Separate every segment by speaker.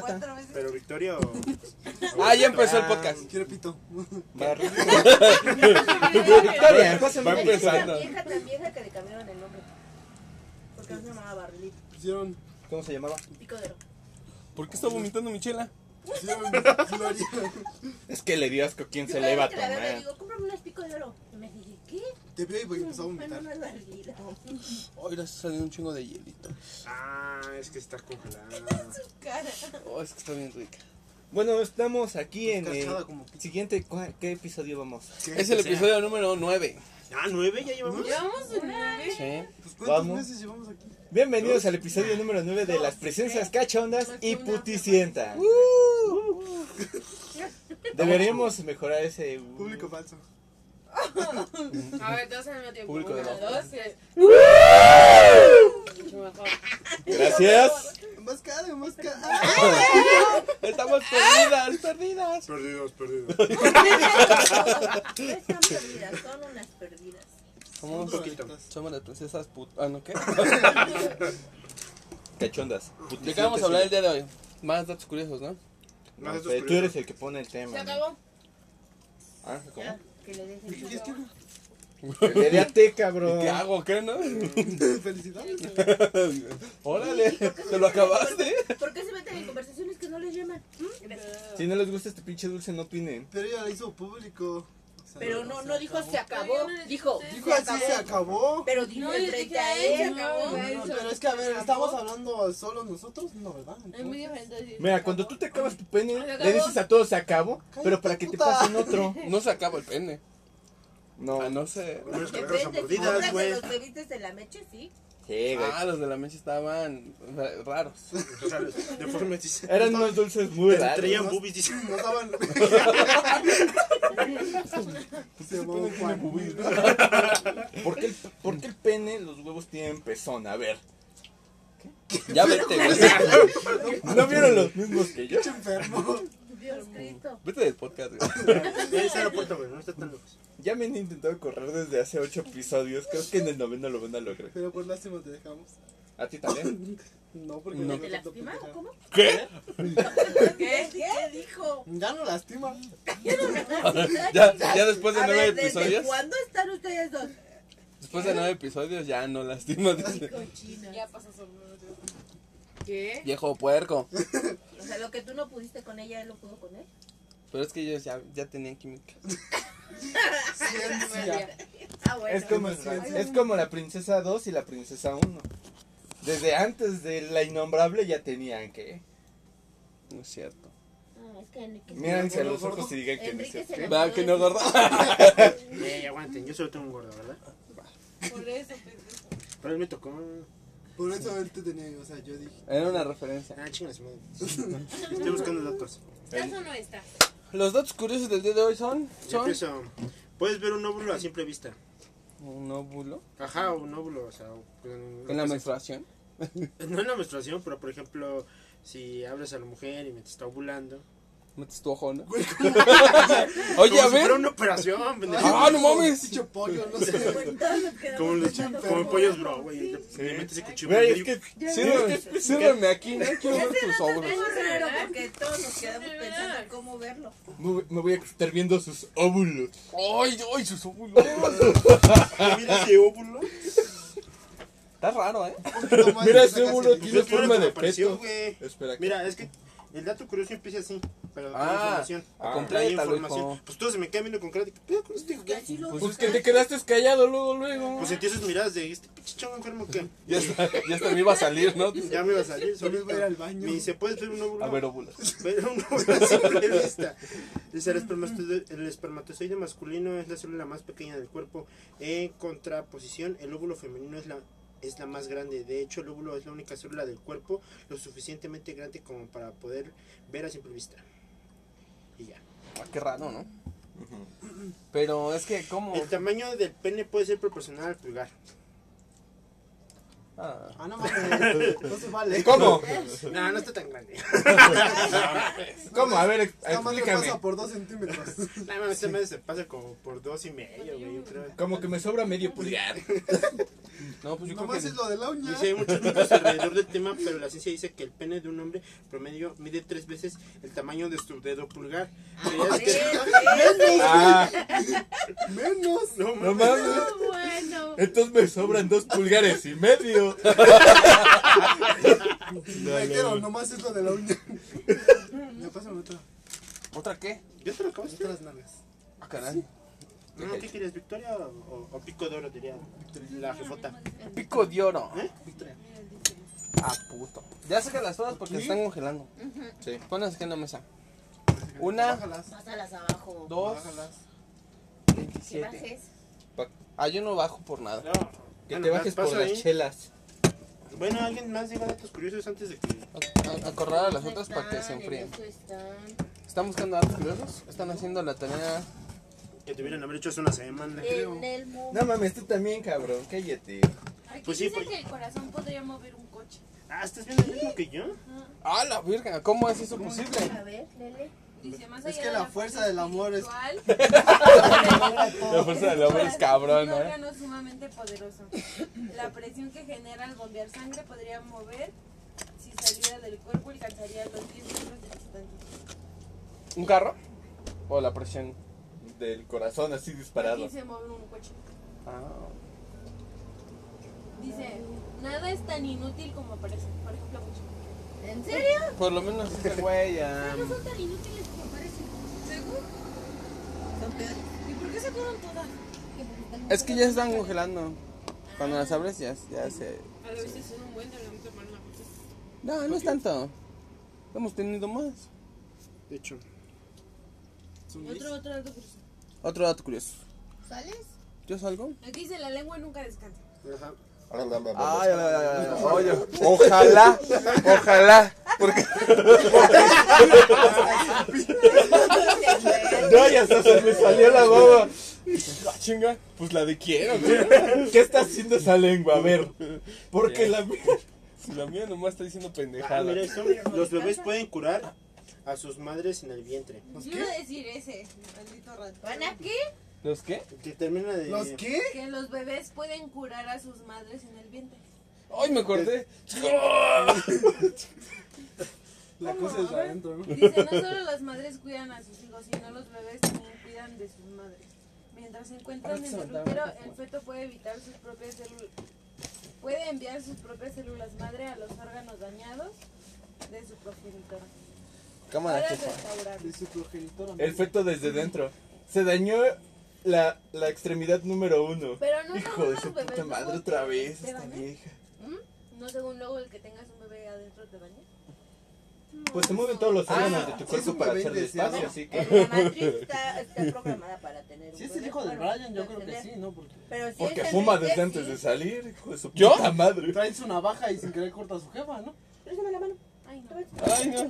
Speaker 1: Cuatro veces.
Speaker 2: Pero Victoria o.
Speaker 3: Ah, ya empezó el podcast.
Speaker 4: Yo repito.
Speaker 3: Victoria,
Speaker 1: Tan
Speaker 3: va
Speaker 1: vieja, tan
Speaker 3: empezando.
Speaker 1: vieja, tan vieja que le cambiaron el nombre. Porque no se llamaba Barlit.
Speaker 4: Pusieron.
Speaker 5: ¿Cómo se llamaba?
Speaker 1: Pico de oro.
Speaker 3: ¿Por qué está vomitando Michela?
Speaker 4: Pusieron. Gloria.
Speaker 5: Es que le dio asco quién
Speaker 1: Yo
Speaker 5: se
Speaker 1: cada
Speaker 5: le iba a
Speaker 1: vez que la veo, le
Speaker 5: tomar.
Speaker 1: digo, cómprame unas pico de oro. Y me dije, ¿qué?
Speaker 4: Te veo y voy a empezar a
Speaker 1: Bueno, no
Speaker 4: vomitar.
Speaker 1: es barlita.
Speaker 3: Hoy le ha salido un chingo de hielito.
Speaker 2: Ah, es que está congelada.
Speaker 1: Cara.
Speaker 3: Oh, es que está bien rica.
Speaker 5: Bueno, estamos aquí
Speaker 3: Pues
Speaker 5: en
Speaker 4: Cascada
Speaker 5: el
Speaker 4: como pizza.
Speaker 5: siguiente. ¿cuál- ¿Qué episodio vamos?
Speaker 3: Es el episodio número 9.
Speaker 2: Ah, nueve ya llevamos.
Speaker 6: Llevamos un nueve.
Speaker 3: Sí.
Speaker 4: Pues, ¿Cuántos
Speaker 5: Vamos.
Speaker 4: meses llevamos aquí?
Speaker 5: Bienvenidos al episodio número 9 de las presencias cachondas y puticientas. Deberíamos mejorar ese.
Speaker 4: Público falso.
Speaker 6: A ver, dos al mismo tiempo.
Speaker 3: Público de
Speaker 6: Uno,
Speaker 3: dos.
Speaker 6: dos, tres. Mucho mejor.
Speaker 5: Gracias.
Speaker 4: Más cara, más cara. ¡Ah!
Speaker 3: Estamos perdidas, perdidas.
Speaker 2: Perdidos, perdidos.
Speaker 1: No están perdidas, son unas perdidas.
Speaker 3: Somos un poquito. Somos las princesas put... Ah, ¿no qué?
Speaker 5: Cachondas.
Speaker 3: ¿De qué vamos a hablar el día de hoy? Más datos curiosos, ¿no?
Speaker 5: Ah. No, pero tú eres el que pone el tema.
Speaker 6: Se acabó.
Speaker 5: Ah, ¿cómo?
Speaker 1: Ya, que le des el
Speaker 4: Y es que-
Speaker 5: Mediate, cabrón.
Speaker 3: ¿Qué hago? ¿Qué, no?
Speaker 4: Felicidades.
Speaker 3: Órale, ¿te lo acabaste?
Speaker 1: ¿Por qué se meten en conversaciones que no les llaman? ¿Mm?
Speaker 5: Si no les gusta este pinche dulce, no opinen.
Speaker 4: Pero ella la hizo público. O sea,
Speaker 1: Pero no, no dijo se
Speaker 6: Pero
Speaker 1: acabó,
Speaker 6: yo no le dije
Speaker 1: dijo,
Speaker 6: usted.
Speaker 4: Dijo así, se acabó.
Speaker 1: pero dijo
Speaker 6: No, yo
Speaker 1: frente
Speaker 6: dije
Speaker 1: a
Speaker 6: a él,
Speaker 1: él.
Speaker 6: se acabó.
Speaker 4: No, pero es que a ver, ¿estamos hablando solo nosotros? No, ¿verdad?
Speaker 6: Es muy diferente decir.
Speaker 5: Mira, cuando tú te acabas tu pene,
Speaker 6: Se acabó.
Speaker 5: le dices a todos se acabó, pero para que te
Speaker 4: puta.
Speaker 5: pasen otro.
Speaker 3: No se acaba el pene. Ah,
Speaker 5: No.
Speaker 3: no sé.
Speaker 1: Depende, si
Speaker 2: mordidas,
Speaker 1: compras
Speaker 2: güey.
Speaker 1: los bebites de la meche, sí.
Speaker 5: Sí, güey.
Speaker 3: Ah, los de la mesa estaban ra- raros.
Speaker 2: O sea, los deformes dice.
Speaker 5: Eran unos dulces muy
Speaker 2: Te
Speaker 5: raros.
Speaker 2: traían boobies, dice.
Speaker 4: No estaban. Se llamaba Juan.
Speaker 5: ¿Por qué, el, por qué el pene, los huevos tienen pezón? A ver.
Speaker 3: Ya vete, güey.
Speaker 5: ¿No vieron los mismos que yo?
Speaker 4: Pinche enfermo.
Speaker 1: Dios Cristo.
Speaker 3: Vete del podcast, güey.
Speaker 2: Ahí está la puerta, güey. No está tan lejos.
Speaker 5: Ya me han intentado correr desde hace ocho episodios. Creo que en el noveno lo van a lograr.
Speaker 4: Pero por lástima te dejamos.
Speaker 5: ¿A ti también?
Speaker 4: No, porque
Speaker 3: No.
Speaker 4: no
Speaker 1: ¿Te lastima o cómo?
Speaker 3: ¿Qué?
Speaker 1: ¿Qué? ¿Qué dijo?
Speaker 4: Ya no lastima.
Speaker 3: Ya, ya después de
Speaker 1: A
Speaker 3: nueve
Speaker 1: ver, ¿desde
Speaker 3: episodios.
Speaker 1: cuándo están ustedes dos?
Speaker 3: Después de nueve episodios ya no lastima. dice.
Speaker 1: Cochinas.
Speaker 6: Ya pasó solo. ¿Qué?
Speaker 3: Viejo puerco.
Speaker 1: O sea, lo que tú no pudiste con ella, él lo pudo con él.
Speaker 3: Pero es que ellos ya, ya tenían química.
Speaker 4: Ciencia.
Speaker 1: Ah, bueno.
Speaker 5: Es como, es como la princesa 2 y la princesa 1. Desde antes de la innombrable ya tenían que.
Speaker 3: No es cierto.
Speaker 1: Ah, es que Enrique se
Speaker 5: Mírense a
Speaker 1: enamoró.
Speaker 5: los ojos y digan que no es
Speaker 1: Enrique
Speaker 4: este.
Speaker 1: se
Speaker 5: cierto.
Speaker 1: enamoró
Speaker 3: Va, que no
Speaker 1: de-
Speaker 3: gordo.
Speaker 2: Ey, Eh, aguanten. Yo solo tengo un gordo, ¿verdad?
Speaker 6: Por eso, pues, pendejo.
Speaker 2: Pero él me tocó.
Speaker 4: Por eso él te tenía, o sea, yo dije.
Speaker 3: Era una referencia.
Speaker 2: Ah, chingas, madre. Estoy buscando datos.
Speaker 6: ¿Estás o no estás?
Speaker 3: Los datos curiosos del día de hoy son...
Speaker 2: Yo
Speaker 3: Son...
Speaker 2: empiezo. Puedes ver un óvulo a simple vista.
Speaker 3: Un óvulo.
Speaker 2: Ajá, un óvulo, o sea. con-
Speaker 3: En la menstruación.
Speaker 2: No en la menstruación, pero por ejemplo, si hablas a la mujer y mientras está ovulando.
Speaker 3: Metes tu ojo, ¿no?
Speaker 4: Güey, ¿cómo
Speaker 3: Oye,
Speaker 2: como
Speaker 3: a
Speaker 2: si fuera
Speaker 3: ver.
Speaker 2: una operación, pendejo.
Speaker 3: Ah, no mames.
Speaker 4: Pinche pollo, no sé.
Speaker 1: Bueno, todos nos quedamos
Speaker 2: Como los
Speaker 1: pensando.
Speaker 2: como pollos, bro, güey. Le-
Speaker 5: Sí.
Speaker 2: Le metes el cuchillo.
Speaker 5: Güey,
Speaker 2: en
Speaker 5: es
Speaker 2: medio.
Speaker 5: que. sírveme- Sírveme aquí, ¿no? Quiero ver tus óvulos.
Speaker 1: Es muy raro porque todos nos quedamos
Speaker 6: Sí,
Speaker 1: pensando
Speaker 6: ¿verdad?
Speaker 1: en cómo verlo.
Speaker 5: Me voy- me voy a estar viendo sus óvulos.
Speaker 3: ¡Ay, ay, sus óvulos!
Speaker 2: Ah, Mira ese óvulo.
Speaker 3: Está raro, ¿eh?
Speaker 5: Mira ese óvulo
Speaker 4: boludo.
Speaker 5: tiene
Speaker 2: Pues, mira
Speaker 5: forma
Speaker 2: cómo
Speaker 5: de
Speaker 2: apareció,
Speaker 5: peto.
Speaker 2: güey.
Speaker 5: Espera,
Speaker 2: Mira, es que el dato curioso empieza así. Pero trae
Speaker 3: Ah,
Speaker 2: información.
Speaker 5: ah,
Speaker 2: Trae
Speaker 3: completa,
Speaker 2: información.
Speaker 3: hijo.
Speaker 2: Pues todo se me queda viendo con cara de. ¿Qué pedo con este hijo?
Speaker 1: Y así lo
Speaker 5: Pues es que te quedaste callado luego, luego.
Speaker 2: Pues sentí esas miradas de este pinche chavo enfermo que
Speaker 3: Ya, está- ya hasta me iba a salir, ¿no?
Speaker 2: ya me iba a salir.
Speaker 4: Solo
Speaker 2: Solito.
Speaker 4: iba a ir al baño.
Speaker 2: Me dice, ¿puedes ver un óvulo?
Speaker 3: A ver, óvulos.
Speaker 2: Ver un óvulo a simple vista. Dice, el espermatozoide, el espermatozoide masculino es la célula más pequeña del cuerpo. En contraposición, el óvulo femenino es la es la más grande. De hecho, el óvulo es la única célula del cuerpo lo suficientemente grande como para poder ver a simple vista. Y ya.
Speaker 3: Ah, qué raro, ¿no? Pero es que, ¿cómo? Oh.
Speaker 2: El tamaño del pene puede ser proporcional al pulgar.
Speaker 5: Ah.
Speaker 4: Ah, no mames. No se vale.
Speaker 5: ¿Cómo?
Speaker 2: No, no está tan grande.
Speaker 5: ¿Cómo? A ver, ex-
Speaker 4: Nada más le pasa
Speaker 5: explícame.
Speaker 4: por dos centímetros.
Speaker 2: No, mames, este mes se pasa como por dos y medio, güey. yo creo.
Speaker 5: Como que me sobra medio pulgar.
Speaker 3: No, pues yo creo
Speaker 4: Nomás
Speaker 3: que.
Speaker 4: es lo de la uña.
Speaker 2: Dice, hay muchos mitos alrededor del tema, pero la ciencia dice que el pene de un hombre promedio mide tres veces el tamaño de su dedo pulgar. Creías que-
Speaker 5: Ah,
Speaker 4: Menos.
Speaker 2: No,
Speaker 5: no
Speaker 2: mames.
Speaker 5: mames.
Speaker 6: No, Ah, bueno.
Speaker 5: Entonces me sobran dos pulgares y medio.
Speaker 4: Reitero, nomás es lo de la uña. Ya pásame otra.
Speaker 3: ¿Otra qué?
Speaker 2: Yo te lo acabo de hacer.
Speaker 4: Otras nalgas.
Speaker 3: Ah, caray.
Speaker 2: No, ¿Qué querías, Victoria o, o- o Pico de Oro? Diría la jefota.
Speaker 3: Pico de oro.
Speaker 2: ¿Eh?
Speaker 3: Ah, puto. Ya saca las todas porque se están congelando.
Speaker 5: Sí.
Speaker 3: Ponlas aquí en la mesa. Una,
Speaker 4: Bájalas.
Speaker 1: Pásalas abajo.
Speaker 3: dos,
Speaker 4: Bájalas.
Speaker 1: Que
Speaker 3: veintisiete.
Speaker 1: bajes.
Speaker 3: Ah, yo no bajo por nada.
Speaker 2: No.
Speaker 5: Que
Speaker 2: Bueno,
Speaker 5: te bajes por
Speaker 2: paso ahí.
Speaker 5: las chelas.
Speaker 2: Bueno, alguien más diga datos curiosos antes de que.
Speaker 3: A- a- Acorrar a las
Speaker 1: No
Speaker 3: otras para que se
Speaker 1: están, en
Speaker 3: enfríen.
Speaker 1: eso están.
Speaker 3: ¿Están buscando datos curiosos? ¿Están haciendo la tarea?
Speaker 2: Que te hubieran haber hecho hace una semana.
Speaker 1: En el mu-
Speaker 5: No mames, tú también, cabrón. Cállate.
Speaker 6: Aquí
Speaker 2: Pues sí,
Speaker 6: dice
Speaker 2: pues-
Speaker 6: que el corazón podría mover un coche.
Speaker 2: Ah, ¿estás viendo el mismo que yo?
Speaker 3: ¡Ah, la virgen! ¿Cómo es eso posible?
Speaker 1: A ver, lele.
Speaker 6: Dice, más
Speaker 4: Es
Speaker 6: allá
Speaker 4: que
Speaker 6: de
Speaker 4: la fuerza del amor es-
Speaker 6: espiritual,
Speaker 3: La fuerza del hombre es cabrón,
Speaker 6: un
Speaker 3: ¿eh?
Speaker 6: órgano sumamente poderoso. La presión que genera al bombear sangre podría mover si saliera del cuerpo y alcanzaría los 10 metros de distancia.
Speaker 3: ¿Un carro? ¿O la presión?
Speaker 5: Del corazón así
Speaker 6: Aquí
Speaker 5: disparado.
Speaker 6: se mueve un coche.
Speaker 3: Ah.
Speaker 6: Dice, nada es tan inútil como parece. Por ejemplo, mucho.
Speaker 1: ¿En serio?
Speaker 3: Por lo menos este güey ya...
Speaker 6: No son tan inútiles como parecen. ¿Seguro?
Speaker 1: Son peores.
Speaker 6: ¿Y por qué sacaron todas?
Speaker 3: Es que ya se están congelando. Cuando las abres ya, ya se...
Speaker 6: A veces son un buen, deberíamos tomar una foto.
Speaker 3: No, no es tanto. Hemos tenido más.
Speaker 2: De hecho.
Speaker 6: Otro, otro dato curioso.
Speaker 3: Otro dato curioso.
Speaker 1: ¿Sales?
Speaker 3: ¿Yo salgo?
Speaker 6: Aquí dice, la lengua nunca descansa.
Speaker 2: Ajá.
Speaker 3: Ay, ay, ay, ay, ay, oye, ojalá, ojalá, porque
Speaker 5: No, ya hasta se me salió la baba.
Speaker 3: la chinga, pues la de quiero,
Speaker 5: ¿Qué está haciendo esa lengua? A ver. Porque la mía.
Speaker 3: Si la mía nomás está diciendo
Speaker 2: Ah,
Speaker 3: pendejada.
Speaker 2: mira, esto, los bebés pueden curar a sus madres en el vientre.
Speaker 4: ¿Los
Speaker 6: Yo iba a
Speaker 4: qué?
Speaker 6: decir ese, maldito rato.
Speaker 1: ¿Van a qué?
Speaker 3: ¿Los qué?
Speaker 2: Que termina de.
Speaker 4: ¿Los qué?
Speaker 6: Que los bebés pueden curar a sus madres en el vientre.
Speaker 3: Ay, me acordé.
Speaker 4: La cosa es adentro, ¿no?
Speaker 6: Dice, no solo las madres cuidan a sus hijos, sino los bebés también cuidan de sus madres. Mientras se encuentran en el útero, el feto puede evitar sus propias células. Puede enviar sus propias células madre a los órganos dañados de su progenitor.
Speaker 3: Cámara,
Speaker 6: Para
Speaker 3: jefa.
Speaker 4: De
Speaker 6: restaurarlos.
Speaker 4: su progenitor.
Speaker 5: El feto desde dentro. Se dañó la, la extremidad número uno.
Speaker 6: Pero no
Speaker 5: Hijo
Speaker 6: según
Speaker 5: de
Speaker 6: los
Speaker 5: su
Speaker 6: bebés,
Speaker 5: puta
Speaker 6: ¿no?
Speaker 5: madre otra vez,
Speaker 6: ¿Te
Speaker 5: esta
Speaker 6: daña?
Speaker 5: vieja.
Speaker 6: No según luego el que tengas un bebé adentro te daña.
Speaker 5: Pues se mueven todos los
Speaker 3: Ah,
Speaker 5: órganos de tu
Speaker 4: sí, es
Speaker 5: cuerpo
Speaker 4: un
Speaker 5: para
Speaker 4: bebé
Speaker 5: hacer
Speaker 4: indeseado.
Speaker 5: despacio, así que.
Speaker 1: La matriz está, está programada para tener un
Speaker 4: Si es
Speaker 1: bebé.
Speaker 4: el hijo de
Speaker 1: Bueno, pues
Speaker 4: Brian, yo creo que
Speaker 1: tener-
Speaker 4: sí, ¿no? Porque
Speaker 1: Pero si
Speaker 5: Porque
Speaker 1: es el
Speaker 5: fuma
Speaker 1: bebé,
Speaker 5: desde antes
Speaker 1: sí.
Speaker 5: de salir, hijo de su
Speaker 3: ¿Yo?
Speaker 5: puta madre.
Speaker 4: trae su navaja y sin querer corta a su jefa, ¿no?
Speaker 1: Préstame la mano.
Speaker 6: Ay, no.
Speaker 3: Ay, no.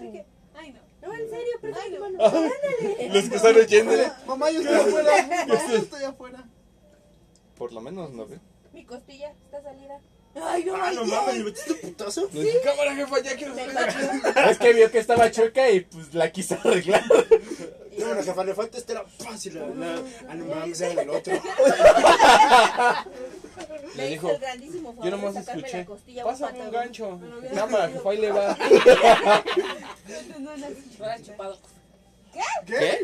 Speaker 6: Ay, no.
Speaker 1: No, en serio, préstame la mano.
Speaker 3: Los que están
Speaker 5: ¿eh?
Speaker 3: oyéndole.
Speaker 4: Mamá, yo estoy afuera. Mamá, yo estoy afuera.
Speaker 5: Por lo menos no ve.
Speaker 1: Mi costilla está salida. Ay, no,
Speaker 2: Ah,
Speaker 1: ay,
Speaker 2: no
Speaker 1: Dios.
Speaker 2: mames, ¿le metiste un putazo?
Speaker 3: Cámara, jefa, ya quiero
Speaker 1: Me
Speaker 3: salir.
Speaker 1: pateó.
Speaker 5: Es que vio que estaba chueca y pues la quiso arreglar.
Speaker 2: No, bueno, jefa, le falta este era fácil. La, la, ah, no mames, era el otro.
Speaker 1: Me
Speaker 3: Le
Speaker 1: hizo
Speaker 3: dijo,
Speaker 1: el grandísimo favor
Speaker 3: Yo
Speaker 1: de
Speaker 3: nomás
Speaker 1: sacarme
Speaker 3: escuché.
Speaker 1: la costilla
Speaker 3: Pásame un
Speaker 1: patadón".
Speaker 3: gancho.
Speaker 6: Me lo hubiera
Speaker 3: Cámara,
Speaker 6: sentido.
Speaker 3: jefa, ahí le va.
Speaker 6: No, no, no. chupado.
Speaker 5: ¿Qué?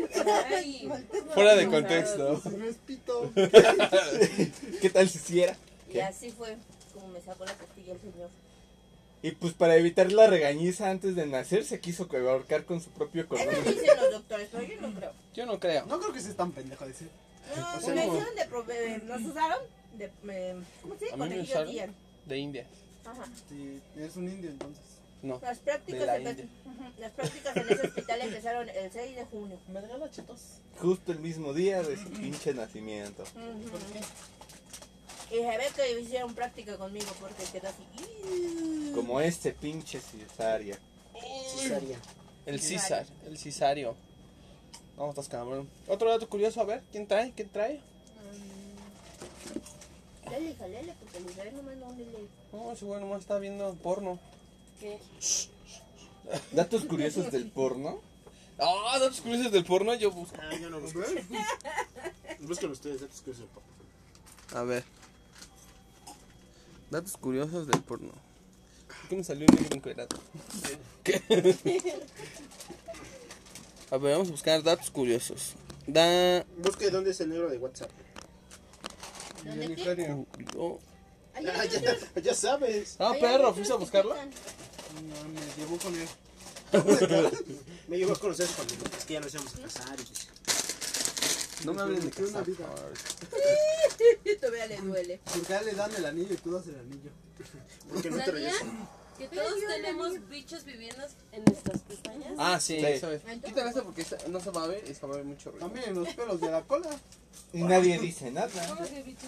Speaker 6: Ay.
Speaker 3: Fuera de contexto.
Speaker 4: Si no es pito.
Speaker 5: ¿Qué tal si hiciera?
Speaker 1: Y así fue como me sacó la costilla el señor.
Speaker 5: Y pues para evitar la regañiza antes de nacer se quiso ahorcar con su propio cordón.
Speaker 1: Eso dicen los doctores, pero yo no creo.
Speaker 3: Yo no creo.
Speaker 4: No creo que seas tan pendejo de decir.
Speaker 1: No,
Speaker 2: O sea,
Speaker 1: me
Speaker 2: no.
Speaker 1: hicieron de pro- eh, nos usaron de eh, ¿cómo se
Speaker 3: A
Speaker 1: dice?
Speaker 3: mí
Speaker 1: Con
Speaker 3: me
Speaker 1: el
Speaker 3: usaron.
Speaker 1: guillotilla.
Speaker 3: De India.
Speaker 1: Ajá.
Speaker 4: Si eres un indio, entonces.
Speaker 3: No.
Speaker 1: Las
Speaker 3: De
Speaker 1: prácticas,
Speaker 3: la
Speaker 1: empe-
Speaker 3: India.
Speaker 1: Ujú. Las prácticas en ese hospital empezaron el 6 de junio.
Speaker 4: Me regala chetos.
Speaker 5: Justo el mismo día de su pinche nacimiento.
Speaker 4: ¿Por qué?
Speaker 1: Y se ve que hicieron práctica conmigo porque quedó así.
Speaker 5: Como este pinche cesárea.
Speaker 2: Cesárea.
Speaker 3: El César,
Speaker 1: Cesario.
Speaker 3: el Cesario. No, estás cabrón. Otro dato curioso, a ver, ¿quién trae? ¿Quién trae?
Speaker 1: Ya jalele y jalele, porque el Israel nomás no le
Speaker 3: No, ese güey nomás está viendo porno.
Speaker 6: ¿Qué?
Speaker 5: Datos curiosos del porno.
Speaker 3: Ah, datos curiosos del porno yo busco.
Speaker 2: Ah, yo no busco. Busquen ustedes datos que sepa.
Speaker 3: A ver. Datos curiosos del porno. ¿Por qué me salió un libro encuerado? ¿Qué? A ver, vamos a buscar datos curiosos. Da...
Speaker 2: Busque dónde es el negro de WhatsApp.
Speaker 1: ¿Dónde qué?
Speaker 3: oh.
Speaker 1: Ay,
Speaker 2: Ah,
Speaker 1: ay, ay,
Speaker 2: ya, ya sabes.
Speaker 3: Ah,
Speaker 1: ay,
Speaker 3: perro,
Speaker 1: ay,
Speaker 3: ¿fuiste a
Speaker 1: te
Speaker 3: buscarlo?
Speaker 1: pican.
Speaker 4: No, me llevó con él.
Speaker 2: Me llegó a conocer cuando es que ya nos íbamos a casar. y-
Speaker 3: No me hables de
Speaker 4: Tiene una
Speaker 3: casar.
Speaker 4: vida.
Speaker 6: Todavía le duele.
Speaker 4: Porque a él le dan el anillo y tú das el anillo.
Speaker 2: ¿Por qué no te
Speaker 6: ¿Sabían
Speaker 2: regresas?
Speaker 6: que
Speaker 1: Pero
Speaker 6: todos
Speaker 1: yo le digo-
Speaker 6: tenemos bichos viviendo en nuestras pestañas?
Speaker 3: Ah, sí,
Speaker 5: Sí.
Speaker 3: eso es.
Speaker 1: Entonces-
Speaker 3: Quítale eso porque esta- no se va a ver y se va a ver mucho ruido.
Speaker 4: También los pelos de la cola.
Speaker 5: Y nadie dice nada.
Speaker 6: ¿Cómo que bichos?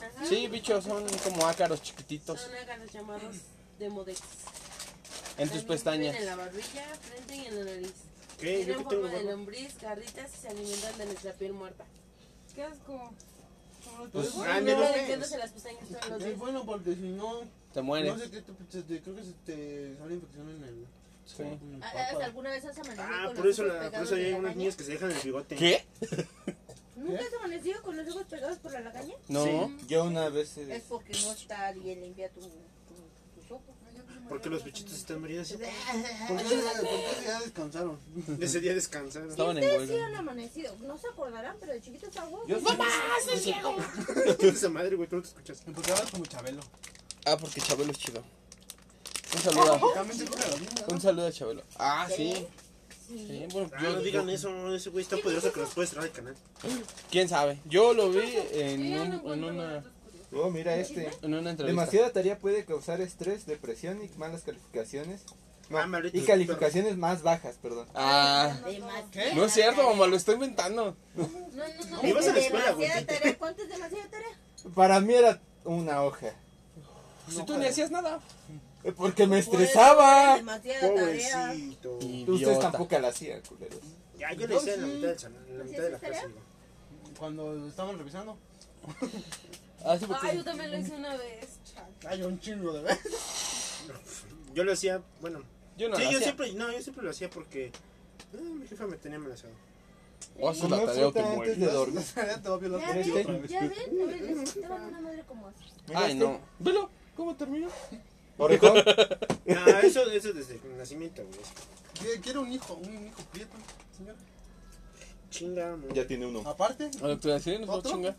Speaker 1: Ajá.
Speaker 3: Sí, bichos, son como ácaros chiquititos
Speaker 6: Son ácaros llamados demodex.
Speaker 3: en tus
Speaker 6: También
Speaker 3: pestañas.
Speaker 6: viven En la barbilla, frente y en la nariz.
Speaker 2: ¿Qué? Yo
Speaker 6: Tienen
Speaker 2: que
Speaker 6: forma
Speaker 2: tengo
Speaker 6: de
Speaker 2: barba.
Speaker 6: lombriz, garritas y se alimentan de nuestra piel muerta. Qué asco. Como los
Speaker 3: Pues,
Speaker 6: bebés.
Speaker 2: ah, ni
Speaker 6: No,
Speaker 2: los
Speaker 6: metiéndose
Speaker 2: ves.
Speaker 6: las pestañas todos los días.
Speaker 4: Es bueno porque si no,
Speaker 3: Te mueres.
Speaker 4: no sé qué te, te- te- creo que se te sale infección en el.
Speaker 3: Sí.
Speaker 4: en el
Speaker 1: Ah,
Speaker 4: papa.
Speaker 1: ¿hasta ¿Alguna vez has amanecido
Speaker 2: Ah,
Speaker 1: con
Speaker 2: por
Speaker 1: los
Speaker 2: eso,
Speaker 1: ojos
Speaker 2: la, por
Speaker 1: pegados
Speaker 2: eso
Speaker 1: de
Speaker 2: hay ¿Eh?
Speaker 1: la
Speaker 2: unos
Speaker 1: caña?
Speaker 2: niños que se dejan el bigote.
Speaker 3: ¿Qué?
Speaker 1: ¿Nunca has amanecido con los ojos pegados por la lagaña?
Speaker 3: No.
Speaker 5: Yo una vez. eh,
Speaker 1: Es porque no está bien limpia tu, tu- tus ojos.
Speaker 2: Porque los bichitos están muriendo así. Ah.
Speaker 4: ¿Por qué, por qué ya descansaron?
Speaker 2: Ese día descansaron.
Speaker 3: Estaban en
Speaker 1: Ustedes sí
Speaker 3: huelga.
Speaker 1: han amanecido, no se acordarán, pero de chiquitos a huevo.
Speaker 5: Yo sí.
Speaker 2: Esa madre, güey, tú no te escuchas.
Speaker 4: Porque hablas como Chabelo.
Speaker 3: Ah, porque Chabelo es chido. Un saludo. a-
Speaker 4: Prácticamente es una gallina.
Speaker 3: Un saludo a Chabelo. Ah, sí.
Speaker 1: Sí.
Speaker 3: Sí, bueno,
Speaker 2: Ah,
Speaker 3: yo-
Speaker 2: no digan eso, ese güey es tan poderoso que nos puede cerrar el canal.
Speaker 3: ¿Quién sabe? Yo lo vi en,
Speaker 6: Yo ya no
Speaker 3: un- en
Speaker 6: encuentro
Speaker 3: una,
Speaker 6: datos curiosos.
Speaker 5: Oh, mira este.
Speaker 3: en una entrevista.
Speaker 5: Demasiada tarea puede causar estrés, depresión y malas calificaciones. No,
Speaker 2: Ah, maldito.
Speaker 5: y calificaciones más bajas, perdón.
Speaker 3: Ah,
Speaker 1: Demasiada
Speaker 3: no es cierto,
Speaker 1: tarea.
Speaker 3: mamá, lo estoy inventando.
Speaker 1: ¿Eh? No, no, no.
Speaker 2: Ibas a la escuela, güey.
Speaker 1: demasiada tarea. ¿Cuánto es demasiada tarea?
Speaker 5: Para mí era una hoja.
Speaker 3: si tú ni hacías nada.
Speaker 5: Eh, Porque me estresaba.
Speaker 1: Demasiada tarea.
Speaker 2: Pobrecito.
Speaker 5: Ustedes
Speaker 3: Pues, Idiota.
Speaker 5: tampoco la hacían, culeros.
Speaker 2: Ya, yo le hice en la mitad del salón, en la mitad de la clase. güey.
Speaker 4: Cuando estaban revisando.
Speaker 3: Ah, sí, porque-
Speaker 6: Ah, yo también lo hice una vez. chale.
Speaker 4: Hay un chingo de veces.
Speaker 2: Yo lo hacía, bueno.
Speaker 3: yo no
Speaker 2: sí,
Speaker 3: lo
Speaker 2: yo
Speaker 3: hacía.
Speaker 2: siempre, no, yo siempre lo hacía porque. ah, mi jefa me tenía amenazado.
Speaker 3: O haces la
Speaker 5: Comer
Speaker 3: tarea o te
Speaker 5: fruta
Speaker 3: mueres.
Speaker 5: antes de dormir.
Speaker 4: Ya te va a violar
Speaker 1: Ya
Speaker 4: por ti otra
Speaker 1: ven,
Speaker 4: vez.
Speaker 1: ya ven, a ver, les quitaban una madre como así.
Speaker 5: Mira
Speaker 3: Ay,
Speaker 5: este.
Speaker 3: no. Velo, ¿cómo terminó?
Speaker 5: Orejón.
Speaker 2: Ah, eso, eso desde el nacimiento, güey.
Speaker 4: Qu- Quiero un hijo, un hijo prieto, señor.
Speaker 2: Chinga, mo-
Speaker 5: ya tiene uno.
Speaker 4: Aparte,
Speaker 3: Ahora tú decías, nos va a
Speaker 4: ¿Otro?
Speaker 3: chingar.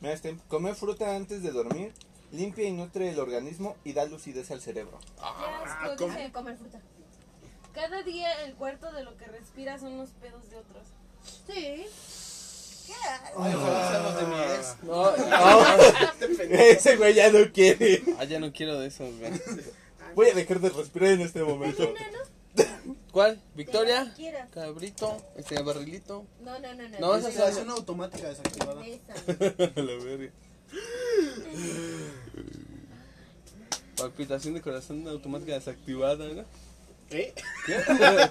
Speaker 5: Mira este. Comer fruta antes de dormir limpia y nutre el organismo y da lucidez al cerebro.
Speaker 6: Qué asco,
Speaker 2: ¿cómo?
Speaker 6: dice.
Speaker 1: Comer fruta.
Speaker 6: Cada día el cuarto de lo que respiras son los pedos de otros.
Speaker 1: Sí. ¿Qué?
Speaker 4: ay, ojalá sean los de mi ex.
Speaker 3: No, ah,
Speaker 5: Ese güey ya no quiere.
Speaker 3: ah, ya no quiero de eso, güey.
Speaker 5: Voy a dejar de respirar en este momento.
Speaker 1: Una, ¿no?
Speaker 3: ¿Cuál?
Speaker 1: De
Speaker 3: ¿Victoria?
Speaker 1: la que quieras.
Speaker 3: Cabrito, este barrilito.
Speaker 1: No, no, no, no.
Speaker 3: No, esa
Speaker 4: Esa es una automática desactivada.
Speaker 1: Esa.
Speaker 3: La verga. Palpitación de corazón automática desactivada, ¿no?
Speaker 2: ¿Qué?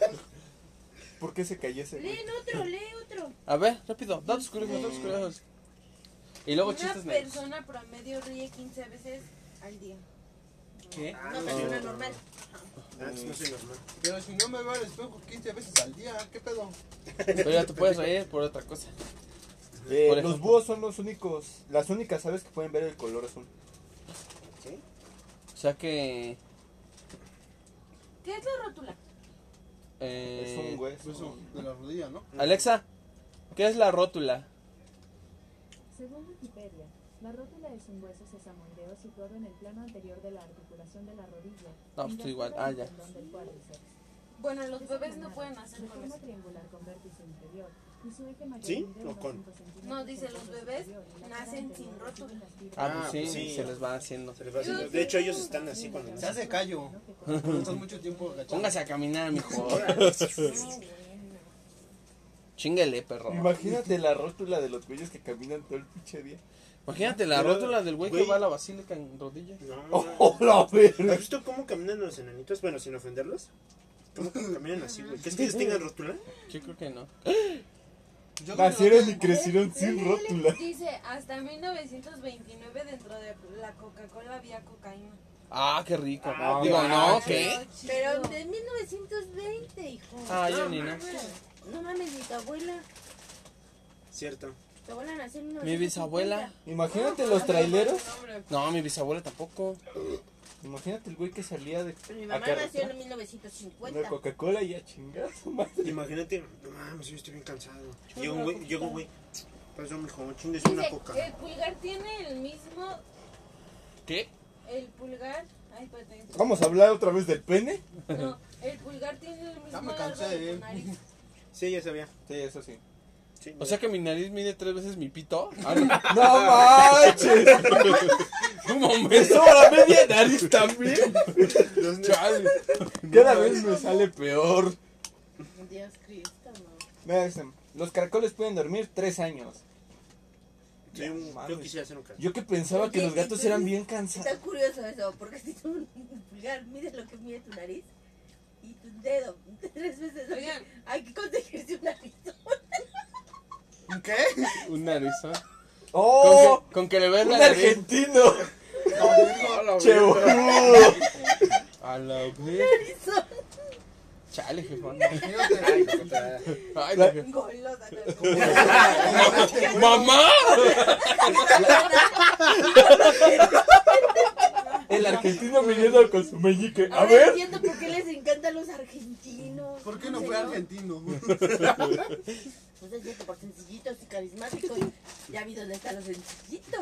Speaker 5: ¿Por qué se cayó ese güey?
Speaker 1: Leen otro, lee otro.
Speaker 3: A ver, rápido, datos curiosos, datos curiosos. Y luego
Speaker 6: Una
Speaker 3: chistes negros.
Speaker 6: persona promedio ríe 15 veces al día.
Speaker 3: ¿Qué?
Speaker 2: Ah,
Speaker 1: Una
Speaker 2: no,
Speaker 1: persona
Speaker 2: no,
Speaker 1: normal.
Speaker 2: Ah, entonces no soy normal.
Speaker 4: Pero si no me veo al espejo 15 veces al día, ¿qué pedo?
Speaker 3: Pero ya te puedes reír por otra cosa.
Speaker 5: Eh,
Speaker 3: Por ejemplo.
Speaker 5: los búhos son los únicos, las únicas aves que pueden ver el color azul.
Speaker 3: O sea que.
Speaker 6: ¿Qué es la rótula?
Speaker 3: eh,
Speaker 5: Es un hueso.
Speaker 4: Pues eso, de la rodilla, ¿no?
Speaker 3: Alexa, ¿qué es la rótula?
Speaker 7: Según Wikipedia, la rótula es un hueso sesamoideo situado en el plano anterior de la articulación de la rodilla.
Speaker 3: No, pues, tú igual.
Speaker 7: enganchado
Speaker 3: Ah,
Speaker 7: al
Speaker 3: ya.
Speaker 7: tendón del cuádriceps.
Speaker 6: Bueno, los
Speaker 7: Es
Speaker 6: bebés no
Speaker 7: aplanada,
Speaker 6: pueden hacer
Speaker 7: de
Speaker 6: con
Speaker 7: forma
Speaker 6: eso.
Speaker 7: triangular con vértice inferior y su eje mayor
Speaker 2: ¿Sí?
Speaker 7: mide
Speaker 2: ¿O
Speaker 7: unos
Speaker 2: con?
Speaker 7: cinco centímetros
Speaker 6: No, dice,
Speaker 7: del
Speaker 6: los
Speaker 7: dorso
Speaker 6: bebés
Speaker 7: superior y la cara
Speaker 6: nacen
Speaker 7: anterior
Speaker 6: sin rótula.
Speaker 7: recibe las fibras
Speaker 3: Ah, pues
Speaker 2: Ah,
Speaker 3: sí,
Speaker 2: pues sí.
Speaker 3: se les va haciendo.
Speaker 2: Se les va haciendo- De hecho, ellos están así cuando
Speaker 4: Se hace callo. No estás mucho tiempo agachado.
Speaker 3: Póngase a caminar, mijo.
Speaker 1: Bueno.
Speaker 3: Chingale, perro.
Speaker 5: Imagínate la rótula de los güeyes que caminan todo el pinche día.
Speaker 3: Imagínate la
Speaker 2: Pero,
Speaker 3: rótula del güey que
Speaker 2: güey.
Speaker 3: va a la basílica en rodillas.
Speaker 2: No,
Speaker 5: ¡Oh, la verga!
Speaker 2: ¿Has visto cómo caminan los enanitos? Bueno, sin ofenderlos. ¿Cómo caminan así, güey? ¿Crees que ellos tengan rótula?
Speaker 3: Yo creo que no.
Speaker 4: Yo creo que
Speaker 5: Nacieron
Speaker 4: no-
Speaker 5: y crecieron sin rótula.
Speaker 6: Dice, hasta 1929 dentro de la Coca-Cola había cocaína.
Speaker 3: Ah, qué rico.
Speaker 5: Ah,
Speaker 3: Digo,
Speaker 5: no,
Speaker 3: no, ¿qué?
Speaker 1: Pero de 1920, hijo.
Speaker 3: Ah, yo ni no.
Speaker 1: No mames, ni tu abuela.
Speaker 2: Cierto.
Speaker 1: Tu abuela nació en
Speaker 3: Mi
Speaker 1: 1950.
Speaker 3: bisabuela.
Speaker 5: Imagínate los traileros.
Speaker 3: No, mi bisabuela tampoco.
Speaker 5: Imagínate el güey que salía de
Speaker 1: Pues mi
Speaker 5: a
Speaker 3: Ah,
Speaker 1: mamá
Speaker 5: carretera,
Speaker 1: nació en
Speaker 5: una
Speaker 1: 1950.
Speaker 5: Coca-Cola y a chingar su madre.
Speaker 2: Imagínate, no mames, yo estoy bien cansado. Llega un güey, llega un güey. Pasó, mijo, chingues una
Speaker 6: Dice,
Speaker 2: coca.
Speaker 6: el pulgar tiene el mismo,
Speaker 3: ¿Qué?
Speaker 6: el pulgar, ay, espérate.
Speaker 5: Vamos a hablar otra vez del pene.
Speaker 6: No, el pulgar tiene el mismo
Speaker 4: me
Speaker 6: largo
Speaker 4: cansé,
Speaker 6: de
Speaker 4: eh.
Speaker 6: tu nariz.
Speaker 2: Sí, ya sabía.
Speaker 5: Sí, eso sí.
Speaker 2: Sí,
Speaker 3: O sea que mi nariz mide tres veces mi pito. Ah,
Speaker 5: ¡No manches!
Speaker 3: no. Un momento. la media nariz también. Chale.
Speaker 5: Cada vez me sale peor.
Speaker 1: Dios Cristo, no.
Speaker 5: Mira, dicen, este, los caracoles pueden dormir tres años.
Speaker 2: sí, un-
Speaker 5: mames.
Speaker 2: yo quisiera hacer un caso.
Speaker 5: Yo que pensaba que
Speaker 1: Oye,
Speaker 5: los gatos
Speaker 1: entonces,
Speaker 5: eran bien
Speaker 1: Está
Speaker 5: cansados.
Speaker 1: curioso eso, porque si tú pulgar mide lo que mide tu nariz y tu dedo tres veces. lo que-
Speaker 6: Oigan.
Speaker 1: hay que conseguirse una pistola.
Speaker 4: ¿Qué?
Speaker 3: Un narizón. Con,
Speaker 5: ¡Oh!
Speaker 3: que, con que le ves la
Speaker 5: ¡Un
Speaker 3: nariz.
Speaker 5: argentino!
Speaker 3: A la
Speaker 5: ¡Che,
Speaker 3: verga.
Speaker 5: boludo!
Speaker 3: A la vez.
Speaker 1: Eso.
Speaker 3: Chale, jefa.
Speaker 4: Fíjate.
Speaker 3: Ay,
Speaker 5: La-
Speaker 3: jefa.
Speaker 6: Golosa también.
Speaker 3: ¡Mamá!
Speaker 5: El argentino midiendo con su meñique. A
Speaker 1: Ahora
Speaker 5: ver.
Speaker 1: entiendo por qué les encantan los argentinos.
Speaker 4: ¿Por qué no fue argentino?
Speaker 1: Pues es cierto, por sencillitos y carismáticos. Ya vi dónde están los sencillitos.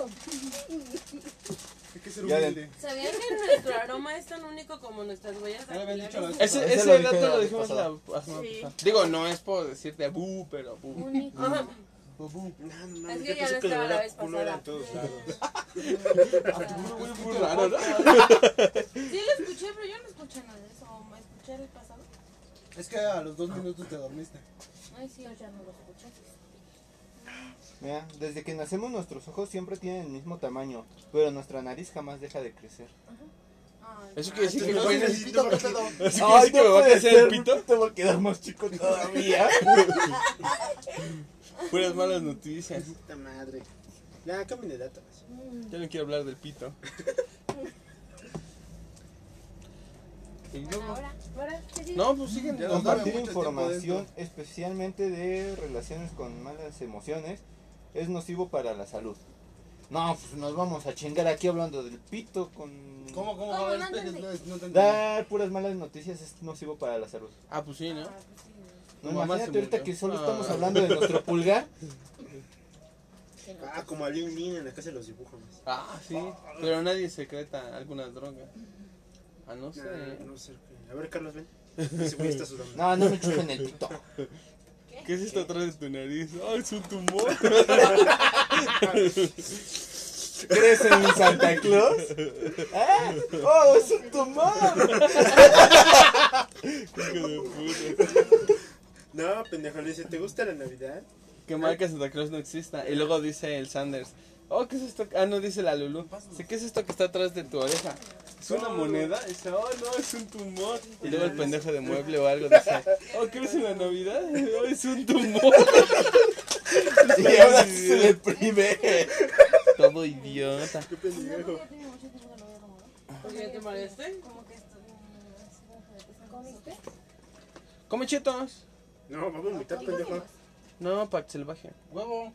Speaker 4: Hay que ser
Speaker 5: Ya
Speaker 4: humilde.
Speaker 6: ¿Sabían que nuestro aroma es tan único como nuestras huellas
Speaker 4: Ya lo habían dicho la
Speaker 6: dactilares?
Speaker 4: vez
Speaker 3: Ese,
Speaker 5: Ese
Speaker 3: ese
Speaker 5: lo dije
Speaker 3: dato
Speaker 5: la
Speaker 3: lo
Speaker 5: vez
Speaker 3: dijimos la
Speaker 5: pasada.
Speaker 3: la semana
Speaker 1: Sí.
Speaker 3: pasada. Digo, no es por decirte bu, pero bu.
Speaker 6: Único. Ajá.
Speaker 2: No, no, mames,
Speaker 6: Es que
Speaker 2: yo
Speaker 6: ya
Speaker 2: pensé
Speaker 6: no
Speaker 2: que
Speaker 6: estaba la
Speaker 2: olor a
Speaker 6: vez
Speaker 2: culo era en
Speaker 6: pasada.
Speaker 2: todos lados.
Speaker 3: Es muy raro, ¿no?
Speaker 6: Sí lo escuché, pero yo no escuché nada de eso. ¿Me escuché el pasado?
Speaker 4: Es que a los dos minutos te dormiste.
Speaker 6: Ay, sí,
Speaker 1: Yo ya no los escuché.
Speaker 5: Mira, desde que nacemos nuestros ojos siempre tienen el mismo tamaño, pero nuestra nariz jamás deja de crecer.
Speaker 6: Ay,
Speaker 3: Eso quiere decir que
Speaker 4: No,
Speaker 3: no pueden
Speaker 4: el pito, ¿qué pedo?
Speaker 3: ¿Eso quiere decir que me va a crecer el pito?
Speaker 5: Te va a quedar más chico todavía.
Speaker 3: Puras malas noticias.
Speaker 2: Puta madre. Ya, cambien de data. pues.
Speaker 3: Yo no quiero hablar del pito. Y
Speaker 6: bueno,
Speaker 3: luego-
Speaker 6: ahora, ahora, ¿qué dices?
Speaker 3: No, pues siguen.
Speaker 4: Ya nos
Speaker 5: Compartir
Speaker 4: dame mucho tiempo
Speaker 5: información,
Speaker 4: adentro.
Speaker 5: especialmente de relaciones con malas emociones, es nocivo para la salud. No, pues nos vamos a chingar aquí hablando del pito con...
Speaker 4: ¿Cómo, cómo?
Speaker 6: ¿Cómo?
Speaker 4: A ver,
Speaker 6: No
Speaker 4: espérate,
Speaker 6: entendí.
Speaker 4: espérate, no te entendí.
Speaker 5: Dar puras malas noticias es nocivo para la salud.
Speaker 3: Ah, pues sí, ¿no?
Speaker 6: Ah, pues sí,
Speaker 5: No,
Speaker 6: no.
Speaker 3: Tu mamá se
Speaker 5: imagínate ahorita
Speaker 3: murió.
Speaker 5: que solo
Speaker 3: Ah.
Speaker 5: estamos hablando de nuestro pulgar.
Speaker 2: Ah, como a Lin Lin en la casa de los dibujos.
Speaker 3: Ah, sí. Pero nadie secreta alguna droga. Ah, no sé.
Speaker 2: Nah, no sé. A ver, Carlos, ven. Ese güey está sudando.
Speaker 5: No, no me chupen el pito.
Speaker 3: ¿Qué es esto atrás de tu nariz? ¡Ay, es un tumor!
Speaker 5: ¿Crees en Santa Claus? ¿Ah? ¡Oh, es un tumor!
Speaker 2: No, pendejo, le dice, ¿te gusta la Navidad?
Speaker 3: que marca Santa Claus no exista. Y luego dice el Sanders. Oh, ¿qué es esto? Ah, no, dice la Lulu. Dice, ¿Qué es esto que está atrás de tu oreja? ¿Es una moneda? Y Dice, oh, no, es un tumor. Y luego el pendejo de mueble o algo dice, oh, ¿crees en la Navidad? No, es un tumor.
Speaker 5: Y ahora sí se deprime.
Speaker 3: Todo idiota.
Speaker 2: Qué
Speaker 6: No, porque
Speaker 2: pendejo.
Speaker 6: ya tenía mucho tiempo que no veía como, ¿no?
Speaker 1: ¿Porque ya te molesté?
Speaker 6: Como que esto... mm,
Speaker 1: ¿Comiste?
Speaker 3: ¿Come chetos?
Speaker 2: No, vamos a vomitar, pendejo.
Speaker 3: No, para que se le baje.
Speaker 4: Huevo.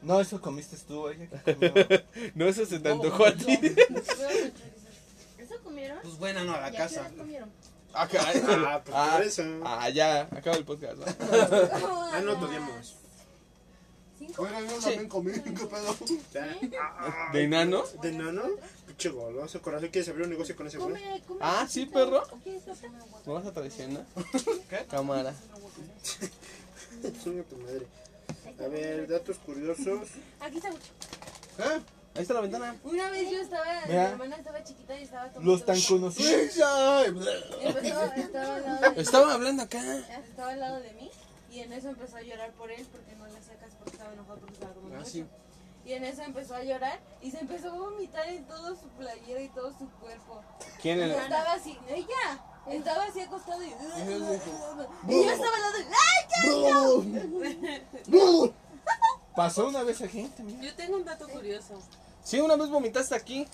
Speaker 5: No, eso comiste tú, ella que comió.
Speaker 3: No, eso se te antojó a ti.
Speaker 6: huevos con chorizo.
Speaker 1: ¿Eso comieron?
Speaker 4: Pues bueno, no, a la
Speaker 1: ¿Y a qué
Speaker 4: casa.
Speaker 1: horas comieron?
Speaker 3: Ah, caray.
Speaker 2: Ah, pues
Speaker 3: Ah,
Speaker 2: por eso.
Speaker 3: ah, ya, acaba el podcast. ¿va?
Speaker 2: Ah, no, todavía
Speaker 6: ¿Cinco?
Speaker 4: Bueno, yo también comí, ¿qué pedo?
Speaker 3: ¿De enano?
Speaker 2: Ah, ¿De nano? Pinche goloso, corazón, ¿quieres abrir un negocio con ese güey?
Speaker 1: Come, come.
Speaker 3: Ah, sí, perro.
Speaker 1: ¿O quieres otra?
Speaker 3: ¿Me vas a traicionar? Cámara.
Speaker 2: Chinga tu madre. A ver, datos curiosos.
Speaker 6: Aquí está.
Speaker 4: ¿Eh?
Speaker 3: Ahí está la ventana.
Speaker 6: Una vez yo estaba, mi
Speaker 5: Mira.
Speaker 6: hermana estaba chiquita y estaba tomando.
Speaker 5: Los tan conocidos.
Speaker 4: ya. pues, eh,
Speaker 6: Y empezó- estaba, al lado de,
Speaker 3: Estaba hablando acá.
Speaker 6: estaba al lado de mí y en eso empezó a llorar por él porque no le sacas porque estaba enojado porque estaba tomando.
Speaker 3: Ah,
Speaker 6: mucho.
Speaker 3: sí.
Speaker 6: Y en eso empezó a llorar y se empezó a vomitar en todo su playera y todo su cuerpo.
Speaker 3: ¿Quién
Speaker 6: Y
Speaker 3: era?
Speaker 6: estaba así, ella. Estaba así acostado y, y yo estaba al lado de ¡Ay, ya, ya!
Speaker 5: pasó una vez aquí también.
Speaker 6: Yo tengo un dato curioso.
Speaker 3: Sí, una vez vomitaste aquí.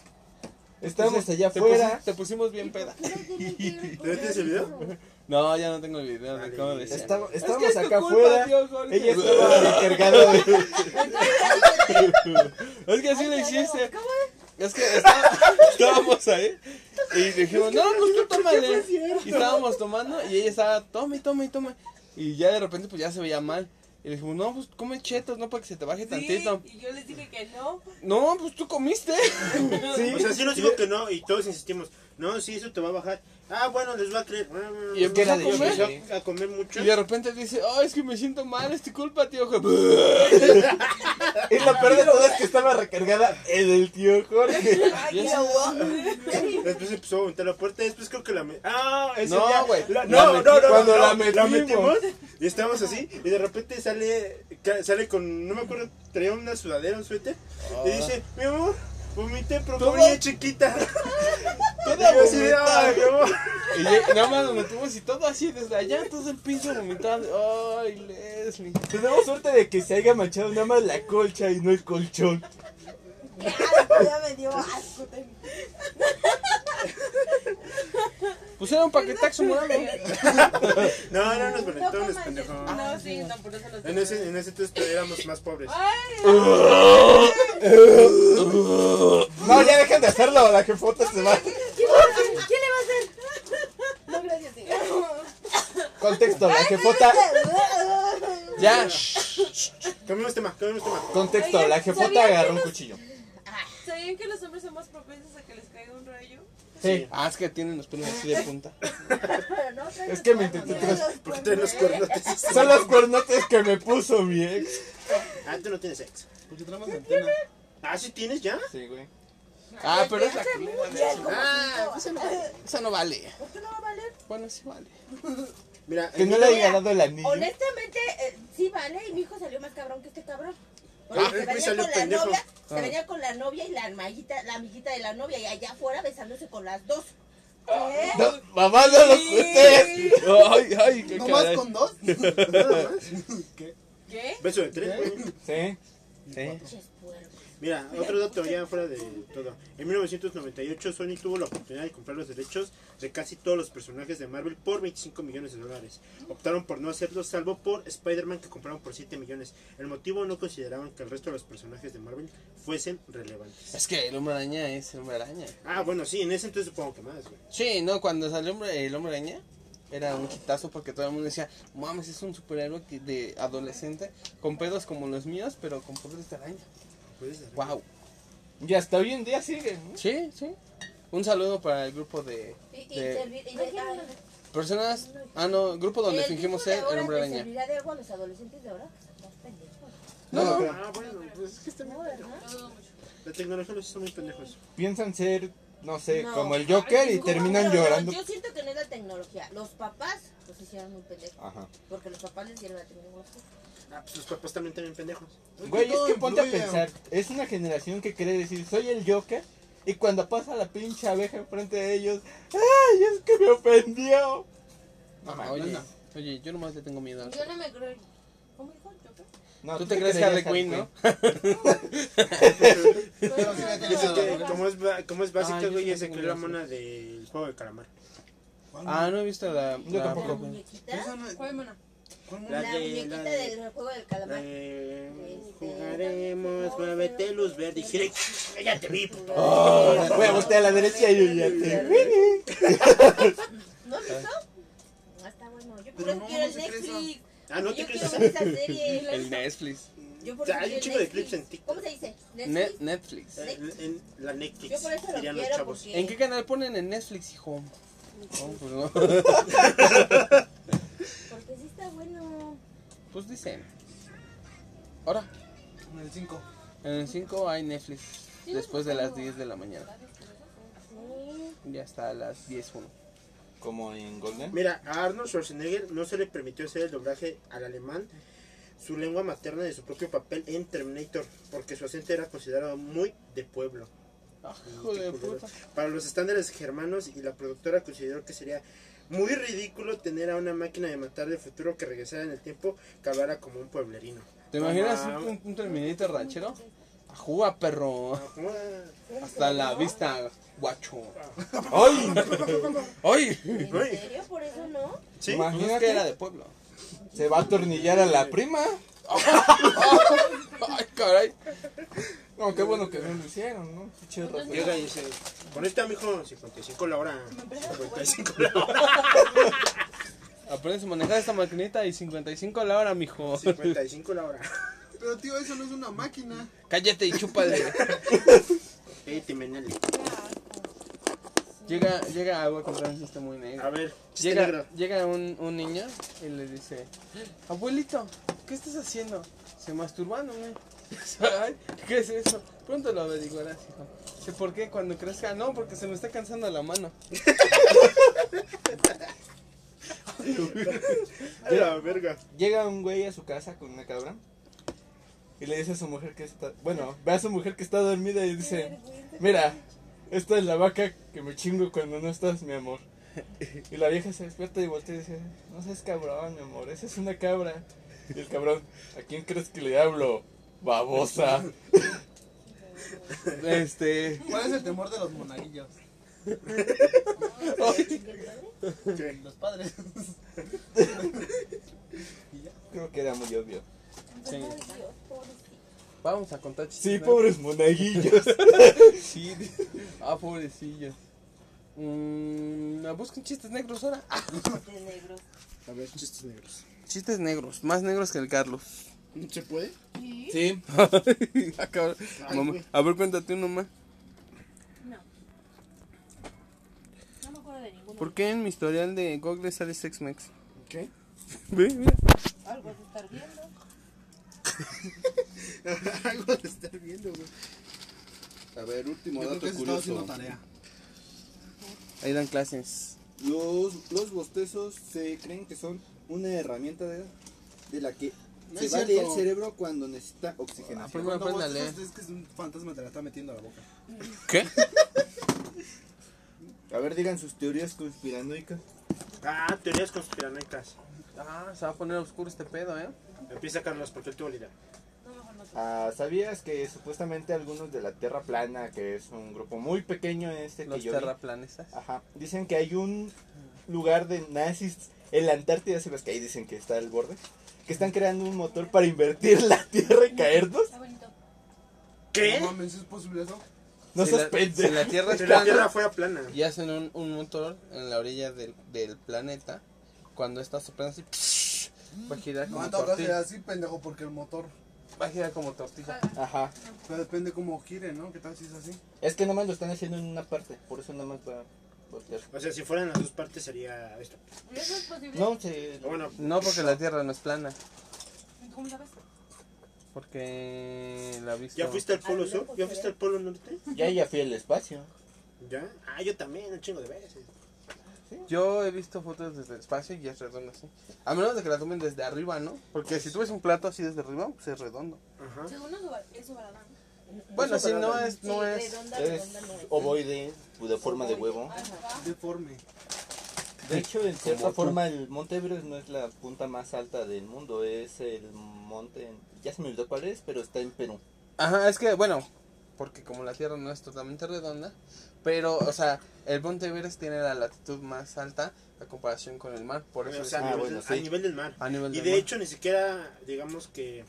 Speaker 5: Estábamos
Speaker 3: Entonces,
Speaker 5: allá
Speaker 3: te
Speaker 5: afuera.
Speaker 3: pusi- Te pusimos bien peda.
Speaker 2: ¿Pero tienes el video?
Speaker 3: No, ya no tengo el video de
Speaker 2: Vale.
Speaker 3: cómo decía.
Speaker 5: Estaba-
Speaker 3: Es que
Speaker 5: Estábamos
Speaker 3: es tu
Speaker 5: acá
Speaker 3: culpa,
Speaker 5: afuera.
Speaker 3: tío Jorge.
Speaker 5: Ella estaba encargada de.
Speaker 3: Es que así lo hiciste. Es que está- estábamos ahí y dijimos, no, pues tú tómale. Y estábamos tomando y ella estaba, tome, tome, tome. Y ya de repente, pues ya se veía mal. Y le dijimos, no, pues come chetos, no, para que se te baje tantito.
Speaker 6: Sí, y yo les dije que no.
Speaker 3: No, pues tú comiste.
Speaker 5: Sí.
Speaker 2: O sea, sí nos dijo que no y todos insistimos. No, sí, eso te va a bajar. Ah, bueno, les va a creer.
Speaker 3: Y empezó
Speaker 5: a comer.
Speaker 2: Empezó a comer mucho.
Speaker 3: Y de repente dice, oh, es que me siento mal, es tu culpa, tío.
Speaker 5: Y lo peor de todo es que estaba recargada en el tío Jorge.
Speaker 3: Y es-
Speaker 2: Después empezó a aventar la puerta. Después creo que la. me- Ah, ese
Speaker 3: No,
Speaker 2: día-
Speaker 3: güey.
Speaker 2: la-
Speaker 3: La
Speaker 2: No,
Speaker 3: meti-
Speaker 2: no, no.
Speaker 5: cuando
Speaker 2: no,
Speaker 5: la
Speaker 2: metimos.
Speaker 5: metimos.
Speaker 2: Y estábamos así. Y de repente sale. ca- Sale con. No me acuerdo. Traía una sudadera, un suéter. Y dice: Mi amor, vomité, pero fue
Speaker 3: Toma.
Speaker 2: bien chiquita.
Speaker 3: Toda
Speaker 2: Y yo así de,
Speaker 3: vomitada.
Speaker 2: "Ay, mi amor".
Speaker 3: Y ya- nada más nos metimos y todo así, desde allá, todo el pinche vomitando. Ay, Leslie.
Speaker 5: Tenemos suerte de que se haya manchado nada más la colcha y no el colchón.
Speaker 6: Ya me dio asco.
Speaker 3: Pues era un paquetaxo morado.
Speaker 2: No, no nos conectamos,
Speaker 6: manches.
Speaker 2: pendejo.
Speaker 6: No, sí, no, por eso los
Speaker 2: En ese, en ese entonces todavía éramos más pobres.
Speaker 5: No, ya dejen de hacerlo, la jefota se va.
Speaker 1: No, gracias, señor.
Speaker 5: Contexto, la jefota,
Speaker 3: Ya.
Speaker 2: Cambiamos tema, cambiamos tema.
Speaker 5: contexto, la jefota agarró un cuchillo.
Speaker 6: ¿Sabían que los hombres son más propensos a que les caiga un rayo?
Speaker 5: Sí,
Speaker 3: Ah, es que tienen los pelos así de punta.
Speaker 5: es que me intenté tras-
Speaker 2: Porque traen los cuernotes.
Speaker 5: Son los cuernotes que me puso mi ex.
Speaker 2: Ah, tú no tienes sexo.
Speaker 4: Porque traemos antena.
Speaker 2: Ah, sí tienes ya.
Speaker 5: Sí, güey.
Speaker 3: Ah, pero es la culera.
Speaker 2: Ah, pues,
Speaker 3: Esa no vale.
Speaker 1: ¿Por qué no va a valer?
Speaker 3: Bueno, sí vale.
Speaker 2: mira,
Speaker 5: Que no le haya dado el anillo.
Speaker 1: Honestamente, eh, sí vale, y mi hijo salió más cabrón que este cabrón. Porque se
Speaker 2: Ah, pues
Speaker 1: venía
Speaker 2: salió
Speaker 1: con la
Speaker 2: pendejo.
Speaker 1: novia, se
Speaker 3: este Ah.
Speaker 1: venía con la novia y la amiguita, la amiguita de la novia, y allá afuera besándose con las dos.
Speaker 5: No, mamá, no lo cuentes.
Speaker 3: Ay, ay, qué
Speaker 4: ¿No más
Speaker 3: caray.
Speaker 4: con dos? ¿Qué?
Speaker 6: ¿Qué?
Speaker 2: beso de tres. güey.
Speaker 5: Sí.
Speaker 1: Pinches puercos.
Speaker 2: Mira, otro dato ya fuera de todo. En 1998 Sony tuvo la oportunidad de comprar los derechos de casi todos los personajes de Marvel por 25 millones de dólares. Optaron por no hacerlo, salvo por Spider-Man que compraron por 7 millones. El motivo no consideraban que el resto de los personajes de Marvel fuesen relevantes.
Speaker 3: Es que el hombre araña es el hombre araña.
Speaker 2: Ah, bueno, sí, en ese entonces supongo que más, güey.
Speaker 3: Sí, no, cuando salió hombre- el hombre araña era un quitazo porque todo el mundo decía, mames, es un superhéroe que- de adolescente con pedos como los míos, pero con poderes de araña.
Speaker 2: Pues,
Speaker 3: Wow.
Speaker 5: Y hasta hoy en día sigue. ¿no?
Speaker 3: Sí, sí. Un saludo para el grupo de
Speaker 1: Y, y,
Speaker 3: De-
Speaker 1: servi- y de- ah,
Speaker 3: personas. Ah, no, grupo donde
Speaker 1: el
Speaker 3: fingimos
Speaker 1: tipo de
Speaker 3: ser el
Speaker 1: ahora
Speaker 3: hombre
Speaker 1: te
Speaker 3: araña.
Speaker 1: servirá de algo a los adolescentes de ahora? que son más pendejos.
Speaker 2: No,
Speaker 3: No.
Speaker 2: Ah, bueno, pues es que está
Speaker 1: No, ¿verdad?
Speaker 6: No dudo mucho.
Speaker 2: La tecnología los hizo muy pendejos.
Speaker 5: Piensan ser, no sé,
Speaker 1: No.
Speaker 5: como el Joker
Speaker 1: Ay,
Speaker 5: y
Speaker 1: disculpa,
Speaker 5: terminan
Speaker 1: pero no,
Speaker 5: llorando.
Speaker 1: Yo siento que no es la tecnología. Los papás los hicieron un pendejo.
Speaker 5: Ajá.
Speaker 1: Porque los papás les dieron la tecnología.
Speaker 2: Ah, pues los papás también tienen pendejos.
Speaker 5: Güey, es que ponte a
Speaker 4: influye.
Speaker 5: pensar, es una generación que cree decir, soy el Joker, y cuando pasa la pinche abeja enfrente de ellos, ¡ay, es que me ofendió! No,
Speaker 3: Ah,
Speaker 5: mames.
Speaker 3: Oye, oye, yo nomás le tengo miedo. al-
Speaker 6: Yo no me creo. ¿Cómo dijo? ¿Yo qué?
Speaker 5: No,
Speaker 3: Tú te crees Harley Quinn, ¿no?
Speaker 4: Pero sí me
Speaker 2: Y ese que,
Speaker 4: tenía
Speaker 2: como es, ba- como es
Speaker 3: Ah,
Speaker 2: básica,
Speaker 3: yo
Speaker 2: güey, ya
Speaker 3: sí
Speaker 2: se
Speaker 3: tengo
Speaker 2: creó la
Speaker 3: gracias.
Speaker 2: mona del juego de calamar.
Speaker 3: Ah, no he visto la. la-
Speaker 5: Yo
Speaker 1: La
Speaker 5: tampoco.
Speaker 1: muñequita.
Speaker 6: ¿Cuál mona?
Speaker 1: La,
Speaker 2: La de-
Speaker 1: muñequita
Speaker 2: la de-
Speaker 1: del juego del
Speaker 2: La
Speaker 1: calamar.
Speaker 2: de,
Speaker 1: Este,
Speaker 2: Jugaremos, muévete luz verde. Y dije, ya te vi. puto".
Speaker 1: Ah.
Speaker 5: Oh, voy a voltear a la derecha y yo ya te vi.
Speaker 1: ¿No has visto? Ah, está bueno. Yo por
Speaker 4: Pero
Speaker 1: eso
Speaker 4: no,
Speaker 1: quiero
Speaker 4: no
Speaker 1: el
Speaker 4: se cree eso.
Speaker 1: Netflix.
Speaker 2: Ah, no
Speaker 1: yo
Speaker 2: te
Speaker 1: quiero
Speaker 2: crees.
Speaker 1: ver esa serie.
Speaker 3: El Netflix.
Speaker 1: Yo por
Speaker 2: O sea,
Speaker 1: eso
Speaker 2: hay un
Speaker 1: quiero
Speaker 2: chingo de
Speaker 1: el
Speaker 2: clips en
Speaker 1: Netflix.
Speaker 2: TikTok.
Speaker 1: ¿Cómo se dice?
Speaker 3: Ne-
Speaker 1: Netflix.
Speaker 3: Netflix.
Speaker 2: En, en la Netflix,
Speaker 1: Yo por eso lo
Speaker 2: dirían los
Speaker 1: quiero
Speaker 2: chavos.
Speaker 1: porque...
Speaker 3: ¿En qué canal ponen en Netflix, hijo? No, pues no.
Speaker 1: Porque sí está bueno.
Speaker 3: Pues dicen. Ahora,
Speaker 4: En el 5.
Speaker 3: en el 5 hay Netflix. Después de las 10 de la mañana.
Speaker 1: Sí.
Speaker 3: Ya está a las 10 uno.
Speaker 5: Como en Golden.
Speaker 2: Mira, a Arnold Schwarzenegger no se le permitió hacer el doblaje al alemán, su lengua materna de su propio papel en Terminator, porque su acento era considerado muy de pueblo.
Speaker 3: Ah, hijo de puta.
Speaker 2: Para los estándares germanos y la productora consideró que sería Muy ridículo tener a una máquina de matar del futuro que regresara en el tiempo que hablara como un pueblerino.
Speaker 3: ¿Te imaginas
Speaker 2: Ah,
Speaker 3: un, un, un terminito ranchero? Ajúa, perro.
Speaker 2: ah,
Speaker 3: Hasta la vista, guacho.
Speaker 8: ¡Ay!
Speaker 3: ¡Ay!
Speaker 1: ¿En serio? ¿Por eso no?
Speaker 2: ¿Sí?
Speaker 5: Pues
Speaker 3: Imagínate que era de pueblo.
Speaker 5: Se va a atornillar a la prima.
Speaker 3: Ay, caray.
Speaker 5: No, qué bueno que no lo hicieron, ¿no? Pinche raza.
Speaker 2: Llega y dice, con esta mijo, 55 la hora. 55 la hora.
Speaker 3: Aprendes a manejar esta maquinita y 55 a la hora, mijo.
Speaker 2: 55 la hora.
Speaker 4: Pero tío, eso no es una máquina.
Speaker 3: Cállate y chúpale.
Speaker 2: Eh, Timenelli.
Speaker 3: Llega, llega agua con un chiste muy
Speaker 2: A
Speaker 3: negro.
Speaker 2: ver, chiste negro.
Speaker 3: Llega, llega un, un niño y le dice, abuelito, ¿qué estás haciendo? Se masturbándome. Ay, ¿Qué es eso? Pronto lo averiguarás, hijo. Dice, ¿Por qué cuando crezca? No, porque se me está cansando la mano.
Speaker 2: A la verga.
Speaker 5: Llega un güey a su casa con una cabra. Y le dice a su mujer que está. Bueno, ve a su mujer que está dormida y dice: Mira, esta es la vaca que me chingo cuando no estás, mi amor. Y la vieja se despierta y voltea y dice: No seas cabrón, mi amor, esa es una cabra. Y el cabrón: ¿A quién crees que le hablo? Babosa.
Speaker 3: Este,
Speaker 4: ¿Cuál es el temor de los monaguillos?
Speaker 2: ¿Qué?
Speaker 4: Los padres.
Speaker 5: Creo que era muy obvio.
Speaker 3: sí. Vamos a contar chistes.
Speaker 5: Sí,
Speaker 3: ¿no?
Speaker 5: pobres monaguillos.
Speaker 3: Sí. Ah, pobrecillo. Mm, busquen chistes negros ahora. Ah,
Speaker 1: De negro.
Speaker 2: A ver, chistes negros.
Speaker 3: chistes negros, más negros que el Carlos.
Speaker 2: ¿Se puede?
Speaker 3: Sí. Ah, cabrón.
Speaker 2: Ay,
Speaker 3: Mamá,
Speaker 2: güey.
Speaker 3: a ver, cuéntate uno más.
Speaker 6: No me acuerdo de ninguno.
Speaker 3: ¿Por qué en mi historial de Google sale Sex Mex?
Speaker 2: ¿Qué?
Speaker 3: Ve, mira.
Speaker 6: Algo has de estar viendo.
Speaker 2: Algo de estar viendo, güey.
Speaker 9: A ver, último
Speaker 4: Yo creo
Speaker 9: dato
Speaker 4: que se estaba haciendo
Speaker 9: curioso.
Speaker 4: tarea.
Speaker 3: Ahí dan clases.
Speaker 5: Los, los bostezos se creen que son una herramienta de, de la que
Speaker 4: No
Speaker 5: se
Speaker 4: es
Speaker 5: vale
Speaker 4: cierto.
Speaker 5: el ceero cuando necesita
Speaker 3: Ah,
Speaker 5: oxigenación.
Speaker 3: primero
Speaker 4: Cuando vos
Speaker 3: aprendan a leer.
Speaker 4: dices, pues, Es que es un fantasma te la está metiendo a la boca.
Speaker 3: ¿Qué?
Speaker 5: A ver, digan sus teorías conspiranoicas.
Speaker 2: Ah, teorías conspiranoicas.
Speaker 3: Ah, se va a poner oscuro este pedo, ¿eh?
Speaker 2: Empieza Carlos, porque tú olvida.
Speaker 5: Ah, ¿Sabías que supuestamente algunos de la Tierra Plana, que es un grupo muy pequeño en este
Speaker 3: Los
Speaker 5: que yo vi,
Speaker 3: terraplanistas.
Speaker 5: ajá, dicen que hay un lugar de nazis en la Antártida, ¿sabes que ahí dicen que está al borde? Que están creando un motor para invertir la Tierra y caernos.
Speaker 6: Está bonito.
Speaker 2: ¿Qué?
Speaker 4: No mames, ¿es posible eso?
Speaker 5: No
Speaker 3: si
Speaker 5: seas
Speaker 3: la,
Speaker 5: pendejo.
Speaker 3: si la Tierra es
Speaker 2: Si la
Speaker 3: plana
Speaker 2: tierra fuera plana.
Speaker 3: y hacen un, un motor en la orilla del, del planeta, cuando está soplando así, va a Pues girar
Speaker 4: No,
Speaker 3: como
Speaker 4: entonces
Speaker 3: tortilla.
Speaker 4: así, pendejo, porque el motor.
Speaker 3: Va a girar como tortilla.
Speaker 5: Ajá.
Speaker 4: Pero depende cómo gire, ¿no? ¿Qué tal si es así?
Speaker 5: Es que nomás lo están haciendo en una parte, por eso nomás va a voltear.
Speaker 2: O sea, si fueran las dos partes sería esto.
Speaker 6: ¿Eso es posible?
Speaker 5: No, se...
Speaker 2: Bueno,
Speaker 3: No, porque la Tierra no es plana.
Speaker 6: ¿Cómo sabes?
Speaker 3: Porque la vista.
Speaker 2: ¿ya fuiste al Polo Sur? ¿Ya fuiste al Polo Norte?
Speaker 5: ya ya fui al espacio.
Speaker 2: ¿Ya? Ah, yo también, un chingo de veces.
Speaker 3: Yo he visto fotos desde el espacio y es redondo así. A menos de que la tomen desde arriba, ¿no? Porque si tú ves un plato así desde arriba, pues es redondo.
Speaker 2: Ajá.
Speaker 6: Según es oval- es ovalada, ¿no?
Speaker 3: Bueno, si no
Speaker 2: verdad.
Speaker 3: es, no
Speaker 1: Sí,
Speaker 3: es.
Speaker 1: redonda,
Speaker 5: Es
Speaker 1: redonda no es.
Speaker 5: ovoide, de forma de huevo.
Speaker 6: Ajá.
Speaker 4: Deforme.
Speaker 5: De hecho, en cierta
Speaker 3: Como tú.
Speaker 5: forma, el monte Everest no es la punta más alta del mundo, es el monte, en- ya se me olvidó cuál es, pero está en Perú.
Speaker 3: Ajá, es que, bueno, porque como la Tierra no es totalmente redonda, pero, o sea, el Monte Everest tiene la latitud más alta a comparación con el mar, por eso
Speaker 2: O
Speaker 3: es
Speaker 2: sea, a
Speaker 5: Ah,
Speaker 2: nivel,
Speaker 5: bueno,
Speaker 2: del-
Speaker 5: sí.
Speaker 2: a nivel del mar.
Speaker 3: a nivel
Speaker 2: Y
Speaker 3: del
Speaker 2: de
Speaker 3: mar.
Speaker 2: hecho ni siquiera, digamos que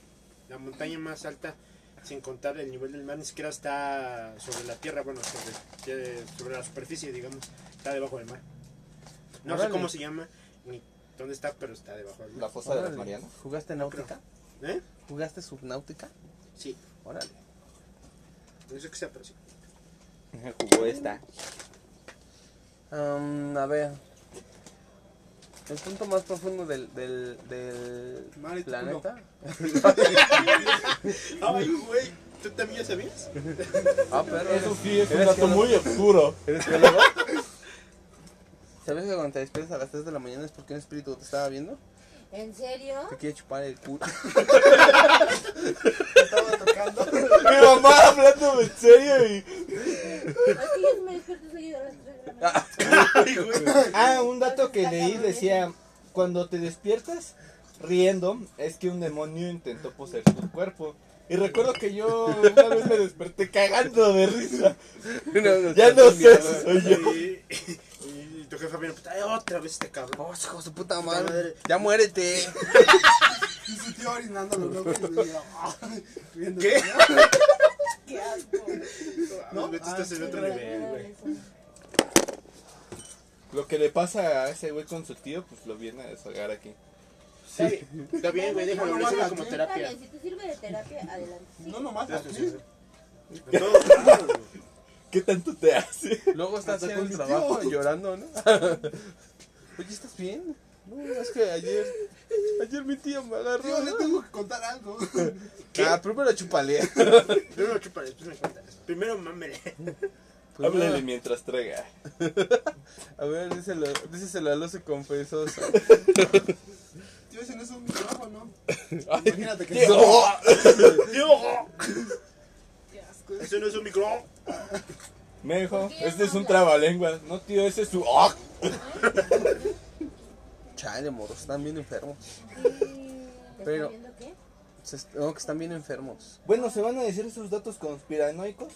Speaker 2: la montaña más alta, sin contar el nivel del mar, ni siquiera está sobre la tierra, bueno, sobre, eh, sobre la superficie, digamos, está debajo del mar. No sé
Speaker 3: Órale.
Speaker 2: cómo se llama, ni dónde está, pero está debajo del
Speaker 5: La
Speaker 2: mar.
Speaker 5: fosa de las
Speaker 3: Órale.
Speaker 5: Marianas.
Speaker 3: ¿Jugaste náutica?
Speaker 2: ¿Eh?
Speaker 3: ¿Jugaste subnáutica?
Speaker 2: Sí,
Speaker 3: Órale.
Speaker 2: no sé qué sea, pero sí.
Speaker 5: Jugó esta.
Speaker 3: Am, Um, a ver. El punto más profundo del, del, del
Speaker 4: Mar y tu
Speaker 3: planeta.
Speaker 2: Ay, güey, ¿tú también ya sabías?
Speaker 3: Ah, pero
Speaker 5: Eso sí, es un
Speaker 3: ¿Eres
Speaker 5: dato
Speaker 3: geólogo?
Speaker 5: muy oscuro.
Speaker 3: ¿Eres biólogo? ¿Sabes que cuando te despiertas a las 3 de la mañana es porque un espíritu te estaba viendo?
Speaker 1: ¿En serio?
Speaker 8: Te quiere chupar el culo.
Speaker 4: Estaba tocando.
Speaker 5: Mi mamá hablando en serio y.
Speaker 1: Aquí yo me despierto soy a las 3 de la mañana.
Speaker 5: Ah, un dato que leí decía: cuando te despiertas riendo, es que un demonio intentó poseer tu cuerpo. Y recuerdo que yo una vez me desperté cagando de risa. Ya no sé si soy yo.
Speaker 2: Y, y tu jefa viene, puta, otra vez este cabrón.
Speaker 8: Oh, hijo de su puta
Speaker 2: Puta
Speaker 8: madre.
Speaker 2: madre.
Speaker 8: Ya muérete.
Speaker 4: Y su tío orinando los locos. Y me digo, "Ah", riéndose.
Speaker 2: ¿Qué?
Speaker 6: Qué asco.
Speaker 2: No, tú
Speaker 4: Ah,
Speaker 2: estás en
Speaker 4: sí,
Speaker 2: otro
Speaker 4: güey.
Speaker 2: nivel, güey.
Speaker 5: Lo que le pasa a ese güey con su tío, pues lo viene a deshogar aquí.
Speaker 2: Sí, está bien, güey, déjalo,
Speaker 4: No,
Speaker 2: ahora sirve
Speaker 4: no,
Speaker 2: como
Speaker 4: no,
Speaker 1: Está
Speaker 2: terapia.
Speaker 1: bien, si te sirve de terapia, adelante.
Speaker 4: No nomás aquí.
Speaker 2: En todo lado, güey.
Speaker 5: ¿Qué tanto te hace?
Speaker 3: Luego está
Speaker 4: Hasta
Speaker 3: haciendo
Speaker 4: con
Speaker 3: el
Speaker 4: mi
Speaker 3: trabajo
Speaker 4: tío.
Speaker 3: llorando, ¿no? Oye, ¿estás bien? No, es que ayer. Ayer mi tío me agarró.
Speaker 4: Tío, le
Speaker 3: ¿no?
Speaker 4: tengo que contar algo.
Speaker 3: Ah, primero chúpale.
Speaker 2: Primero chúpale, después me cuentas. Primero mámele.
Speaker 3: Pues
Speaker 5: Háblale mientras traiga.
Speaker 3: A ver, díselo, díselo a los confesos.
Speaker 4: Tío, ese no es un micrófono. Imagínate que.
Speaker 2: Eso "Oh, no es un micro.
Speaker 5: Mejo, este es un trabalenguas. No, tío, ese es su. ¡Ah!
Speaker 8: Chale, morros, están bien enfermos.
Speaker 1: ¿Te
Speaker 8: Pero-
Speaker 1: estás viendo qué?
Speaker 8: Se est- No, que están bien enfermos.
Speaker 5: Bueno, ¿se van a decir esos datos conspiranoicos?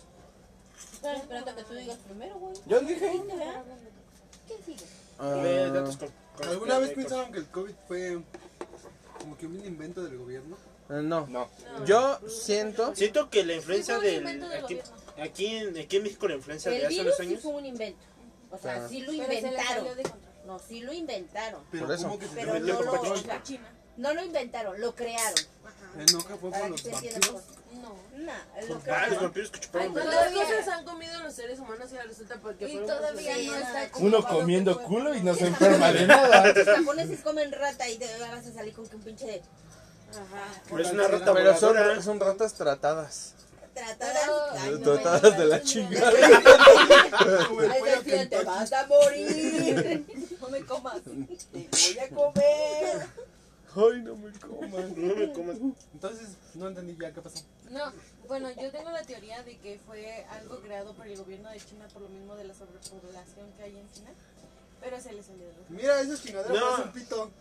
Speaker 1: Estaba esperando que tú digas primero, güey.
Speaker 5: Yo dije.
Speaker 1: ¿Quién te vea? ¿Quién sigue?
Speaker 8: Ah,
Speaker 2: Ve datos con- con- este eh,
Speaker 4: ¿Alguna vez
Speaker 2: con-
Speaker 4: pensaron que el COVID fue como que un invento del gobierno?
Speaker 8: Eh, no.
Speaker 5: No.
Speaker 8: Yo siento.
Speaker 2: Siento que la influencia
Speaker 1: Sí, fue un
Speaker 2: del.
Speaker 1: invento del
Speaker 2: Aquí,
Speaker 1: gobierno.
Speaker 2: aquí, en, aquí en México, la influencia de
Speaker 1: El
Speaker 2: hace unos
Speaker 1: virus sí
Speaker 2: años.
Speaker 1: fue un invento. O sea,
Speaker 8: Claro.
Speaker 1: sí lo
Speaker 6: Pero se le salió
Speaker 1: inventaron.
Speaker 6: de control.
Speaker 1: No, sí lo inventaron.
Speaker 4: Pero
Speaker 8: Por eso.
Speaker 4: como que se
Speaker 1: Pero
Speaker 4: inventó
Speaker 1: no
Speaker 4: el
Speaker 1: lo,
Speaker 4: control?
Speaker 1: o sea,
Speaker 6: China.
Speaker 1: no lo inventaron, lo crearon.
Speaker 4: Eh, no, que
Speaker 1: Para
Speaker 4: fue por
Speaker 1: que
Speaker 4: los
Speaker 1: se entienda
Speaker 4: vampiros.
Speaker 1: mejor. No,
Speaker 6: No.
Speaker 1: lo
Speaker 2: Ah, los
Speaker 1: crearon.
Speaker 2: vampiros que chuparon.
Speaker 1: Ay,
Speaker 2: verga.
Speaker 6: ¿Cuántas cosas han comido los seres humanos y ahora resulta porque
Speaker 7: Y
Speaker 6: fueron
Speaker 7: todavía
Speaker 6: cosas-
Speaker 7: no está
Speaker 5: Uno
Speaker 7: comprobado
Speaker 5: comiendo
Speaker 7: que fue-
Speaker 5: culo y no se enferma de nada.
Speaker 1: Los japoneses comen rata y te vas a salir con que un pinche de
Speaker 6: Ajá.
Speaker 2: Pero es una rata
Speaker 3: Pero son,
Speaker 2: voladora.
Speaker 3: son ratas tratadas.
Speaker 1: tratadas. Ay, no me
Speaker 3: Tratadas de
Speaker 1: digas.
Speaker 3: la chingada.
Speaker 4: Como el
Speaker 1: Ay,
Speaker 4: pollo
Speaker 1: Sofía, te
Speaker 4: Kentucky.
Speaker 1: vas a morir. No me comas. Te voy a comer.
Speaker 3: Ay, no me coman.
Speaker 2: No me comas.
Speaker 4: Entonces, no entendí ya qué pasó.
Speaker 6: No, bueno, yo tengo la teoría de que fue algo creado por el gobierno de China por lo mismo de la sobrepoblación que hay en China, pero se le salió de los
Speaker 4: Mira, esa chingadera
Speaker 2: No.
Speaker 4: parece un pito.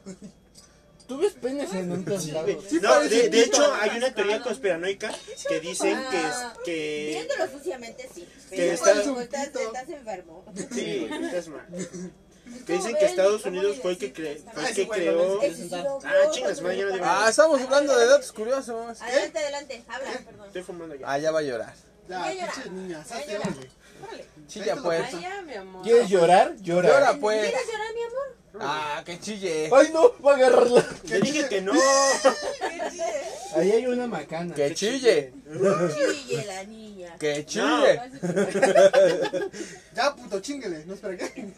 Speaker 5: Tú ves penes en un traslado.
Speaker 2: No, de, de hecho, hay una teoría conspiranoica que dicen que. Es, que
Speaker 1: Viéndolo suciamente, sí.
Speaker 2: Que
Speaker 1: Pero
Speaker 2: está-
Speaker 1: cuando estás, estás enfermo.
Speaker 2: sí, güey, estás mal. Que dicen que Estados Unidos fue el que, cre- fue el que creó.
Speaker 1: Eso sí lo
Speaker 2: Ah,
Speaker 1: vio,
Speaker 2: chingas,
Speaker 1: cuando
Speaker 2: mañana
Speaker 1: me
Speaker 2: de-
Speaker 1: pararon.
Speaker 8: Ah, estamos hablando de datos curiosos.
Speaker 1: Adelante, adelante, habla.
Speaker 6: Perdón.
Speaker 2: Estoy fumando ya.
Speaker 8: Ah, ya va a llorar.
Speaker 4: Ya,
Speaker 1: Voy a llorar.
Speaker 4: pinche
Speaker 6: Voy
Speaker 4: niña,
Speaker 6: a
Speaker 4: salte,
Speaker 6: llorar.
Speaker 4: güey.
Speaker 6: Órale.
Speaker 8: Chilla
Speaker 6: Ay,
Speaker 8: pues.
Speaker 6: ya, mi amor.
Speaker 5: ¿Quieres llorar? Llora.
Speaker 8: Llora pues.
Speaker 1: ¿Quieres llorar, mi amor?
Speaker 8: Ah, que chille.
Speaker 5: ¡Ay, no! ¡Va a agarrarla!
Speaker 2: Te dije que no.
Speaker 5: Ahí hay una macana.
Speaker 8: Que chille.
Speaker 1: Chille la niña.
Speaker 8: Que chille.
Speaker 4: Ya, puto, chinguele. No, espera, ¿qué?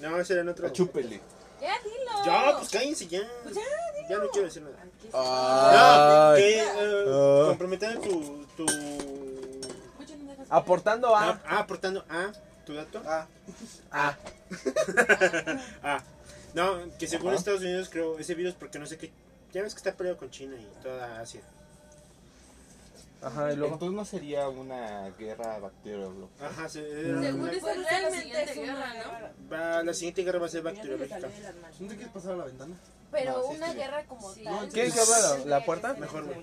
Speaker 2: No, ese era en otro.
Speaker 5: Chúpele.
Speaker 6: Ya, dilo.
Speaker 2: Ya, pues cállense ya.
Speaker 6: Pues ya, dilo.
Speaker 2: Ya no quiero decir nada.
Speaker 6: Aquí está.
Speaker 2: No,
Speaker 8: Ay.
Speaker 2: que eh,
Speaker 8: Ah.
Speaker 2: comprometiendo tu. tu
Speaker 6: Mucho no dejas-
Speaker 8: Aportando
Speaker 2: ah,
Speaker 8: a.
Speaker 2: aportando a tu dato.
Speaker 4: Ah,
Speaker 8: Ah,
Speaker 2: Ah, no, que según
Speaker 8: Ajá.
Speaker 2: Estados Unidos creó ese virus porque no sé qué. Ya ves que está peleado con China y toda Asia.
Speaker 3: Ah,
Speaker 8: ajá, y luego.
Speaker 5: Entonces no sería una guerra bacteriológica.
Speaker 2: Ajá,
Speaker 8: Mm.
Speaker 2: se,
Speaker 1: Pues
Speaker 2: la,
Speaker 6: Según esto, realmente
Speaker 1: realmente
Speaker 6: es
Speaker 1: es
Speaker 6: una
Speaker 1: una
Speaker 6: guerra.
Speaker 1: guerra.
Speaker 2: va- la siguiente guerra va a ser
Speaker 1: Ya se me salió
Speaker 2: bacteriológica.
Speaker 1: de las manos.
Speaker 4: Ah, ¿no te quieres pasar a la ventana?
Speaker 6: Pero
Speaker 5: No, sí,
Speaker 6: una
Speaker 5: sí.
Speaker 6: guerra como
Speaker 1: Sí.
Speaker 6: tal.
Speaker 8: ¿Quieres que abra la- la puerta?
Speaker 2: Mejor, güey.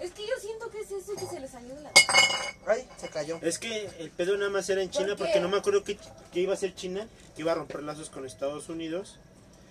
Speaker 6: Es que yo siento que es eso que se le salió de la.
Speaker 8: Ay, se cayó.
Speaker 2: Es que el pedo nada más era en China
Speaker 6: ¿Por qué?
Speaker 2: porque no me acuerdo que, que iba a ser China, que iba a romper lazos con Estados Unidos.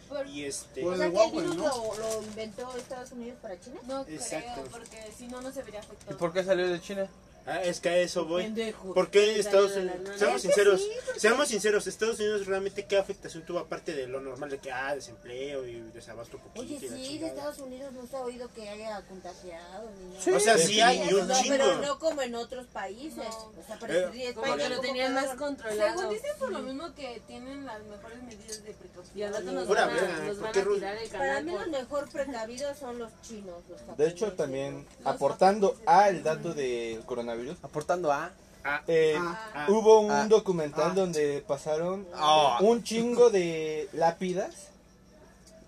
Speaker 6: Por-
Speaker 2: Y este.
Speaker 1: O
Speaker 4: Por-
Speaker 1: sea,
Speaker 4: el
Speaker 1: que el
Speaker 4: Huawei,
Speaker 1: virus
Speaker 4: ¿no?
Speaker 1: lo, lo inventó Estados Unidos para China.
Speaker 6: No
Speaker 2: Exacto.
Speaker 6: creo, porque si no, no se vería
Speaker 8: ¿Y
Speaker 6: afectado.
Speaker 8: por qué salió de China?
Speaker 2: Ah, es que a eso voy.
Speaker 1: Pendejo.
Speaker 2: ¿Por qué
Speaker 1: Se
Speaker 2: Estados
Speaker 1: salió de
Speaker 2: Unidos?
Speaker 1: las
Speaker 2: Seamos
Speaker 1: manos.
Speaker 2: sinceros, seamos sinceros, Estados Unidos realmente qué afectación tuvo aparte de lo normal de que, ah, desempleo y desabasto poquito.
Speaker 1: Oye,
Speaker 2: y la
Speaker 1: sí, de
Speaker 2: chingada?
Speaker 1: Estados Unidos no se ha oído que haya contagiado ni nada.
Speaker 2: O sea, sí hay y un
Speaker 1: no, pero
Speaker 2: chingo.
Speaker 1: no como en otros países.
Speaker 6: No.
Speaker 1: O sea,
Speaker 2: Eh,
Speaker 1: pero sí es
Speaker 6: Como
Speaker 1: país
Speaker 6: que lo
Speaker 1: poco
Speaker 6: tenían más
Speaker 1: poblado.
Speaker 6: controlado.
Speaker 1: Según
Speaker 6: Según
Speaker 1: dicen,
Speaker 6: dicen por lo mismo que tienen las mejores medidas de precaución. Y al rato nos
Speaker 2: Pura
Speaker 6: van a,
Speaker 2: verga,
Speaker 6: nos
Speaker 2: ¿por
Speaker 6: van
Speaker 2: qué
Speaker 6: a
Speaker 2: Rusia?
Speaker 6: tirar el canal.
Speaker 1: Para mí
Speaker 6: por-
Speaker 1: los mejor precavidos son los chinos. Los
Speaker 5: De hecho,
Speaker 1: japoneses,
Speaker 5: también
Speaker 1: ¿no?
Speaker 5: aportando al dato del coronavirus,
Speaker 8: Aportando a.
Speaker 2: Ah,
Speaker 5: eh,
Speaker 2: ah,
Speaker 5: hubo un
Speaker 8: Ah.
Speaker 5: documental
Speaker 8: Ah.
Speaker 5: donde pasaron
Speaker 8: Ah.
Speaker 5: un chingo de lápidas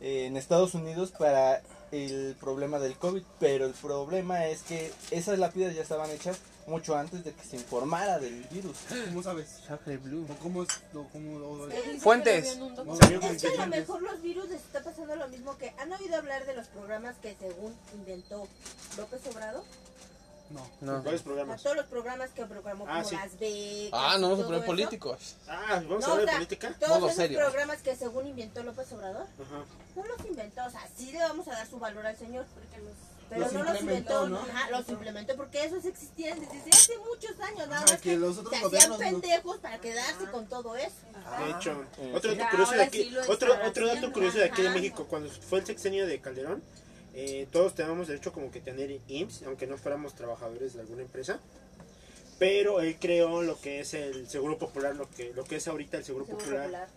Speaker 5: eh, en Estados Unidos para el problema del COVID, pero el problema es que esas lápidas ya estaban hechas mucho antes de que se informara del virus.
Speaker 4: ¿Cómo sabes?
Speaker 3: Sacre Blue.
Speaker 4: ¿O cómo es? o cómo lo-
Speaker 6: Pero dice que
Speaker 8: Fuentes.
Speaker 6: lo vio en un documental.
Speaker 4: Salió
Speaker 1: De
Speaker 4: con
Speaker 1: hecho, a lo
Speaker 4: ingredientes.
Speaker 1: mejor los virus les está pasando lo mismo que han oído hablar de los programas que según inventó López Obrador.
Speaker 4: No.
Speaker 8: No.
Speaker 2: ¿Cuáles
Speaker 1: O sea,
Speaker 2: programas?
Speaker 1: todos los programas que programó
Speaker 2: Ah,
Speaker 1: como
Speaker 2: sí.
Speaker 1: las becas.
Speaker 3: Ah, no vamos
Speaker 1: todo
Speaker 3: a poner
Speaker 1: eso.
Speaker 3: políticos.
Speaker 2: Ah, ¿vamos
Speaker 1: No,
Speaker 2: a
Speaker 1: o
Speaker 2: hablar de
Speaker 1: sea,
Speaker 2: política?
Speaker 1: todos
Speaker 3: Modo
Speaker 1: esos
Speaker 3: serio.
Speaker 1: programas que según inventó López Obrador,
Speaker 2: Ajá.
Speaker 1: no los inventó. O sea, sí le vamos a dar su valor al señor.
Speaker 6: Porque los-
Speaker 1: Pero
Speaker 4: Los
Speaker 1: no los inventó,
Speaker 4: implementó, ¿no?
Speaker 1: ajá, los implementó porque esos existían desde hace muchos años, nada
Speaker 4: Ajá,
Speaker 1: más
Speaker 4: que
Speaker 1: que
Speaker 4: los otros
Speaker 1: se hacían
Speaker 4: gobiernos no-
Speaker 1: pendejos para quedarse con todo eso.
Speaker 8: Ah.
Speaker 2: De hecho,
Speaker 5: Eh,
Speaker 2: otro
Speaker 5: sí.
Speaker 2: dato curioso de
Speaker 6: Ahora
Speaker 2: aquí,
Speaker 6: sí lo
Speaker 2: otro,
Speaker 6: estará
Speaker 2: otro dato
Speaker 6: haciendo.
Speaker 2: curioso de aquí de
Speaker 1: Ajá.
Speaker 2: México, cuando fue el sexenio de Calderón, eh, todos teníamos derecho como que tener IMSS, aunque no fuéramos trabajadores de alguna empresa, pero él creó lo que es el Seguro Popular, lo que, lo que es ahorita el Seguro,
Speaker 1: Seguro
Speaker 2: Popular,
Speaker 1: popular.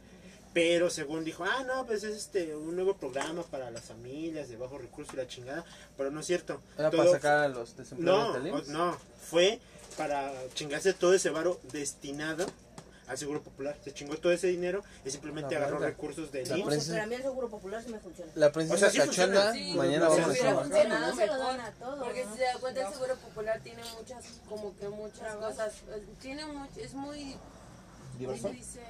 Speaker 2: pero según dijo, ah, no, pues es este, un nuevo programa para las familias de bajos recursos y la chingada, pero no es cierto.
Speaker 3: Era para
Speaker 2: Todo-
Speaker 3: sacar a los
Speaker 2: no,
Speaker 3: desempleados del
Speaker 2: o-
Speaker 3: IMSS.
Speaker 2: no, fue para chingarse todo ese varo destinado al Seguro Popular. Se chingó todo ese dinero y simplemente
Speaker 3: La
Speaker 2: agarró
Speaker 3: verga.
Speaker 2: recursos del
Speaker 1: No
Speaker 3: La
Speaker 1: sé,
Speaker 2: IMSS.
Speaker 3: prensa-
Speaker 1: pero a pues, mí el seguro popular sí me funciona.
Speaker 3: La princesa
Speaker 2: O sea, sí funciona.
Speaker 3: cachonda,
Speaker 6: Sí,
Speaker 3: mañana
Speaker 4: o
Speaker 3: vamos
Speaker 4: sea,
Speaker 3: a
Speaker 4: sí
Speaker 6: Pero
Speaker 4: trabajar,
Speaker 3: trabajar.
Speaker 6: funcionado
Speaker 4: ¿no?
Speaker 6: se lo dan a todos.
Speaker 1: Porque
Speaker 6: Porque si se da cuenta, el Seguro Popular tiene muchas, como que muchas cosas. eh, Tiene mucho, es muy. ¿Cómo se dice?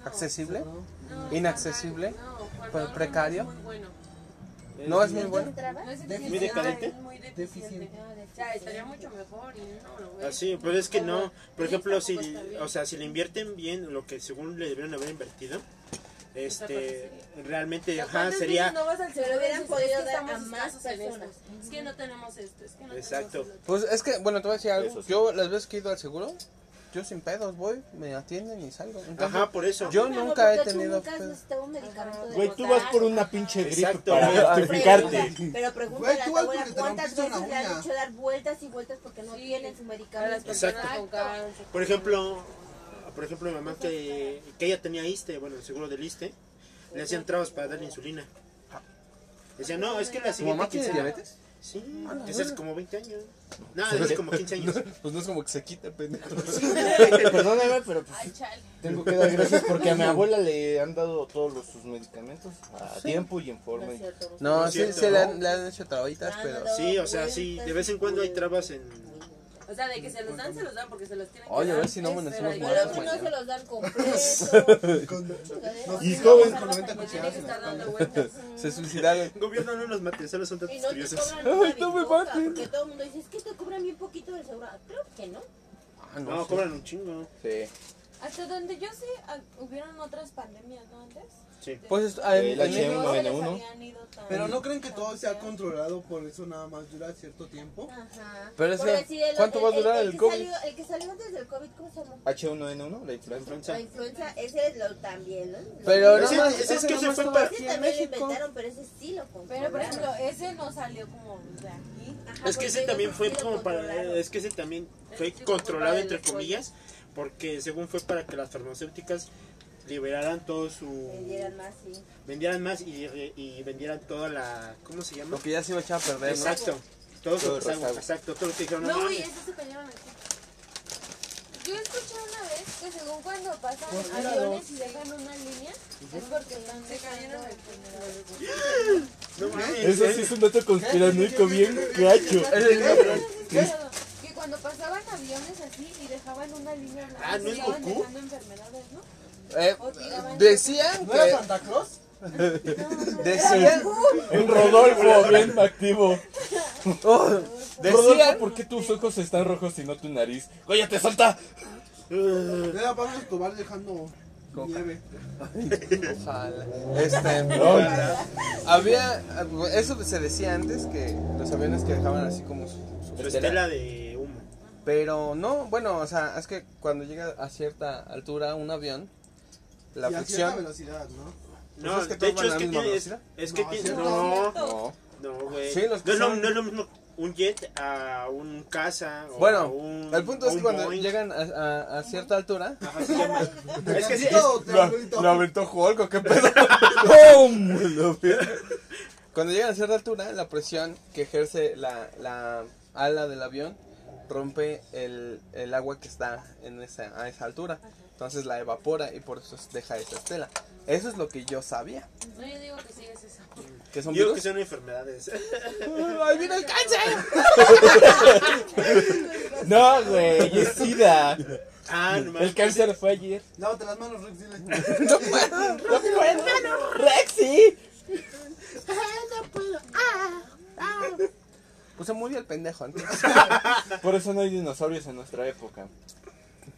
Speaker 6: No,
Speaker 3: ¿Accesible?
Speaker 6: no,
Speaker 3: ¿Inaccesible?
Speaker 6: no, Juan
Speaker 3: ¿Pero
Speaker 6: Gabriel
Speaker 3: precario?
Speaker 6: es muy bueno.
Speaker 3: No es muy
Speaker 1: ¿No
Speaker 3: bueno.
Speaker 1: trabas?
Speaker 6: No es
Speaker 4: Déficit.
Speaker 2: ¿Muy decadente?
Speaker 6: ah, es muy deficiente.
Speaker 1: No, de-
Speaker 6: O sea, estaría mucho mejor y no lo veo.
Speaker 2: Así, pues es que no. Por
Speaker 6: Sí,
Speaker 2: ejemplo, si,
Speaker 6: tampoco pues, está bien.
Speaker 2: o sea, si le invierten bien lo que según le debieron haber invertido, este, realmente, ajá,
Speaker 6: ¿Cuántas
Speaker 2: sería,
Speaker 6: veces no vas al
Speaker 1: Se lo
Speaker 6: seguro y
Speaker 1: hubieran
Speaker 6: dices,
Speaker 1: podido
Speaker 6: "Es que
Speaker 1: dar a
Speaker 6: estamos
Speaker 1: más
Speaker 6: escasos en esto,
Speaker 1: personas"?
Speaker 6: Es que no tenemos esto, es que no
Speaker 2: Exacto.
Speaker 6: tenemos
Speaker 3: Pues es que, bueno, te voy a decir algo.
Speaker 9: Eso sí.
Speaker 3: Yo las veces que he ido al seguro, yo sin pedos voy, me atienden y salgo. Entonces,
Speaker 2: ajá, por eso.
Speaker 3: Yo
Speaker 1: Mi amor,
Speaker 3: nunca he
Speaker 1: porque tú
Speaker 3: tenido
Speaker 1: nunca has
Speaker 3: pedos.
Speaker 1: necesitado un medicamento de
Speaker 9: Güey, tú
Speaker 1: botar.
Speaker 9: vas por una pinche gripe
Speaker 2: Exacto.
Speaker 9: para
Speaker 2: Ah,
Speaker 9: justificarte.
Speaker 1: Pregunta- Pero pregúntale
Speaker 4: Güey,
Speaker 1: a
Speaker 4: tú
Speaker 1: tu
Speaker 4: vas
Speaker 1: abuela
Speaker 4: porque te
Speaker 1: cuántas
Speaker 4: rompiste una
Speaker 1: veces le han
Speaker 4: uña.
Speaker 1: hecho dar vueltas y vueltas porque no
Speaker 6: Sí.
Speaker 1: tienen su
Speaker 6: esto. A las
Speaker 1: medicamento.
Speaker 6: personas
Speaker 2: Exacto.
Speaker 6: con cáncer.
Speaker 2: Por ejemplo, por ejemplo, mi mamá que, que ella tenía ISTE, bueno, el seguro del ISTE, le hacían trabas para darle insulina. Decía, no, es que la
Speaker 3: Ah. ¿Tu
Speaker 2: siguiente
Speaker 3: mamá tiene
Speaker 2: quincena-
Speaker 3: diabetes?
Speaker 2: Sí,
Speaker 3: Ah, la
Speaker 2: desde hace
Speaker 3: verga.
Speaker 2: como 20 años. No, desde hace como 15 años.
Speaker 3: Pues no es como que se quita, pendejo.
Speaker 5: Perdóname, pero pues,
Speaker 6: Ay, chale.
Speaker 5: tengo que dar gracias porque a mi abuela le han dado todos los- sus medicamentos a tiempo y en forma. y-
Speaker 3: No,
Speaker 2: Es
Speaker 3: sí,
Speaker 2: cierto,
Speaker 3: se
Speaker 2: ¿no?
Speaker 3: le han, le han hecho trabitas, pero...
Speaker 2: Sí, o sea, sí, de vez en cuando hay trabas en...
Speaker 6: O sea, de que se los dan, se los dan porque se los tienen
Speaker 3: Oye,
Speaker 6: que
Speaker 3: a
Speaker 6: dar.
Speaker 3: ver si no
Speaker 6: pues,
Speaker 3: amanecemos
Speaker 6: pero
Speaker 1: Pero
Speaker 6: igual
Speaker 1: los que
Speaker 6: uno
Speaker 1: no
Speaker 3: mañana.
Speaker 1: se los dan completos.
Speaker 4: Con-
Speaker 1: Chingadera.
Speaker 4: Los
Speaker 1: Y
Speaker 4: y
Speaker 1: no
Speaker 4: jóvenes
Speaker 1: te
Speaker 4: con
Speaker 1: cobran
Speaker 4: 90
Speaker 1: nada.
Speaker 6: Tiene
Speaker 4: cucharadas
Speaker 6: que
Speaker 4: en la
Speaker 6: estar dando
Speaker 4: espalda.
Speaker 6: vueltas.
Speaker 3: Se suicidaron.
Speaker 2: Gobierno no nos mates, solo son
Speaker 1: Y
Speaker 2: datos
Speaker 1: no te
Speaker 2: curiosos.
Speaker 1: cobran nada
Speaker 3: no me
Speaker 1: bicoca,
Speaker 3: maten.
Speaker 1: Porque todo el mundo dice, es que te cobran bien poquito del seguro. Ah, Creo que no.
Speaker 3: Ah,
Speaker 2: No,
Speaker 3: sí.
Speaker 2: cobran un chingo.
Speaker 5: Sí.
Speaker 10: Hasta donde yo sé, ah, hubieron otras pandemias, ¿no? Antes.
Speaker 2: Sí.
Speaker 3: Pues esto- ah, en-
Speaker 5: El
Speaker 3: en-
Speaker 5: HM.
Speaker 10: No se les
Speaker 5: N1.
Speaker 10: habían ido tan-
Speaker 4: Pero no creen que todo sea controlado, por eso nada más dura cierto
Speaker 1: Ah.
Speaker 4: tiempo.
Speaker 1: Ajá.
Speaker 3: Pero es
Speaker 1: Por
Speaker 3: que,
Speaker 1: decir, el-
Speaker 3: ¿cuánto
Speaker 1: el-
Speaker 3: va a durar el
Speaker 1: que
Speaker 3: COVID?
Speaker 1: salió- el que salió antes del COVID, ¿cómo se llama?
Speaker 5: H1N1, la influenza.
Speaker 1: La influenza, ese lo también, ¿no?
Speaker 3: Pero
Speaker 1: Lo-
Speaker 3: no
Speaker 2: Ese-
Speaker 3: más,
Speaker 2: ese es
Speaker 3: ese
Speaker 2: que
Speaker 3: no
Speaker 2: se
Speaker 3: más
Speaker 2: fue
Speaker 3: estaba
Speaker 2: para-
Speaker 1: Ese
Speaker 3: aquí en
Speaker 1: también lo
Speaker 3: México.
Speaker 1: inventaron, pero ese sí lo controlaron.
Speaker 10: Pero por ejemplo, ese no salió como de aquí.
Speaker 1: Ajá,
Speaker 2: Es que ese
Speaker 1: porque
Speaker 2: también
Speaker 1: ellos
Speaker 2: fue
Speaker 1: sí lo
Speaker 2: como para...
Speaker 1: controlaron.
Speaker 2: Es que ese también fue
Speaker 6: Sí, fue
Speaker 2: controlado
Speaker 6: para
Speaker 2: entre
Speaker 6: el pollo.
Speaker 2: comillas, porque según fue para que las farmacéuticas liberaran todo
Speaker 1: Le dieran
Speaker 2: su...
Speaker 1: más, ah, sí.
Speaker 2: Vendieran más y, y vendieran toda la... ¿Cómo se llama?
Speaker 3: Lo que ya se iba a echar a perder, ¿no?
Speaker 2: Exacto. Todo su
Speaker 5: Todo el
Speaker 2: rezago,
Speaker 5: rezago.
Speaker 2: exacto. Todo lo que dijeron,
Speaker 6: No,
Speaker 2: no,
Speaker 6: güey,
Speaker 2: mames.
Speaker 6: eso se cayeron aquí.
Speaker 10: Yo escuché una vez que según cuando pasan
Speaker 4: Pues mira,
Speaker 10: aviones y dejan una línea, es porque están
Speaker 6: Se cayeron
Speaker 10: dejando
Speaker 6: aquí.
Speaker 10: enfermedades.
Speaker 2: No mames.
Speaker 5: Eso sí es un dato conspiranoico bien gacho.
Speaker 3: Eh,
Speaker 10: Pero Que cuando pasaban aviones así y dejaban una línea blanca,
Speaker 2: Ah, ¿no es
Speaker 10: estaban
Speaker 2: Goku?
Speaker 10: dejando enfermedades, ¿no?
Speaker 3: Eh,
Speaker 10: O tiraban-
Speaker 3: decían
Speaker 4: ¿No era
Speaker 3: que...
Speaker 4: Santa Claus?
Speaker 3: Decían...
Speaker 5: Un Rodolfo bien activo.
Speaker 3: Oh,
Speaker 5: Rodolfo,
Speaker 3: decían...
Speaker 5: ¿por qué tus ojos están rojos y no tu nariz? ¡Cállate, salta!
Speaker 2: Uh,
Speaker 4: Era Pablo Escobar dejando
Speaker 3: Coca.
Speaker 4: nieve.
Speaker 3: Ojalá. Este...
Speaker 5: Ojalá.
Speaker 3: Había... Eso se decía antes, que los aviones que dejaban así como su, su
Speaker 2: su
Speaker 3: estela.
Speaker 2: estela de humo.
Speaker 3: Pero no, bueno, o sea, es que cuando llega a cierta altura un avión, la
Speaker 4: y a cierta
Speaker 3: fricción...
Speaker 4: velocidad, ¿no?
Speaker 2: No,
Speaker 3: Pues es que
Speaker 2: de
Speaker 3: todos
Speaker 2: hecho
Speaker 3: van
Speaker 2: es
Speaker 3: a la
Speaker 2: que
Speaker 3: misma
Speaker 2: tiene, es,
Speaker 3: velocidad.
Speaker 2: es que
Speaker 4: No,
Speaker 2: tiene,
Speaker 4: sí,
Speaker 2: no,
Speaker 3: No.
Speaker 2: no, güey.
Speaker 3: Sí, los que
Speaker 2: no, es lo-
Speaker 3: son-
Speaker 2: no es lo mismo un jet a un caza o a
Speaker 3: Bueno,
Speaker 2: un
Speaker 3: el punto
Speaker 2: a
Speaker 3: es que
Speaker 2: un
Speaker 3: cuando
Speaker 2: Boeing.
Speaker 3: llegan a, a- a cierta altura...
Speaker 2: Ajá, sí, ya- es que sí,
Speaker 4: Triangulito,
Speaker 2: es-
Speaker 4: triangulito.
Speaker 3: aventó Hulk, ¿o qué pedo? ¡Pum! Lo vio. Cuando llegan a cierta altura, la presión que ejerce la, la ala del avión rompe el, el agua que está en esa, a esa altura. Entonces la evapora y por eso deja esa estela. Eso es lo que yo sabía.
Speaker 6: No, yo digo que sí es eso.
Speaker 3: Que son
Speaker 2: Digo
Speaker 3: virus.
Speaker 2: que son enfermedades.
Speaker 3: ¡Ay, viene el cáncer!
Speaker 11: No, güey, es SIDA.
Speaker 2: Ah, no mames.
Speaker 11: El cáncer fue ayer.
Speaker 4: Lávate las manos, Rex, dile.
Speaker 11: ¡No puedo! ¡Rexy!
Speaker 1: Ah,
Speaker 3: Pues se murió el pendejo antes.
Speaker 5: Por eso no hay dinosaurios en nuestra época.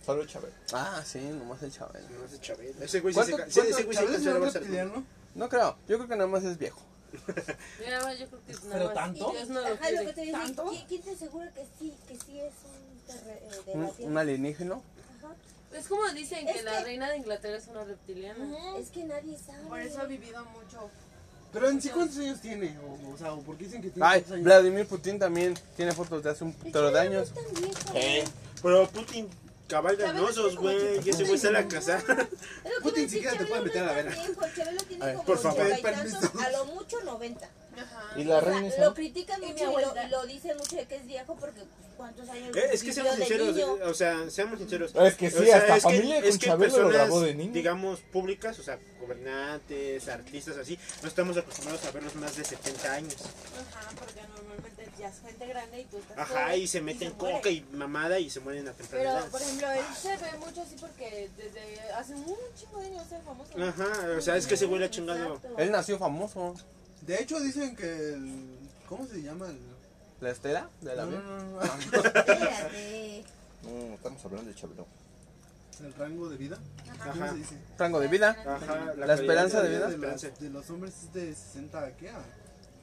Speaker 5: Solo Chávez.
Speaker 3: Ah, sí, nomás el chaval.
Speaker 2: No, ese Chabelo. Ese güey sí se
Speaker 3: ¿Cuánto-
Speaker 2: ca- sí, ese güey se
Speaker 4: Chabelo es
Speaker 2: cansó de
Speaker 4: un
Speaker 2: Barça.
Speaker 4: reptiliano.
Speaker 3: No creo, yo creo que nada más es viejo.
Speaker 6: Yo nada más, yo creo que es nada
Speaker 1: ¿Pero
Speaker 6: más.
Speaker 1: tanto?
Speaker 6: Y Dios no lo
Speaker 1: Ajá, lo que
Speaker 6: quiere.
Speaker 1: te dije, ¿qui- ¿quién te asegura que sí, que sí es un terre- eh, de la
Speaker 3: Un, un
Speaker 1: tierra?
Speaker 3: alienígeno.
Speaker 1: Ajá.
Speaker 6: Es como dicen
Speaker 1: Es
Speaker 6: que la
Speaker 1: que-
Speaker 6: reina de Inglaterra es una reptiliana.
Speaker 1: Es que nadie sabe.
Speaker 12: Por eso ha vivido mucho.
Speaker 4: Pero en sí, ¿cuántos años tiene? O, o sea, ¿o ¿por qué dicen que tiene
Speaker 3: Ay,
Speaker 4: tantos años?
Speaker 3: Vladimir Putin también tiene fotos de hace un toro de años.
Speaker 1: No es tan viejo.
Speaker 2: Pero Putin cabalga
Speaker 1: Chabelo
Speaker 2: osos,
Speaker 1: tiene como
Speaker 2: güey. Y ese güey sale a cazar.
Speaker 1: Es lo que
Speaker 4: Putin
Speaker 1: voy a decir,
Speaker 4: siquiera te
Speaker 1: Chabelo
Speaker 4: puede
Speaker 1: no
Speaker 4: meter a la
Speaker 1: es tan
Speaker 4: vena.
Speaker 1: viejo, Chabelo tiene
Speaker 3: Ay,
Speaker 1: como
Speaker 2: por favor.
Speaker 1: 80 y
Speaker 4: Permiso.
Speaker 1: tantos, a lo mucho 90.
Speaker 12: Ajá.
Speaker 5: Y
Speaker 1: O
Speaker 5: la
Speaker 1: sea,
Speaker 5: reina
Speaker 1: lo
Speaker 5: Isabel.
Speaker 1: critican
Speaker 12: Y mi
Speaker 1: mucho y lo,
Speaker 12: abuelita.
Speaker 1: y lo dicen mucho de que es viejo porque pues, cuántos años
Speaker 2: Eh, Es que
Speaker 1: vivió
Speaker 2: seamos
Speaker 1: de
Speaker 2: sinceros,
Speaker 1: niño.
Speaker 2: eh, o sea, seamos sinceros.
Speaker 5: Es que sí,
Speaker 2: O sea,
Speaker 5: hasta
Speaker 2: es que-
Speaker 5: familia
Speaker 2: es
Speaker 5: con
Speaker 2: que
Speaker 5: Chabelo lo
Speaker 2: personas,
Speaker 5: grabó de niño.
Speaker 2: Digamos públicas, o sea, gobernantes, artistas, así, no estamos acostumbrados a verlos más de 70 años.
Speaker 12: Ajá, porque normalmente ya es gente grande y tú estás.
Speaker 2: Ajá,
Speaker 12: joven
Speaker 2: y se meten
Speaker 12: muere.
Speaker 2: coca y mamada y se mueren a temprana
Speaker 6: Pero,
Speaker 2: edad.
Speaker 6: por ejemplo,
Speaker 12: Pero él se ve mucho así porque desde hace un chingo de años es famoso.
Speaker 2: Ajá, o sea, es que ese güey le ha chingado.
Speaker 1: Exacto.
Speaker 3: Él nació famoso.
Speaker 4: De hecho, dicen que el... ¿Cómo se llama el...?
Speaker 3: ¿La estela? ¿De la
Speaker 4: No, no,
Speaker 3: vida?
Speaker 4: no, no.
Speaker 3: Ah.
Speaker 1: Espérate.
Speaker 5: Mm,
Speaker 13: No, estamos hablando de Chabelo.
Speaker 4: ¿El rango de vida? ¿Cómo
Speaker 2: Ajá,
Speaker 4: se dice?
Speaker 3: Rango de vida
Speaker 2: ajá.
Speaker 3: ¿La esperanza de
Speaker 2: calidad
Speaker 3: vida?
Speaker 4: De los,
Speaker 2: esperanza.
Speaker 4: de los hombres es de 60 a qué? A,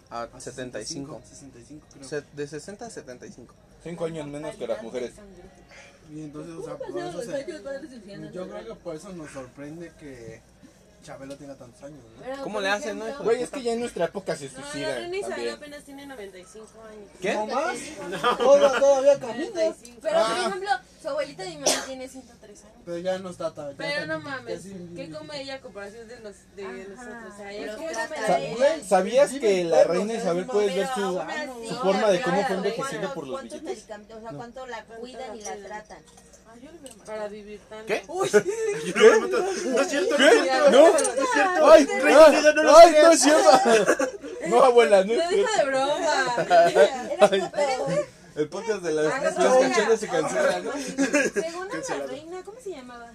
Speaker 3: a
Speaker 4: a
Speaker 3: 75.
Speaker 4: 65 creo.
Speaker 3: Se- De 60 a 75.
Speaker 5: Cinco años menos que las mujeres.
Speaker 4: Y entonces, o sea, por eso se- Yo creo que por eso nos sorprende que Chabelo tenga tantos años, ¿no?
Speaker 6: Pero,
Speaker 3: ¿Cómo
Speaker 6: por
Speaker 3: le hacen,
Speaker 6: ejemplo,
Speaker 3: no, hijo de-
Speaker 5: Güey, es que ya en nuestra época se
Speaker 6: No, la
Speaker 5: suicidan.
Speaker 6: reina Isabel
Speaker 5: también.
Speaker 6: apenas tiene 95 años.
Speaker 3: ¿Qué?
Speaker 4: ¿No más?
Speaker 6: Todavía, camina. Pero, por
Speaker 4: Ah.
Speaker 6: ejemplo, su abuelita de mi mamá tiene 103 años.
Speaker 4: Pero ya no está tan... ya
Speaker 6: Pero
Speaker 4: está-
Speaker 6: no
Speaker 4: ya
Speaker 6: mames,
Speaker 4: sí-
Speaker 6: ¿qué come ella a comparación de, nos- de nosotros? O sea,
Speaker 1: Pero
Speaker 6: ella come
Speaker 1: trata
Speaker 6: la
Speaker 1: de-
Speaker 5: Sa-
Speaker 6: de ella.
Speaker 5: güey, ¿Sabías
Speaker 4: Vive
Speaker 5: que
Speaker 4: en
Speaker 5: la
Speaker 4: pueblos,
Speaker 5: reina
Speaker 4: es
Speaker 5: Isabel
Speaker 4: mamá.
Speaker 5: puedes ver
Speaker 1: Pero
Speaker 5: su,
Speaker 1: aún así,
Speaker 5: su forma de cómo
Speaker 1: claro, güey,
Speaker 5: fue envejeciendo por los
Speaker 1: ¿Cuántos
Speaker 5: billetes?
Speaker 1: medicamentos? O sea, ¿cuánto la cuidan y la tratan?
Speaker 6: Para vivir tanto.
Speaker 3: ¿Qué?
Speaker 2: Yo no me mato. No es cierto, no es cierto.
Speaker 5: ¿No? ¡Ay,
Speaker 2: Rey
Speaker 5: ah,
Speaker 2: Midas, no lo
Speaker 5: ay, no es cierto! No, abuela, no es
Speaker 6: Lo dijo
Speaker 5: cierto.
Speaker 6: de broma.
Speaker 3: El podcast de las,
Speaker 6: Hagas
Speaker 3: las
Speaker 6: una-
Speaker 3: canciones se cancela, ¿no?
Speaker 12: Según la
Speaker 2: Cancelado.
Speaker 12: reina, ¿cómo se llamaba?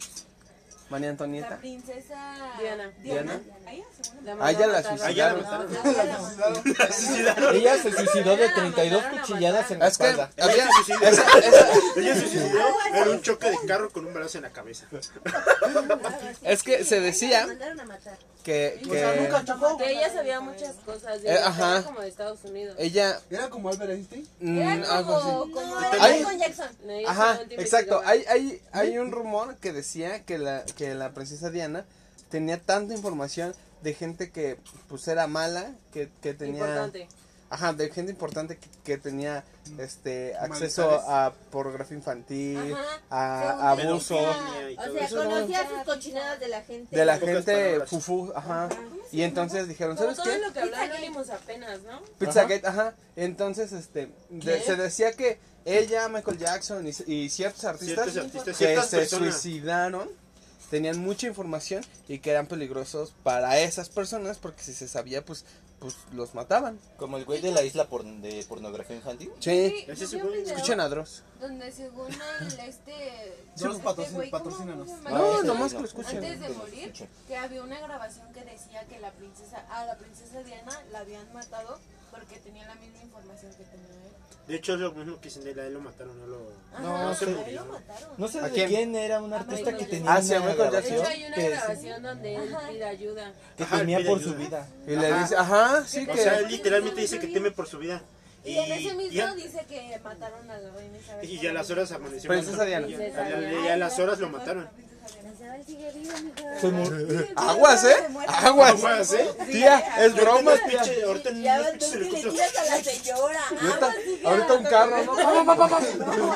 Speaker 3: María
Speaker 12: La
Speaker 3: Antonieta.
Speaker 12: princesa
Speaker 6: Diana.
Speaker 12: Diana. Ahí la segunda.
Speaker 6: La
Speaker 3: Ah, ya la
Speaker 6: mataron.
Speaker 2: Ah, ya la
Speaker 3: suicidaron.
Speaker 2: mataron.
Speaker 5: Ella se suicidó de 32
Speaker 6: La mandaron a
Speaker 5: cuchilladas
Speaker 6: matar.
Speaker 5: en la
Speaker 3: Es que
Speaker 5: espalda.
Speaker 3: había,
Speaker 2: Ella se suicidó en un choque de carro con un balazo en la cabeza.
Speaker 3: Es que se decía-
Speaker 1: La mandaron a matar.
Speaker 3: que,
Speaker 4: O sea,
Speaker 3: que
Speaker 4: nunca chocó.
Speaker 6: Que ella sabía muchas cosas. De
Speaker 3: Eh, ajá. Eh,
Speaker 6: Inglaterra como de Estados Unidos.
Speaker 3: ella
Speaker 4: Era como Albert Einstein.
Speaker 3: mm,
Speaker 6: Era
Speaker 3: algo así.
Speaker 6: como. como-
Speaker 1: No,
Speaker 3: Ay.
Speaker 1: Michael Jackson.
Speaker 6: No, ella
Speaker 3: Ajá,
Speaker 6: solamente
Speaker 3: exacto.
Speaker 6: investigaba.
Speaker 3: Hay, hay, hay un rumor que decía que la, que la princesa Diana tenía tanta información de gente que pues era mala, que, que tenía...
Speaker 6: Importante.
Speaker 3: Ajá, de gente importante que, que tenía este acceso
Speaker 4: Humanidades.
Speaker 3: a pornografía infantil,
Speaker 6: Ajá,
Speaker 3: a, a
Speaker 6: según
Speaker 3: abuso
Speaker 2: Pedofilia y todo
Speaker 1: O sea,
Speaker 2: eso.
Speaker 1: conocía sus cochinadas de la gente.
Speaker 3: de la
Speaker 2: En pocas
Speaker 3: gente
Speaker 2: palabras.
Speaker 3: fufú, ajá. Y entonces dijeron,
Speaker 6: Como
Speaker 3: ¿sabes
Speaker 6: todo
Speaker 3: qué?
Speaker 6: lo que hablábamos apenas, ¿no?
Speaker 3: Pizzagate, ajá. Entonces, este, de-
Speaker 6: ¿Qué?
Speaker 3: se decía que ella, Michael Jackson y, y ciertos artistas
Speaker 2: Ciertos artistas,
Speaker 3: que
Speaker 2: ciertas
Speaker 3: se
Speaker 2: personas.
Speaker 3: suicidaron tenían mucha información y que eran peligrosos para esas personas porque si se sabía, pues, pues los mataban.
Speaker 13: Como el güey de la isla por, de pornografía infantil.
Speaker 3: Sí.
Speaker 2: Ese
Speaker 6: Sí,
Speaker 2: es un güey.
Speaker 6: video
Speaker 3: Escuchen a Dross.
Speaker 6: Donde según el este.
Speaker 4: No nos
Speaker 6: este
Speaker 4: patrocin-
Speaker 6: güey, ¿cómo-
Speaker 4: patrocínanos.
Speaker 6: cómo se llama?
Speaker 3: No,
Speaker 13: ese
Speaker 3: nomás
Speaker 13: güey
Speaker 3: que lo escuchen.
Speaker 6: Antes de
Speaker 13: Que lo
Speaker 6: morir,
Speaker 13: escuchen.
Speaker 12: Este, que había una grabación que decía que la princesa, a la princesa Diana la habían matado porque tenía la misma información que tenía él.
Speaker 2: De hecho, es lo mismo que dicen de él, a él lo mataron, no lo.
Speaker 5: No,
Speaker 2: se
Speaker 5: sí.
Speaker 12: Ahí lo
Speaker 2: murió.
Speaker 12: mataron.
Speaker 5: No sé
Speaker 3: ¿A
Speaker 5: de
Speaker 3: quién?
Speaker 5: quién? era un artista que
Speaker 6: Michael
Speaker 5: tenía
Speaker 3: Ah, sí, a
Speaker 5: una
Speaker 3: Michael
Speaker 6: De hecho,
Speaker 5: grabación
Speaker 6: hay una
Speaker 5: que-
Speaker 6: grabación donde él pide ayuda.
Speaker 5: que
Speaker 3: Ah,
Speaker 2: Ajá,
Speaker 5: tenía
Speaker 2: pide
Speaker 5: Pues por
Speaker 2: ayuda.
Speaker 5: su vida.
Speaker 3: Y le
Speaker 2: Ajá.
Speaker 3: dice, ajá, sí
Speaker 2: O
Speaker 3: que...
Speaker 2: sea, él literalmente dice que teme por su vida.
Speaker 12: Y en ese
Speaker 2: y a-
Speaker 12: mismo dice que mataron a la reina Isabel.
Speaker 2: y a las horas amaneció.
Speaker 3: Princesa Diana.
Speaker 2: Y a, y a las horas lo mataron.
Speaker 1: Isabel sigue viva, mija.
Speaker 5: Se murió.
Speaker 3: Aguas, ¿eh? Aguas.
Speaker 2: Aguas, ¿eh?
Speaker 3: Tía, es broma,
Speaker 2: Ahorita en
Speaker 3: tía.
Speaker 2: los pinches- ahorita en
Speaker 1: Ya
Speaker 2: los
Speaker 1: vas tú
Speaker 2: pinches
Speaker 1: que le
Speaker 2: helicópteros.
Speaker 1: tiras a la señora.
Speaker 3: Ahorita,
Speaker 1: Aguas, mija.
Speaker 3: ahorita un carro, ¿no? Pa, pa, pa, pa, pa.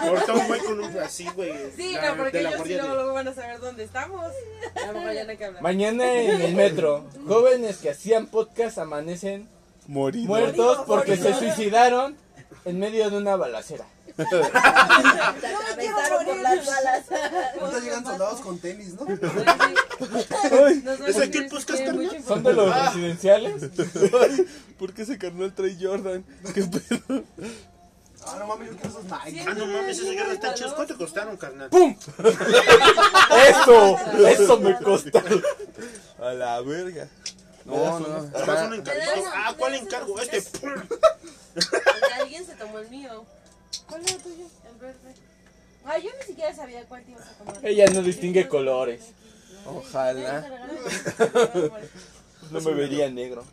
Speaker 2: Ahorita un güey con un así, güey.
Speaker 6: Sí,
Speaker 2: la-
Speaker 6: pero porque
Speaker 2: de la
Speaker 6: ellos sí
Speaker 2: guardia
Speaker 6: luego,
Speaker 2: de-
Speaker 6: luego van a saber dónde estamos. A lo mejor ya no hay que hablar.
Speaker 5: Mañana en el metro, jóvenes que hacían podcast amanecen
Speaker 3: Morido.
Speaker 5: muertos porque se suicidaron en medio de una balacera.
Speaker 1: Se atravesaron por las balas.
Speaker 4: Ahorita llegan soldados con tenis, ¿no?
Speaker 2: ¿Es aquí el podcast, carnal?
Speaker 5: ¿Son de los residenciales?
Speaker 14: Ay, ¿Por qué ese carnal trae Jordan? ¿Qué pedo?
Speaker 4: Ah, no mames, yo quiero esos Nike.
Speaker 2: Ah, no mames, esas garras están chidas. ¿Cuánto costaron, carnal?
Speaker 5: ¡Eso! ¡Eso me costó!
Speaker 14: A la verga.
Speaker 3: No, no.
Speaker 2: Además, un
Speaker 3: está-
Speaker 2: encargo. Ah, ¿cuál encargo? Este.
Speaker 6: Alguien se tomó el mío.
Speaker 15: ¿Cuál era tuyo?
Speaker 6: El verde.
Speaker 15: Ah, yo ni siquiera sabía cuál te ibas a tomar.
Speaker 5: Ella no distingue colores.
Speaker 3: Ojalá.
Speaker 5: No me vería negro.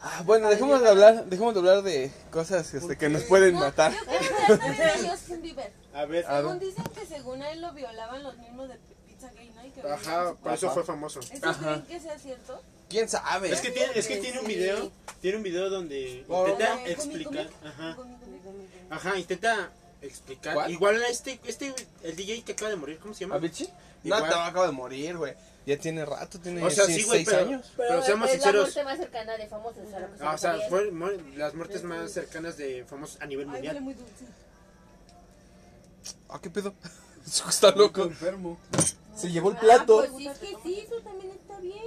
Speaker 3: Ah, bueno, dejemos de hablar, dejemos de hablar de cosas este, que nos pueden matar.
Speaker 15: Yo quiero tratar de Justin Bieber.
Speaker 2: A ver.
Speaker 3: A
Speaker 15: Según
Speaker 3: ver.
Speaker 15: dicen que según a él lo violaban los mismos de Pizza Gay, ¿no? Y que
Speaker 2: Ajá, por eso fue famoso.
Speaker 15: ¿Eso
Speaker 3: Ajá.
Speaker 15: creen que sea cierto?
Speaker 3: ¿Quién sabe?
Speaker 2: Es que tiene, es que tiene un video, tiene un video donde intenta
Speaker 15: Comi,
Speaker 2: explicar,
Speaker 15: comi.
Speaker 2: ajá,
Speaker 15: Comi, comi, comi, comi.
Speaker 2: ajá, intenta explicar.
Speaker 3: ¿Cuál?
Speaker 2: Igual a este, este, el DJ que acaba de morir, ¿cómo se llama?
Speaker 3: ¿Avicii? No,
Speaker 2: Igual.
Speaker 3: te acaba de morir, güey. Ya tiene rato, tiene
Speaker 2: O sea, sí,
Speaker 3: seis,
Speaker 2: güey,
Speaker 3: seis
Speaker 2: pero-
Speaker 3: años.
Speaker 2: Pero seamos
Speaker 1: es la
Speaker 2: sinceros.
Speaker 1: muerte más cercana de famosos. O sea, lo que se
Speaker 2: Ah, o sea,
Speaker 1: refiere.
Speaker 2: fue mu- las muertes más cercanas de famosos a
Speaker 15: Ay,
Speaker 2: nivel
Speaker 15: huele
Speaker 2: mundial.
Speaker 15: muy dulce.
Speaker 3: Ah, ¿qué pedo? Está loco.
Speaker 4: enfermo.
Speaker 5: Se llevó el
Speaker 15: Ah,
Speaker 5: plato.
Speaker 15: pues sí, es que sí, eso también está bien.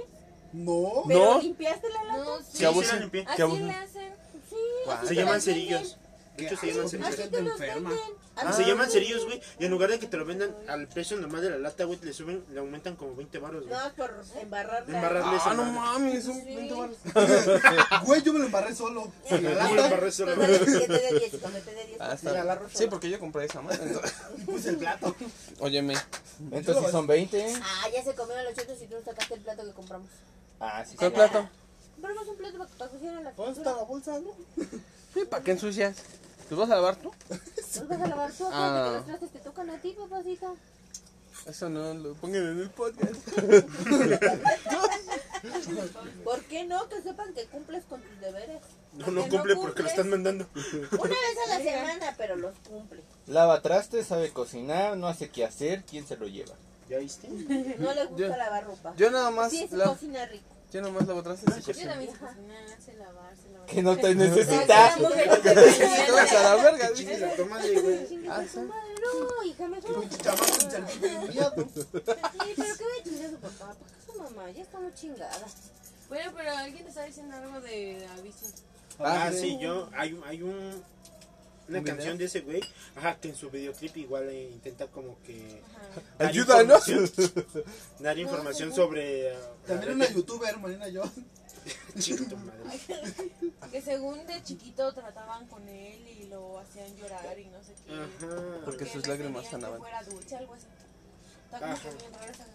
Speaker 4: No.
Speaker 1: Pero
Speaker 3: ¿No?
Speaker 1: limpiaste la lata.
Speaker 15: No, sí.
Speaker 3: ¿Qué abuso?
Speaker 2: sí la limpié.
Speaker 3: ¿Qué
Speaker 15: Así
Speaker 3: abuso?
Speaker 15: le hacen. Sí,
Speaker 3: Guau.
Speaker 15: así
Speaker 2: Se
Speaker 15: te
Speaker 2: llaman
Speaker 15: las venden.
Speaker 2: cerillos. De hecho, se llaman
Speaker 15: Así
Speaker 2: cerillos. Ah,
Speaker 15: te
Speaker 4: Gente
Speaker 15: los
Speaker 4: enferma.
Speaker 15: venden.
Speaker 2: Se
Speaker 1: Ah,
Speaker 2: llaman cerillos, güey. Y en lugar de que te lo vendan al precio normal de la lata, güey, le suben, le aumentan como 20 baros, güey.
Speaker 1: No, por embarrarla.
Speaker 2: Embarrarle esa
Speaker 3: Ah, no
Speaker 2: madre.
Speaker 3: mames, un
Speaker 15: Sí.
Speaker 3: 20 baros.
Speaker 4: Güey, yo me lo embarré solo. Y la
Speaker 2: Yo lo
Speaker 4: lata,
Speaker 2: embarré solo.
Speaker 1: Total, que te dé 10, cuando te dé 10.
Speaker 3: Ah,
Speaker 4: Y la
Speaker 3: está.
Speaker 4: largo
Speaker 3: Sí,
Speaker 4: solo.
Speaker 3: porque yo compré esa madre. entonces-
Speaker 4: y puse el plato.
Speaker 3: Óyeme.
Speaker 5: Entonces son 20.
Speaker 1: Ah, ya se comieron los chotos y tú no sacaste el plato que compramos.
Speaker 16: Ah, sí.
Speaker 3: ¿Cuál plato?
Speaker 1: Compramos un plato para que pusieran la
Speaker 4: ¿Dónde está la bolsa, no?
Speaker 3: Sí, ¿para qué ensucias? ¿Los vas a lavar tú?
Speaker 1: ¿Los vas a lavar tú?
Speaker 3: Ah.
Speaker 1: Acuérdate que los trastes te tocan a ti, papacita.
Speaker 3: Eso no, lo pongan en el podcast.
Speaker 1: ¿Por qué no? Que sepan que cumples con tus deberes.
Speaker 2: No, no cumple porque lo están mandando.
Speaker 1: Una vez a
Speaker 3: ¿eh?
Speaker 1: la semana, pero los cumple.
Speaker 16: Lava trastes, sabe cocinar, no hace qué hacer, ¿quién se lo lleva?
Speaker 2: ¿Ya viste?
Speaker 1: No le gusta
Speaker 3: Yo-
Speaker 1: lavar ropa.
Speaker 3: Yo nada más,
Speaker 1: sí, se
Speaker 3: la-
Speaker 1: cocina rico.
Speaker 3: yo nada más lavo trastes. y
Speaker 15: Yo
Speaker 3: cocino.
Speaker 15: también sé cocinar, sé lavar, sé lavar.
Speaker 5: Que no te necesitas.
Speaker 1: Las mujeres que cocinan.
Speaker 3: Todas a la verga, dije.
Speaker 2: Chingues a tu madre, güey.
Speaker 3: Ah, sí.
Speaker 1: Madre, No, hija, mejor.
Speaker 4: Chaval, un servicio.
Speaker 1: Sí, pero qué va a chingar su papá. ¿Por qué su mamá? Ya está muy chingada.
Speaker 6: Bueno, pero alguien está diciendo algo de aviso.
Speaker 2: Ah, sí, yo. Hay, un- hay un. Una
Speaker 3: ¿Un
Speaker 2: canción
Speaker 3: video?
Speaker 2: de ese güey. Ajá, que en su videoclip igual eh, intenta como que. dar
Speaker 3: Ayúdanos.
Speaker 2: información- Dar información sobre. ah,
Speaker 4: También una youtuber, Marina yo.
Speaker 2: Chinga tu madre.
Speaker 6: Que según de chiquito trataban con él y lo hacían llorar y no sé qué.
Speaker 2: Ajá.
Speaker 3: Porque
Speaker 6: Que
Speaker 3: sus
Speaker 6: le
Speaker 3: lágrimas
Speaker 6: pedían
Speaker 3: sanaban.
Speaker 6: Que fuera dulce, algo así. Está como que
Speaker 2: Ajá.
Speaker 6: bien raro esa-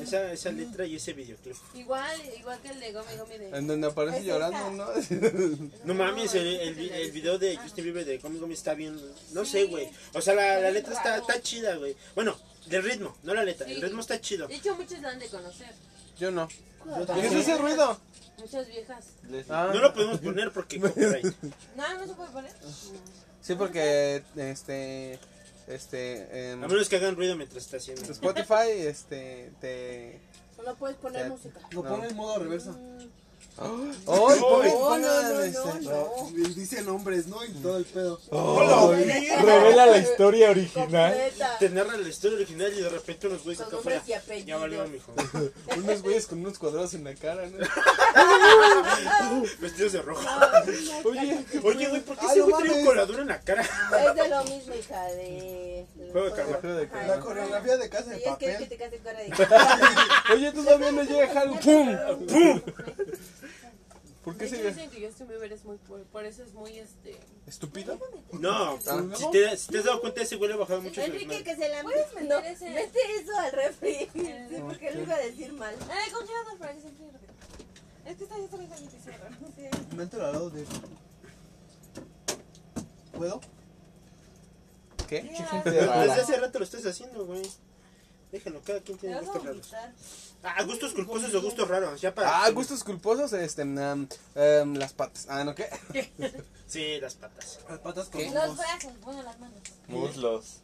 Speaker 2: Esa, esa letra y ese videoclip.
Speaker 6: Igual, igual que el de Gomi Gomi de...
Speaker 3: En donde aparece llorando, ¿no?
Speaker 2: No mames, el, el, vi- el video de Justin Bieber de Comic Comic está bien. No sé, güey. O sea, la, la letra está, está chida, güey. Bueno, del ritmo, no la letra. El ritmo está chido.
Speaker 6: De hecho, muchos la han de conocer.
Speaker 3: Yo no.
Speaker 4: Yo
Speaker 3: ¿Qué es ese
Speaker 4: también.
Speaker 3: ruido?
Speaker 6: Muchas viejas.
Speaker 3: Ah,
Speaker 2: No lo podemos poner porque copyright.
Speaker 6: No, no se puede poner.
Speaker 3: Sí, porque este este em,
Speaker 2: A menos que hagan ruido mientras está haciendo.
Speaker 3: Spotify este te
Speaker 1: No puedes poner
Speaker 3: Te-
Speaker 1: música. Mm,
Speaker 4: Lo
Speaker 3: No.
Speaker 4: pone en modo reversa.
Speaker 3: ¡Oh!
Speaker 2: No,
Speaker 3: pongan-
Speaker 2: no, Oh.
Speaker 3: pongan,
Speaker 1: no,
Speaker 3: este-
Speaker 1: No.
Speaker 4: Y dice nombres, ¿no? Y todo el pedo.
Speaker 5: Revela la historia original.
Speaker 1: Completa.
Speaker 2: Tenerla la historia original y de repente unos güeyes
Speaker 1: Con
Speaker 2: acá afuera.
Speaker 1: nombres y
Speaker 2: Ya valió,
Speaker 1: apellidos.
Speaker 2: mijo.
Speaker 3: Unos güeyes con unos cuadrados en la cara, ¿no?
Speaker 2: Vestidos de rojo.
Speaker 3: Oye,
Speaker 2: Oye, güey, ¿por qué
Speaker 4: Ah,
Speaker 2: ese
Speaker 4: no
Speaker 2: güey tiene
Speaker 4: mames.
Speaker 2: coladura en la cara?
Speaker 1: Es de lo mismo, hija, de...
Speaker 2: Juego de calamar.
Speaker 3: Juego de
Speaker 4: La coreografía de casa de
Speaker 1: Sí, es que es que
Speaker 4: papel.
Speaker 1: te casi cara de...
Speaker 3: oye, tú también no llega Halloween. ¡Pum! ¿Por
Speaker 6: De
Speaker 3: qué
Speaker 6: hecho,
Speaker 3: se
Speaker 6: dicen que Justin Bieber es muy... pu- Por eso es muy, este...
Speaker 3: ¿Estúpido?
Speaker 2: No,
Speaker 3: Ah.
Speaker 2: si te, si te has dado cuenta, ese güey le ha bajado mucho su
Speaker 1: Enrique,
Speaker 2: desmadre.
Speaker 1: que se la...
Speaker 6: ¿Puedes meter
Speaker 1: No,
Speaker 6: ese?
Speaker 1: mete eso al refri. Sí, porque lo iba a decir mal.
Speaker 6: Ah, congelado para que se enfríe rápido. Es que está ya también también te cierra. Sí.
Speaker 4: Mételo al lado de. ¿Puedo?
Speaker 3: ¿Qué?
Speaker 2: Desde hace rato lo estás haciendo, güey. Déjalo, cada quien
Speaker 6: Te
Speaker 2: tiene
Speaker 6: vas a
Speaker 2: gustos raros.
Speaker 6: vomitar.
Speaker 2: Ah, gustos culposos o gustos raros, ya para.
Speaker 3: Ah, gustos culposos, este, mm, em, las patas. Ah, ¿no qué?
Speaker 2: Sí, las patas.
Speaker 4: Las patas con
Speaker 3: ¿Qué?
Speaker 6: Los brazos, bueno, las manos.
Speaker 16: Muslos.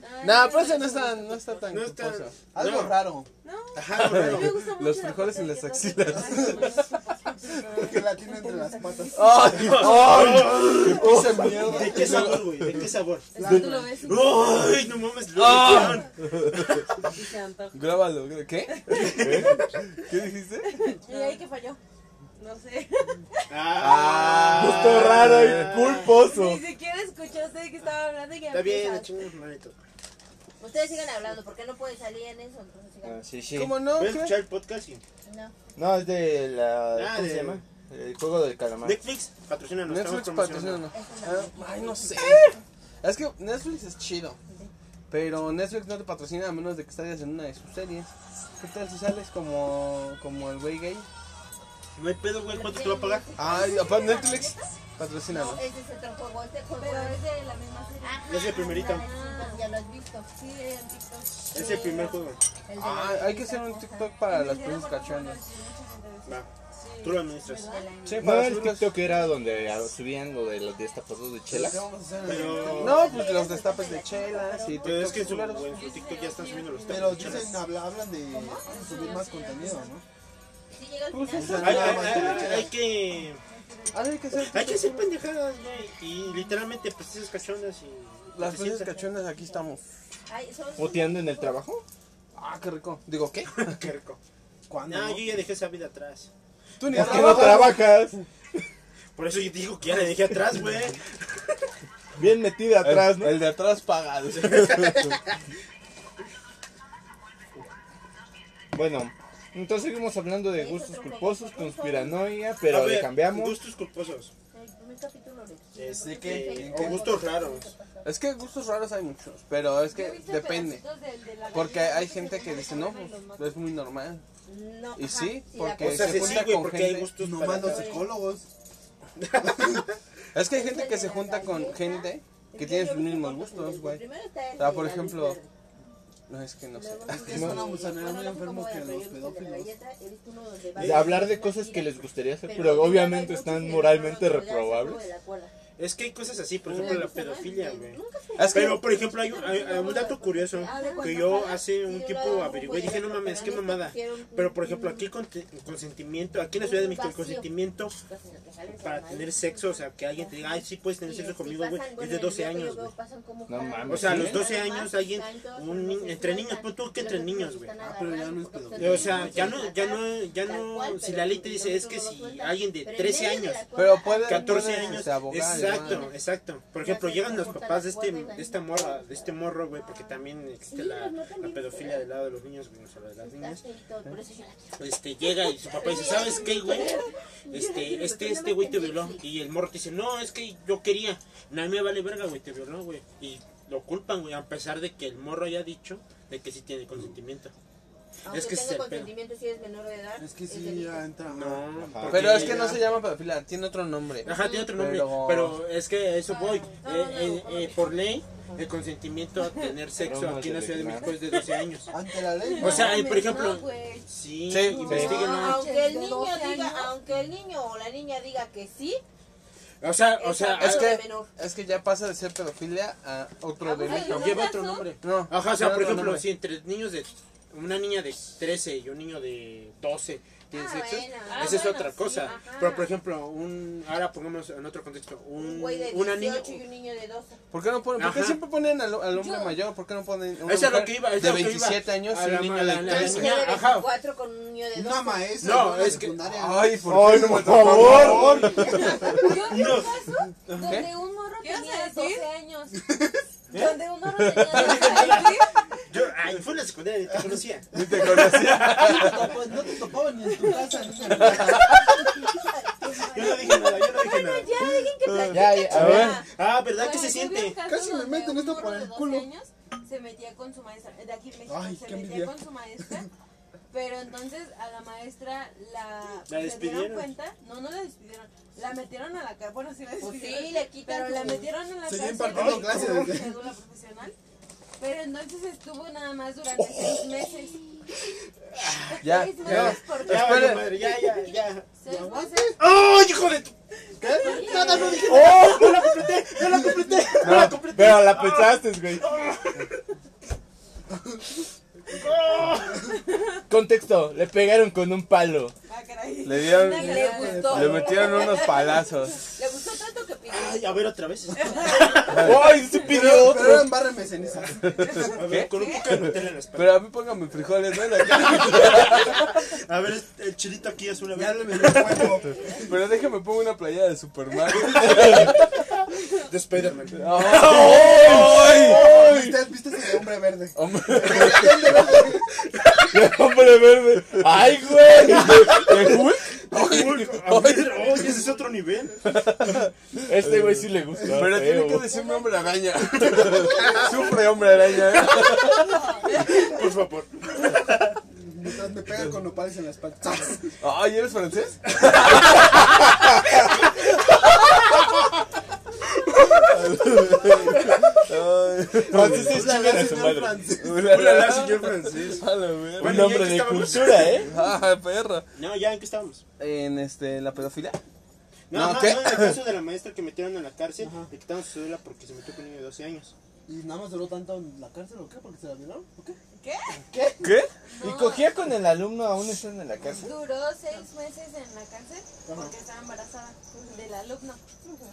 Speaker 6: Ay,
Speaker 3: No, pero ese pues, no está, no está tan
Speaker 2: No está.
Speaker 3: culposo.
Speaker 4: Algo
Speaker 2: no.
Speaker 4: raro.
Speaker 6: No,
Speaker 2: Ajá,
Speaker 6: a mí
Speaker 2: raro.
Speaker 6: me gusta mucho
Speaker 3: Los
Speaker 6: la
Speaker 3: frijoles
Speaker 6: parte
Speaker 3: en
Speaker 6: de
Speaker 3: las
Speaker 6: que no te-
Speaker 3: axilas.
Speaker 6: Ay, no,
Speaker 4: Porque la tiene entre las patas.
Speaker 3: ¡Ay! ¡Ay!
Speaker 2: ¡Qué pisa mierda! ¿De qué sabor, güey? ¿De qué sabor?
Speaker 1: Tú lo ves y
Speaker 3: Oh.
Speaker 2: ¡Ay! ¡No mames! ¡Lo
Speaker 3: ¡Ah!
Speaker 2: metieron!
Speaker 1: y se antoja.
Speaker 17: Grábalo. gra- ¿Qué? ¿Qué dijiste?
Speaker 6: Y ahí que falló. No sé.
Speaker 2: ¡Ah!
Speaker 18: Gusto raro y culposo.
Speaker 6: Ni siquiera escuché a usted que estaba hablando y que
Speaker 2: Está bien,
Speaker 6: empieza.
Speaker 2: chinga, hermanito.
Speaker 1: Ustedes sigan hablando, porque no pueden salir en eso, entonces sigan.
Speaker 5: Ah, sí, sí.
Speaker 3: ¿Cómo no?
Speaker 2: Voy a
Speaker 3: ¿Qué?
Speaker 2: escuchar el podcast y...
Speaker 1: No.
Speaker 5: No, es de la.
Speaker 2: Ah,
Speaker 5: ¿Cómo
Speaker 2: de-
Speaker 5: se llama? El juego del calamar.
Speaker 2: Netflix, patrocínanos. estamos
Speaker 3: Netflix patrocina
Speaker 2: promocionando.
Speaker 3: no.
Speaker 1: Eso no.
Speaker 3: Ah, Ay, no sé. Es que Netflix es chido. Pero Netflix no te patrocina a menos de que salgas en una de sus series. ¿Qué tal si sales como, como el güey gay?
Speaker 2: No hay pedo, güey. ¿Cuánto te lo va a pagar?
Speaker 3: Ay, aparte Netflix patrocina.
Speaker 1: No, ese es otro juego, este juego
Speaker 6: Pero
Speaker 1: es...
Speaker 6: es de la misma serie.
Speaker 1: Ajá,
Speaker 2: Es el primerito.
Speaker 1: ah, Ya lo has visto.
Speaker 6: Sí, en TikTok.
Speaker 2: Es el primer juego.
Speaker 1: Eh, El de
Speaker 3: Ah,
Speaker 1: la
Speaker 3: hay que
Speaker 1: niñita
Speaker 3: hacer un
Speaker 1: hermosa.
Speaker 3: TikTok
Speaker 4: Ah,
Speaker 3: para las
Speaker 6: Ni siquiera
Speaker 3: princesas
Speaker 6: conozco a
Speaker 3: cachonas.
Speaker 6: los-
Speaker 2: Va,
Speaker 6: Sí.
Speaker 2: tú lo administras.
Speaker 1: El de la-
Speaker 3: Sí,
Speaker 5: No,
Speaker 3: para
Speaker 5: el
Speaker 3: subirlos.
Speaker 5: TikTok era donde ah, subían lo de los destapados de
Speaker 4: ¿Qué
Speaker 5: chela.
Speaker 4: vamos a hacer?
Speaker 2: Pero...
Speaker 3: No, pues los destapes de chelas y
Speaker 2: Pero es que en su,
Speaker 3: TikToks culeros.
Speaker 2: en su TikTok ya están subiendo los
Speaker 4: Pero
Speaker 2: temas.
Speaker 4: dicen, habla- hablan de subir más contenido, ¿no?
Speaker 1: Sí, llega al
Speaker 3: Pues
Speaker 1: final.
Speaker 3: eso.
Speaker 2: Hay, hay- hay- hay que...
Speaker 3: Ah, hay que hacer.
Speaker 2: Hay que hacer pendejadas, güey. Y literalmente, pues, esas cachondas y...
Speaker 3: Las princesas
Speaker 2: cachondas.
Speaker 3: cachonas aquí estamos.
Speaker 1: Ay, son-
Speaker 5: ¿Puteando en el trabajo?
Speaker 3: Ah, qué rico. Digo, ¿qué?
Speaker 2: Qué rico.
Speaker 4: ¿Cuándo?
Speaker 2: No,
Speaker 4: no?
Speaker 2: yo ya dejé esa vida atrás.
Speaker 3: Tú ni
Speaker 5: ¿Por qué no
Speaker 3: trabajas.
Speaker 5: trabajas?
Speaker 2: Por eso yo te digo que ya la dejé atrás, güey.
Speaker 5: Bien metida atrás,
Speaker 3: el,
Speaker 5: ¿no?
Speaker 3: el de atrás pagado.
Speaker 5: Bueno, entonces seguimos hablando de gustos culposos, conspiranoia,
Speaker 2: A
Speaker 5: pero
Speaker 2: ver,
Speaker 5: le cambiamos.
Speaker 2: Gustos culposos.
Speaker 1: El primer capítulo lo
Speaker 3: Eh,
Speaker 2: Este,
Speaker 4: que-
Speaker 2: O gustos raros.
Speaker 3: Es que gustos raros hay muchos, pero es
Speaker 6: Yo
Speaker 3: que
Speaker 6: he visto
Speaker 3: depende.
Speaker 6: pedacitos del de la
Speaker 3: Porque
Speaker 6: gallina,
Speaker 3: hay
Speaker 6: se
Speaker 3: gente que
Speaker 6: come
Speaker 3: dice,
Speaker 6: la
Speaker 3: no,
Speaker 6: gallina y los mata".
Speaker 3: pues es muy normal.
Speaker 1: No,
Speaker 3: Y
Speaker 1: ajá,
Speaker 3: sí,
Speaker 1: la
Speaker 3: porque
Speaker 2: O
Speaker 1: cosa-
Speaker 2: sea,
Speaker 3: se
Speaker 2: sí,
Speaker 3: junta
Speaker 2: sí, güey,
Speaker 3: con
Speaker 2: porque hay
Speaker 3: gente.
Speaker 2: gustos
Speaker 4: No
Speaker 2: para
Speaker 4: mando
Speaker 2: todo.
Speaker 4: psicólogos.
Speaker 3: Es que hay gente que se junta con gente que tiene sus mismos gustos, güey.
Speaker 1: Primero está el
Speaker 3: O sea,
Speaker 1: de
Speaker 3: por
Speaker 1: la luz
Speaker 3: ejemplo,
Speaker 1: verde.
Speaker 3: No, es que no sé.
Speaker 1: Luego está
Speaker 4: que es
Speaker 1: el-
Speaker 4: una gusanera
Speaker 1: bueno,
Speaker 4: muy
Speaker 1: no sé cómo
Speaker 4: enfermo
Speaker 1: va,
Speaker 4: que
Speaker 1: pero yo
Speaker 4: los
Speaker 1: he visto que la
Speaker 4: pedófilos.
Speaker 1: galleta, he visto uno donde va
Speaker 5: De hablar de
Speaker 1: una
Speaker 5: cosas
Speaker 1: tira,
Speaker 5: que les gustaría hacer,
Speaker 1: pero
Speaker 5: pero
Speaker 1: no,
Speaker 5: obviamente
Speaker 1: hay muchos
Speaker 5: están
Speaker 1: que
Speaker 5: moralmente
Speaker 1: no lo toleran, saco de
Speaker 5: reprobables.
Speaker 1: la cola.
Speaker 2: Es que hay cosas así, por
Speaker 1: No
Speaker 2: ejemplo,
Speaker 1: me
Speaker 2: la
Speaker 1: gusta más,
Speaker 2: pedofilia,
Speaker 1: güey.
Speaker 2: güey.
Speaker 1: Nunca se-
Speaker 3: Es que-
Speaker 2: Pero, por ejemplo, hay un, hay- hay un dato curioso que yo hace un tiempo averigüé y dije, no mames, qué mamada. Pero, por ejemplo, aquí con- el consentimiento, aquí en la Ciudad de México, el consentimiento para tener sexo, o sea, que alguien te diga, ay, sí puedes tener sexo conmigo, güey, es de 12 años, güey.
Speaker 5: No mames.
Speaker 2: O sea, a los
Speaker 5: ¿Sí?
Speaker 2: 12 años alguien, un ni- entre niños, pues tú que entre niños, güey.
Speaker 4: Ah, pero ya no es pedofilia.
Speaker 2: O sea, ya no, ya no, ya no, si la ley te dice es que si alguien de 13 años,
Speaker 3: Pero puede.
Speaker 2: 14
Speaker 3: puede,
Speaker 2: años,
Speaker 3: este, abogar,
Speaker 2: exacto,
Speaker 3: hermano.
Speaker 2: exacto. Por ejemplo, llegan los papás de este, de esta morra, de este morro, güey, porque también existe la, la pedofilia del lado de los niños, güey, no solo de las niñas. Este, llega y su papá dice, ¿sabes qué, güey? Este, este, este güey te violó. Y el morro te dice, no, es que yo quería. No, a mí me vale verga, güey, te violó, güey. Y lo culpan, güey, a pesar de que el morro haya dicho de que sí tiene consentimiento.
Speaker 1: Aunque
Speaker 2: Es que ese es
Speaker 1: Ah, tenga
Speaker 2: el pedo.
Speaker 1: consentimiento si eres menor de edad.
Speaker 4: Es que sí,
Speaker 1: delito.
Speaker 4: ya entra.
Speaker 2: No,
Speaker 5: Ajá.
Speaker 2: porque
Speaker 3: Pero es que no
Speaker 2: ya-
Speaker 3: se llama pedofila, tiene otro nombre.
Speaker 2: Ajá, tiene otro nombre,
Speaker 3: Pero-
Speaker 2: pero, es que a eso voy. Eh, eh, eh, por ley, el consentimiento a tener sexo
Speaker 5: Bromas
Speaker 2: aquí en la
Speaker 5: de
Speaker 2: Ciudad de
Speaker 5: Vietnam.
Speaker 2: México es de 12 años.
Speaker 4: Ante la ley.
Speaker 2: O sea, eh, por
Speaker 6: No,
Speaker 2: ejemplo,
Speaker 6: güey.
Speaker 2: sí,
Speaker 3: Sí.
Speaker 2: investiguen
Speaker 1: No,
Speaker 2: más.
Speaker 1: aunque el
Speaker 6: De
Speaker 1: niño diga,
Speaker 6: 12 años.
Speaker 1: aunque el niño o la niña diga que sí,
Speaker 2: O sea, o sea,
Speaker 3: Es
Speaker 1: Algo
Speaker 3: que,
Speaker 1: de menor.
Speaker 3: es que ya pasa de ser pedofilia a otro delito.
Speaker 2: ah, lleva otro nombre.
Speaker 3: No,
Speaker 2: Ajá, o sea, por
Speaker 3: tiene otro
Speaker 2: ejemplo,
Speaker 3: nombre.
Speaker 2: si entre niños de una niña de 13 y un niño de 12 tienen
Speaker 1: Ah,
Speaker 2: sexo,
Speaker 1: bueno.
Speaker 2: esa
Speaker 1: Ah,
Speaker 2: es
Speaker 6: bueno,
Speaker 2: otra
Speaker 6: sí,
Speaker 2: cosa.
Speaker 1: ajá.
Speaker 2: Pero por ejemplo, un ahora pongamos en otro contexto,
Speaker 1: un
Speaker 2: un,
Speaker 1: güey de
Speaker 2: una niña
Speaker 1: 18 y un niño de 12.
Speaker 3: ¿Por qué no ponen? ¿Por qué
Speaker 2: Ajá.
Speaker 3: siempre ponen al, al hombre
Speaker 6: Yo-
Speaker 3: mayor? ¿Por qué no ponen a una
Speaker 2: Eso es lo
Speaker 3: mujer
Speaker 2: que iba, es
Speaker 3: de
Speaker 2: lo que iba.
Speaker 3: 27 años
Speaker 2: A
Speaker 3: y
Speaker 2: la
Speaker 3: un niño
Speaker 2: ma-
Speaker 3: de
Speaker 2: la- la- la
Speaker 3: 13?
Speaker 2: niña-
Speaker 1: Niña de
Speaker 2: ajá.
Speaker 1: 24 con un niño de 12.
Speaker 4: Una maestra.
Speaker 2: No,
Speaker 4: de una
Speaker 2: es que-
Speaker 4: secundaria, ¿no?
Speaker 3: Ay, por, qué
Speaker 5: ¡Ay,
Speaker 3: no
Speaker 5: por
Speaker 3: me tocó?
Speaker 5: favor!
Speaker 6: Yo vi un caso donde
Speaker 3: ¿Qué?
Speaker 6: un morro
Speaker 1: ¿Qué vas a
Speaker 6: tenía
Speaker 1: decir?
Speaker 6: 12 años.
Speaker 4: ¿Eh?
Speaker 6: Donde un morro tenía 12 años.
Speaker 2: Yo, ay, fue en la secundaria, ni te conocía.
Speaker 3: Ni te conocía.
Speaker 4: Pues no te topaban ni en tu casa. ni en tu-
Speaker 2: Yo no dije nada, yo no dije nada.
Speaker 1: Ya, dejen que
Speaker 4: Ah,
Speaker 1: platiquen,
Speaker 5: Ya, ya, a ver.
Speaker 1: chingada.
Speaker 2: Ah, ¿verdad
Speaker 6: Bueno,
Speaker 2: que se
Speaker 6: yo vi un
Speaker 2: siente?
Speaker 6: caso
Speaker 4: Casi me
Speaker 6: donde
Speaker 4: meten
Speaker 6: un
Speaker 4: esto
Speaker 6: morro
Speaker 4: por
Speaker 6: de
Speaker 4: el
Speaker 6: 12
Speaker 4: culo.
Speaker 6: años se metía con su maestra, de aquí en México,
Speaker 4: Ay,
Speaker 6: se
Speaker 4: qué
Speaker 6: metía
Speaker 4: envidia.
Speaker 6: con su maestra, pero entonces a la maestra la,
Speaker 2: La
Speaker 6: se dieron
Speaker 2: despidieron.
Speaker 6: cuenta, no, no la despidieron, la metieron a la cárcel, bueno, sí la
Speaker 1: Pues
Speaker 6: despidieron,
Speaker 1: sí, le quitan
Speaker 6: pero la
Speaker 1: su-
Speaker 6: metieron a la
Speaker 4: Seguía
Speaker 6: cárcel
Speaker 4: impartiendo
Speaker 6: con
Speaker 4: clases.
Speaker 6: su cédula profesional, pero entonces estuvo nada más durante seis meses,
Speaker 3: Ya,
Speaker 6: seis meses
Speaker 3: ya.
Speaker 6: porque
Speaker 2: Ya, vale,
Speaker 3: Esperen.
Speaker 2: madre, ya, ya, ya.
Speaker 6: seis meses,
Speaker 2: ¡Ay, hijo de tu! ¿Qué? Nada, no dije nada. ¡No la completé! ¡No la completé! ¡No la completé!
Speaker 5: Pero la pensaste, güey. Contexto, le pegaron con un palo.
Speaker 6: Ah, caray.
Speaker 3: Le dieron.
Speaker 1: Y le gustó.
Speaker 3: Le metieron unos palazos.
Speaker 1: Le gustó tanto que pidió.
Speaker 2: Ay, a ver otra vez.
Speaker 5: ¡Ay, se pidió
Speaker 4: Pero
Speaker 5: otro!
Speaker 4: eran bárreme ceniza.
Speaker 2: A ver, con un poco de Nutella en la espalda.
Speaker 3: Pero a mí póngame frijoles, ¿no? En la cara.
Speaker 2: A ver, este- el chilito aquí es una
Speaker 4: Ya
Speaker 2: vez.
Speaker 4: le metí huevo.
Speaker 3: Pero déjame pongo una playera de Superman.
Speaker 2: De Spider-Man.
Speaker 3: ¡Ay!
Speaker 4: ¿Viste, viste ese hombre verde?
Speaker 3: Hombre,
Speaker 4: El de verde.
Speaker 3: hombre verde. ¡Ay, güey!
Speaker 5: Este,
Speaker 3: ¿De Hulk?
Speaker 2: Hulk, A ver, oh, ese es otro nivel.
Speaker 5: Este güey sí le gusta.
Speaker 3: Pero tiene que decirme hombre araña. Sufre hombre araña. ¿eh?
Speaker 2: Por favor.
Speaker 4: Mientras me pegan con nopales en la espalda. ¡Sas!
Speaker 3: Ay, ¿eres francés?
Speaker 5: Así se chingan a su madre.
Speaker 2: Hola, señor francés.
Speaker 3: A la verga.
Speaker 5: Un
Speaker 2: Bueno,
Speaker 5: hombre
Speaker 2: ya que
Speaker 5: de
Speaker 2: estábamos-
Speaker 5: cultura, ¿eh?
Speaker 3: Ah, perra.
Speaker 2: No, ya, ¿en qué estábamos?
Speaker 3: En este, la pedofilia.
Speaker 2: No,
Speaker 3: No,
Speaker 2: no,
Speaker 3: ¿qué?
Speaker 2: no, en el caso de la maestra que metieron en la cárcel, le quitaron su cédula porque se metió con un niño de 12 años.
Speaker 4: ¿Y nada más duró tanto en la cárcel o qué? ¿Porque se la violaron? ¿O qué?
Speaker 3: ¿Qué?
Speaker 5: ¿Y cogía con el alumno aún estando en la cárcel?
Speaker 6: Duró seis meses en la cárcel porque estaba embarazada del alumno.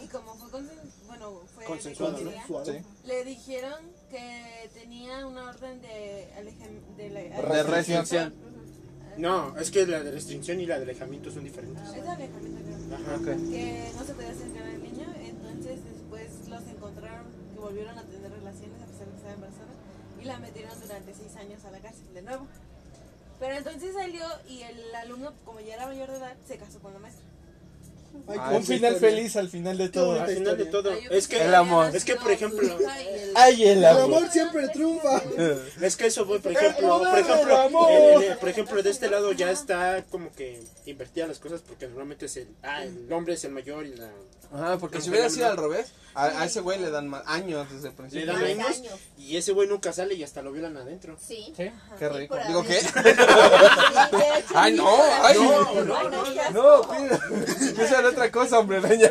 Speaker 6: Y como fue consen- bueno, fue
Speaker 2: Consensuado, ¿no?
Speaker 6: reconciliar,
Speaker 4: Suave.
Speaker 6: le dijeron que tenía una orden de alejamiento. De, la-
Speaker 3: De restricción.
Speaker 2: No, es que la de restricción y la de alejamiento son diferentes.
Speaker 6: Es de alejamiento, creo.
Speaker 2: Ajá.
Speaker 6: que no se podía acercar al niño, entonces después los encontraron que volvieron a tener relaciones a pesar de que estaba embarazada y la metieron durante seis años a la cárcel de nuevo. Pero entonces salió y el alumno, como ya era mayor de edad, se casó con la maestra.
Speaker 4: Ay,
Speaker 3: Ah,
Speaker 5: Un
Speaker 4: qué bonita
Speaker 5: final
Speaker 4: historia.
Speaker 5: feliz al final de
Speaker 2: Todo,
Speaker 5: todo.
Speaker 2: al final de todo.
Speaker 6: Ay, yo
Speaker 2: Es
Speaker 6: pensé
Speaker 2: que,
Speaker 3: El amor.
Speaker 6: había
Speaker 2: Es que, por
Speaker 6: nacido su
Speaker 2: ejemplo-
Speaker 6: hija y el-
Speaker 5: Ay, el
Speaker 4: El
Speaker 5: amor.
Speaker 4: amor siempre triunfa.
Speaker 2: es que eso fue, por ejemplo, por
Speaker 5: del
Speaker 2: ejemplo,
Speaker 5: amor.
Speaker 2: en- en- por ejemplo, de este lado ya está como que invertida las cosas porque normalmente es el, ah, el hombre es el mayor y la...
Speaker 3: Ajá, Ah, porque si hubiera sido al revés, a, a ese güey le dan ma- años desde el
Speaker 2: Le
Speaker 3: principio.
Speaker 2: dan
Speaker 10: Tres
Speaker 2: años
Speaker 10: años.
Speaker 2: y ese güey nunca sale y hasta lo violan adentro.
Speaker 10: Sí.
Speaker 3: Qué rico.
Speaker 10: por
Speaker 3: Digo,
Speaker 10: ahí.
Speaker 3: ¿qué?
Speaker 6: y de hecho,
Speaker 3: ¡Ay, no! ¡Ay,
Speaker 2: No,
Speaker 3: no!
Speaker 2: no, no.
Speaker 3: No, pida. Esa era otra cosa, hombre araña.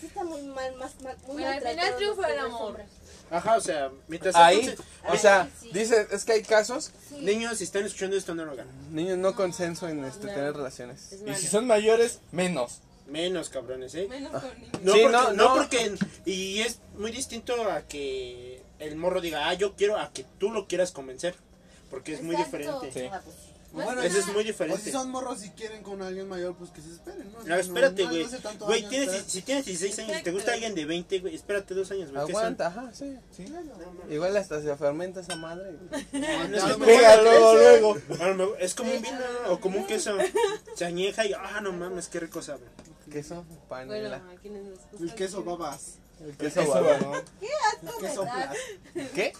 Speaker 10: Sí, está muy mal, más mal. muy
Speaker 6: Bueno, al
Speaker 10: maltratado
Speaker 6: final triunfó
Speaker 10: los
Speaker 6: el
Speaker 10: pobres
Speaker 6: amor.
Speaker 10: hombres.
Speaker 2: Ajá, o sea, mientras...
Speaker 3: Ahí,
Speaker 2: entonces-
Speaker 3: o sea, dice, es que hay casos,
Speaker 2: niños, si están escuchando esto, no lo hagan.
Speaker 3: niños no consenso en este, tener relaciones.
Speaker 6: Es
Speaker 5: Y
Speaker 6: malo.
Speaker 5: si son mayores, menos.
Speaker 2: Menos cabrones, ¿eh?
Speaker 6: Menos con niños.
Speaker 2: No,
Speaker 3: Sí,
Speaker 2: porque,
Speaker 3: no,
Speaker 2: no,
Speaker 3: no.
Speaker 2: porque y es muy distinto a que el morro diga, ah, yo quiero a que tú lo quieras convencer, porque es muy
Speaker 10: Exacto.
Speaker 2: diferente.
Speaker 10: Ah, pues,
Speaker 4: Bueno,
Speaker 2: Eso es muy
Speaker 4: O si
Speaker 2: diferente.
Speaker 4: Pues son morros y quieren con alguien mayor, pues que se esperen, ¿no?
Speaker 2: No, espérate, güey.
Speaker 4: hace tanto
Speaker 2: Güey,
Speaker 4: daño
Speaker 2: tienes,
Speaker 4: esperar.
Speaker 2: si tienes 16 años y te gusta
Speaker 6: Exacto.
Speaker 2: alguien de 20, güey, espérate dos años, güey. ¿qué son?
Speaker 3: Aguanta, ajá, sí. Igual hasta se fermenta esa madre.
Speaker 2: A lo mejor-
Speaker 5: Pega luego, luego.
Speaker 2: a lo mejor- es como un vino o como un queso. Se añeja y, ah, no mames, qué rico sabe.
Speaker 3: Queso,
Speaker 6: Bueno,
Speaker 3: panela.
Speaker 6: a quienes nos gusta
Speaker 4: El Pues queso babas.
Speaker 3: El queso,
Speaker 5: Eso
Speaker 3: guava.
Speaker 5: va.
Speaker 4: El queso plas.
Speaker 3: ¿Qué?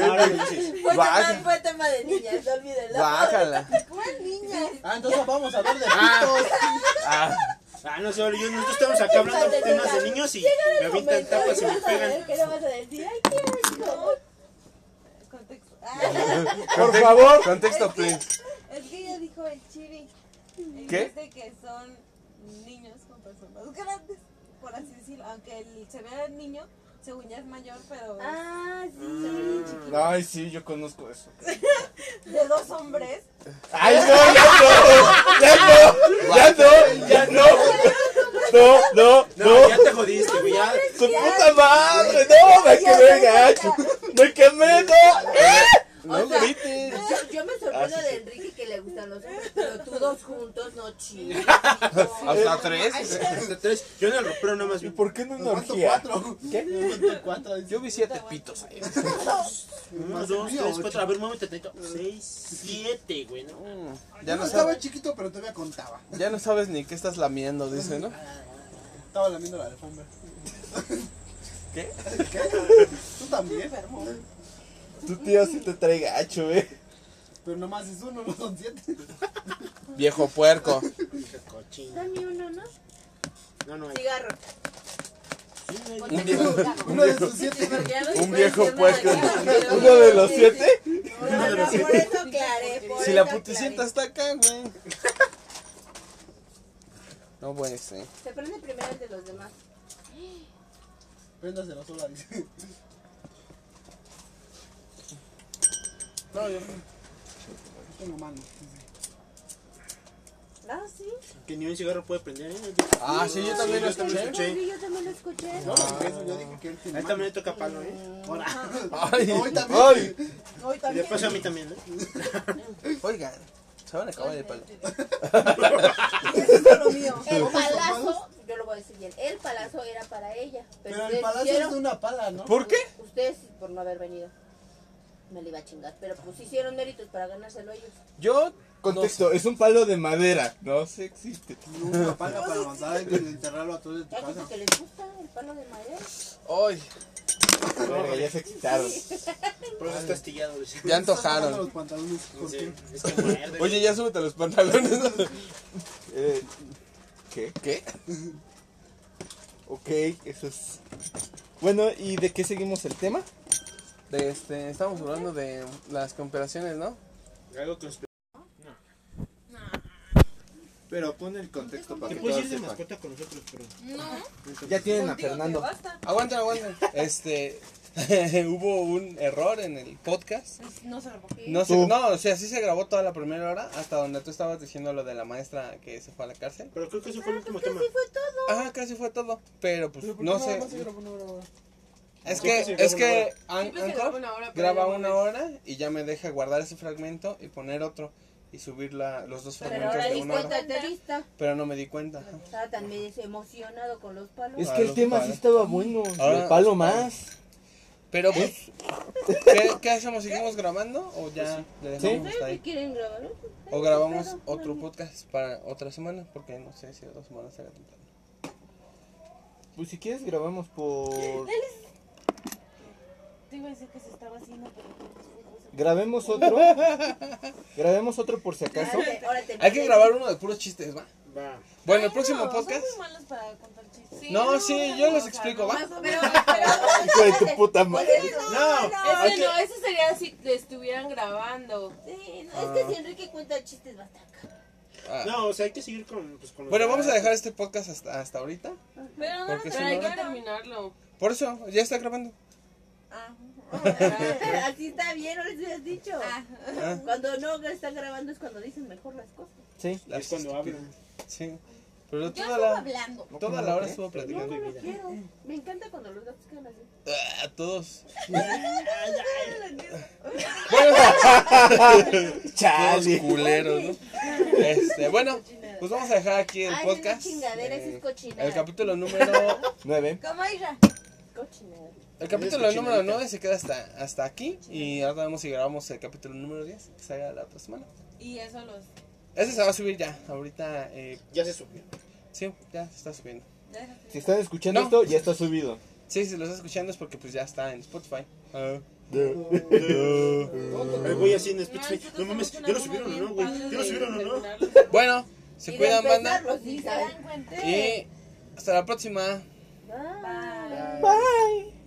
Speaker 2: Ahora lo dices.
Speaker 1: Fue tema,
Speaker 3: Baja.
Speaker 1: fue tema de niñas, no olvídenlo.
Speaker 3: Bájala.
Speaker 10: ¿Cuál niña?
Speaker 4: Ah, entonces vamos a hablar de
Speaker 2: Ah.
Speaker 4: pitos.
Speaker 3: Ah,
Speaker 2: Ah, no sé, yo- nosotros estamos acá hablando de temas de niños y me avientan tapas y me pegan.
Speaker 1: ¿Qué le vas a decir? Ay, qué rico.
Speaker 6: Contexto. Ah,
Speaker 3: por favor. Contexto, please.
Speaker 6: es que ya dijo el chibi. El
Speaker 3: ¿Qué?
Speaker 6: Es de que son niños con personas grandes, por así decirlo. Aunque él se vea niño, según ya es mayor, pero
Speaker 1: Ah, sí.
Speaker 10: Mm.
Speaker 5: Ay, sí, yo conozco eso.
Speaker 6: de dos hombres.
Speaker 5: ¡Ay, no, ya no! ¡Ya no! ¡Ya no! ¡Ya no! ¡No, no,
Speaker 2: No,
Speaker 5: no!
Speaker 2: ya te jodiste, güey, ya.
Speaker 5: ¡Su puta madre! ¡No, me quemé gacho! ¡Me quemé, no!
Speaker 3: No grites.
Speaker 1: Yo, yo me sorprendo de Enrique que le gustan los hombres, pero tú dos juntos, no chingues.
Speaker 3: Hasta tres.
Speaker 2: Hasta tres. Yo en el ropero nada más
Speaker 5: ¿Y
Speaker 2: vi.
Speaker 5: por qué no una
Speaker 4: ¿Cuánto
Speaker 5: orgía?
Speaker 4: cuatro?
Speaker 5: ¿Qué?
Speaker 4: ¿Cuánto cuatro? Dice,
Speaker 3: Yo vi siete pitos ahí.
Speaker 2: Uno,
Speaker 4: más
Speaker 2: dos,
Speaker 4: mío,
Speaker 2: tres,
Speaker 4: ocho.
Speaker 2: cuatro. A ver, un momento, tantito. Seis, siete, güey, ¿no?
Speaker 3: Mm. Ya
Speaker 4: Yo
Speaker 3: no,
Speaker 4: estaba
Speaker 3: sabes,
Speaker 4: chiquito, pero todavía contaba.
Speaker 3: ya no sabes ni qué estás lamiendo, dice, ¿no?
Speaker 4: Estaba lamiendo la alfombra.
Speaker 3: ¿Qué?
Speaker 4: ¿Qué? Tú también.
Speaker 5: Tu tío sí te trae gacho, eh.
Speaker 4: Pero nomás es uno, no son siete.
Speaker 3: Viejo puerco.
Speaker 2: Qué cochino.
Speaker 1: Dame uno, ¿no?
Speaker 2: No, no hay.
Speaker 1: Cigarro.
Speaker 2: Sí, no hay.
Speaker 3: Un viejo,
Speaker 4: Uno de sus siete.
Speaker 3: un viejo puerco.
Speaker 5: ¿Uno de los siete?
Speaker 1: No, no, por eso aclaré. Por
Speaker 3: Si la
Speaker 1: eso
Speaker 3: puticienta está acá, güey. No, güey, sí.
Speaker 1: aclaré. Se prende primero el de los demás.
Speaker 4: Préndaselo sola, dice. No, yo tengo mano.
Speaker 1: Ah, sí.
Speaker 2: Que ni un cigarro puede prender. ¿eh?
Speaker 3: Ah, sí, yo también lo
Speaker 2: yo también
Speaker 3: escuché.
Speaker 2: escuché.
Speaker 1: Sí, yo también lo escuché.
Speaker 4: No, por eso yo dije que él
Speaker 2: A
Speaker 4: tiene
Speaker 2: él
Speaker 4: mano.
Speaker 2: también le toca palo, ¿eh?
Speaker 4: Ahora.
Speaker 3: Ay,
Speaker 4: Hoy también.
Speaker 1: Hoy
Speaker 2: Y
Speaker 1: también.
Speaker 2: después a mí también, ¿eh?
Speaker 3: oigan, se van a acabar el palo.
Speaker 1: Eso es lo mío.
Speaker 4: ¿Los
Speaker 1: El
Speaker 4: ojos
Speaker 1: palazo,
Speaker 4: formados?
Speaker 1: yo lo voy a decir bien, el palazo era para ella. Pero,
Speaker 4: Pero el
Speaker 1: ustedes
Speaker 4: palacio es
Speaker 1: hicieron-
Speaker 4: de una pala, ¿no?
Speaker 3: ¿Por qué?
Speaker 1: Ustedes por no haber venido. Me lo iba a chingar. Pero pues hicieron méritos para ganárselo ellos.
Speaker 3: Yo,
Speaker 5: Contexto, es un palo de madera. No se existe.
Speaker 4: Una pala para avanzar y enterrarlo a todos de tu
Speaker 1: Ya gente
Speaker 4: casa.
Speaker 1: que les gusta el palo de madera.
Speaker 3: hoy,
Speaker 5: Verga, ya se excitaron.
Speaker 2: Por eso está astillado. güey.
Speaker 3: ya
Speaker 4: Sacando
Speaker 3: antojaron.
Speaker 4: los pantalones. ¿por
Speaker 2: Sí,
Speaker 4: qué?
Speaker 2: es que muerde. güey.
Speaker 3: Oye, ya súbete los pantalones.
Speaker 5: Eh, ¿Qué?
Speaker 3: ¿Qué?
Speaker 5: Ok, eso es. Bueno, ¿y de qué seguimos el tema?
Speaker 3: De este, estamos hablando de las comparaciones, ¿no?
Speaker 2: Algo conspir-
Speaker 5: Pero pon el contexto para
Speaker 2: Te
Speaker 5: que
Speaker 2: puedes
Speaker 5: todos
Speaker 2: ir Pues de
Speaker 5: sepan.
Speaker 2: mascota con nosotros, pero.
Speaker 6: No,
Speaker 5: Ya tienen a
Speaker 6: contigo
Speaker 5: Fernando.
Speaker 6: te basta.
Speaker 3: Aguanta, aguanta. Este, hubo un error en el podcast.
Speaker 6: No se lo
Speaker 3: No,
Speaker 5: Tú.
Speaker 3: sé, no, o sea, sí se grabó toda la primera hora hasta donde tú estabas diciendo lo de la maestra que se fue a la cárcel.
Speaker 2: Pero creo que eso fue el último tema.
Speaker 3: Ah, casi fue todo, pero pues
Speaker 4: Pero ¿por qué
Speaker 3: no
Speaker 4: nada más se
Speaker 3: sé.
Speaker 4: grabó una hora ahora?
Speaker 3: Es
Speaker 2: Sí,
Speaker 3: que,
Speaker 2: sí,
Speaker 3: es
Speaker 2: grabó
Speaker 3: que An-
Speaker 6: Siempre se
Speaker 3: Anchor
Speaker 6: graba pues, una hora, pero
Speaker 3: graba
Speaker 6: ya
Speaker 3: una
Speaker 6: pones-
Speaker 3: hora y ya me deja guardar ese fragmento y poner otro y subir la- los dos
Speaker 1: Pero
Speaker 3: fragmentos
Speaker 1: ahora
Speaker 3: de una
Speaker 1: diste
Speaker 3: hora.
Speaker 1: baterista.
Speaker 3: Pero no me di cuenta. ajá.
Speaker 1: Estaba tan medio emocionado con los palos.
Speaker 5: Es que el tema sí estaba bueno.
Speaker 3: Ahora-
Speaker 5: El palo más.
Speaker 3: Pero pues,
Speaker 2: ¿Eh?
Speaker 3: ¿qué, qué hacemos? ¿Seguimos grabando o ya le dejamos hasta
Speaker 1: ¿Ustedes
Speaker 3: ahí?
Speaker 1: qué quieren grabar?
Speaker 3: eh. O grabamos otro podcast para otra semana, porque no sé si dos semanas será temprano.
Speaker 5: Pues si quieres grabamos por...
Speaker 6: Te iba a decir que se estaba haciendo, pero creo que fue cosa.
Speaker 5: Grabemos otro. grabemos otro por si acaso.
Speaker 1: Ahora te- ahora te
Speaker 3: Hay que
Speaker 1: piden-
Speaker 3: grabar uno de puros chistes, ¿va?
Speaker 2: Va.
Speaker 3: Bueno, el
Speaker 6: Ay,
Speaker 3: próximo
Speaker 6: no,
Speaker 3: podcast.
Speaker 6: Son muy malos para contar chistes.
Speaker 3: No, sí, yo les
Speaker 6: o sea,
Speaker 3: explico,
Speaker 6: no,
Speaker 3: ¿va?
Speaker 6: más o menos, pero-
Speaker 5: Hijo de tu puta madre.
Speaker 2: No,
Speaker 6: Ese no, ese sería si te estuvieran grabando.
Speaker 1: Sí, no, es que si Enrique cuenta chistes va a estar acá.
Speaker 3: Ah.
Speaker 2: no, o sea, hay que seguir con. Pues, con los
Speaker 3: Bueno, vamos a
Speaker 2: demás.
Speaker 3: dejar este podcast hasta, hasta ahorita.
Speaker 6: Pero no,
Speaker 3: Porque
Speaker 6: pero
Speaker 3: si
Speaker 6: hay
Speaker 3: no-
Speaker 6: que terminarlo.
Speaker 3: Por eso, ya está grabando.
Speaker 1: Ah, así está bien, no les hubieras dicho.
Speaker 3: Ah,
Speaker 1: Cuando no están grabando es cuando dicen mejor las cosas.
Speaker 5: Sí.
Speaker 2: Es cuando hablan.
Speaker 3: Sí. Pero
Speaker 6: Yo
Speaker 3: toda
Speaker 6: estuve
Speaker 3: la,
Speaker 6: hablando.
Speaker 3: toda la hora estuvo
Speaker 1: No,
Speaker 3: platicando.
Speaker 1: no lo quiero. Me encanta cuando los gatos quedan así.
Speaker 3: A todos. Todos
Speaker 5: Chale.
Speaker 3: culeros, ¿no? Este, bueno,
Speaker 1: Cochinada.
Speaker 3: pues vamos a dejar aquí el
Speaker 1: Ay, no es
Speaker 3: podcast.
Speaker 1: chingadera, eso
Speaker 3: eh,
Speaker 1: es cochinada.
Speaker 3: el capítulo número
Speaker 5: Nueve.
Speaker 6: ¿Cómo irá?
Speaker 1: Cochinada.
Speaker 3: El capítulo número 9 se queda hasta, hasta aquí y ahora vemos si grabamos el capítulo número 10 que se haga la otra semana.
Speaker 6: Y eso los.
Speaker 3: Ese se va a subir ya, ahorita, eh,
Speaker 2: Ya se subió.
Speaker 3: sí, ya se está subiendo.
Speaker 5: Si están escuchando
Speaker 3: No.
Speaker 5: esto, ya está subido.
Speaker 3: Sí, si lo estás escuchando es porque pues ya está en Spotify.
Speaker 1: Ah.
Speaker 2: Ahí voy así en Spotify.
Speaker 6: nosotros
Speaker 2: No mames,
Speaker 6: tenemos
Speaker 2: ya lo
Speaker 6: una
Speaker 2: subieron o
Speaker 6: forma
Speaker 2: no, güey.
Speaker 6: bien
Speaker 2: Ya lo
Speaker 6: padre
Speaker 2: subieron
Speaker 6: de
Speaker 2: o no.
Speaker 6: terminarlo.
Speaker 3: Bueno, se
Speaker 1: Y de
Speaker 3: cuidan banda
Speaker 1: empezarlos,
Speaker 6: Ni
Speaker 1: sí,
Speaker 6: se
Speaker 1: ¿saben?
Speaker 6: dan cuenta.
Speaker 3: y hasta la próxima.
Speaker 1: Bye.
Speaker 2: Bye.
Speaker 5: Bye.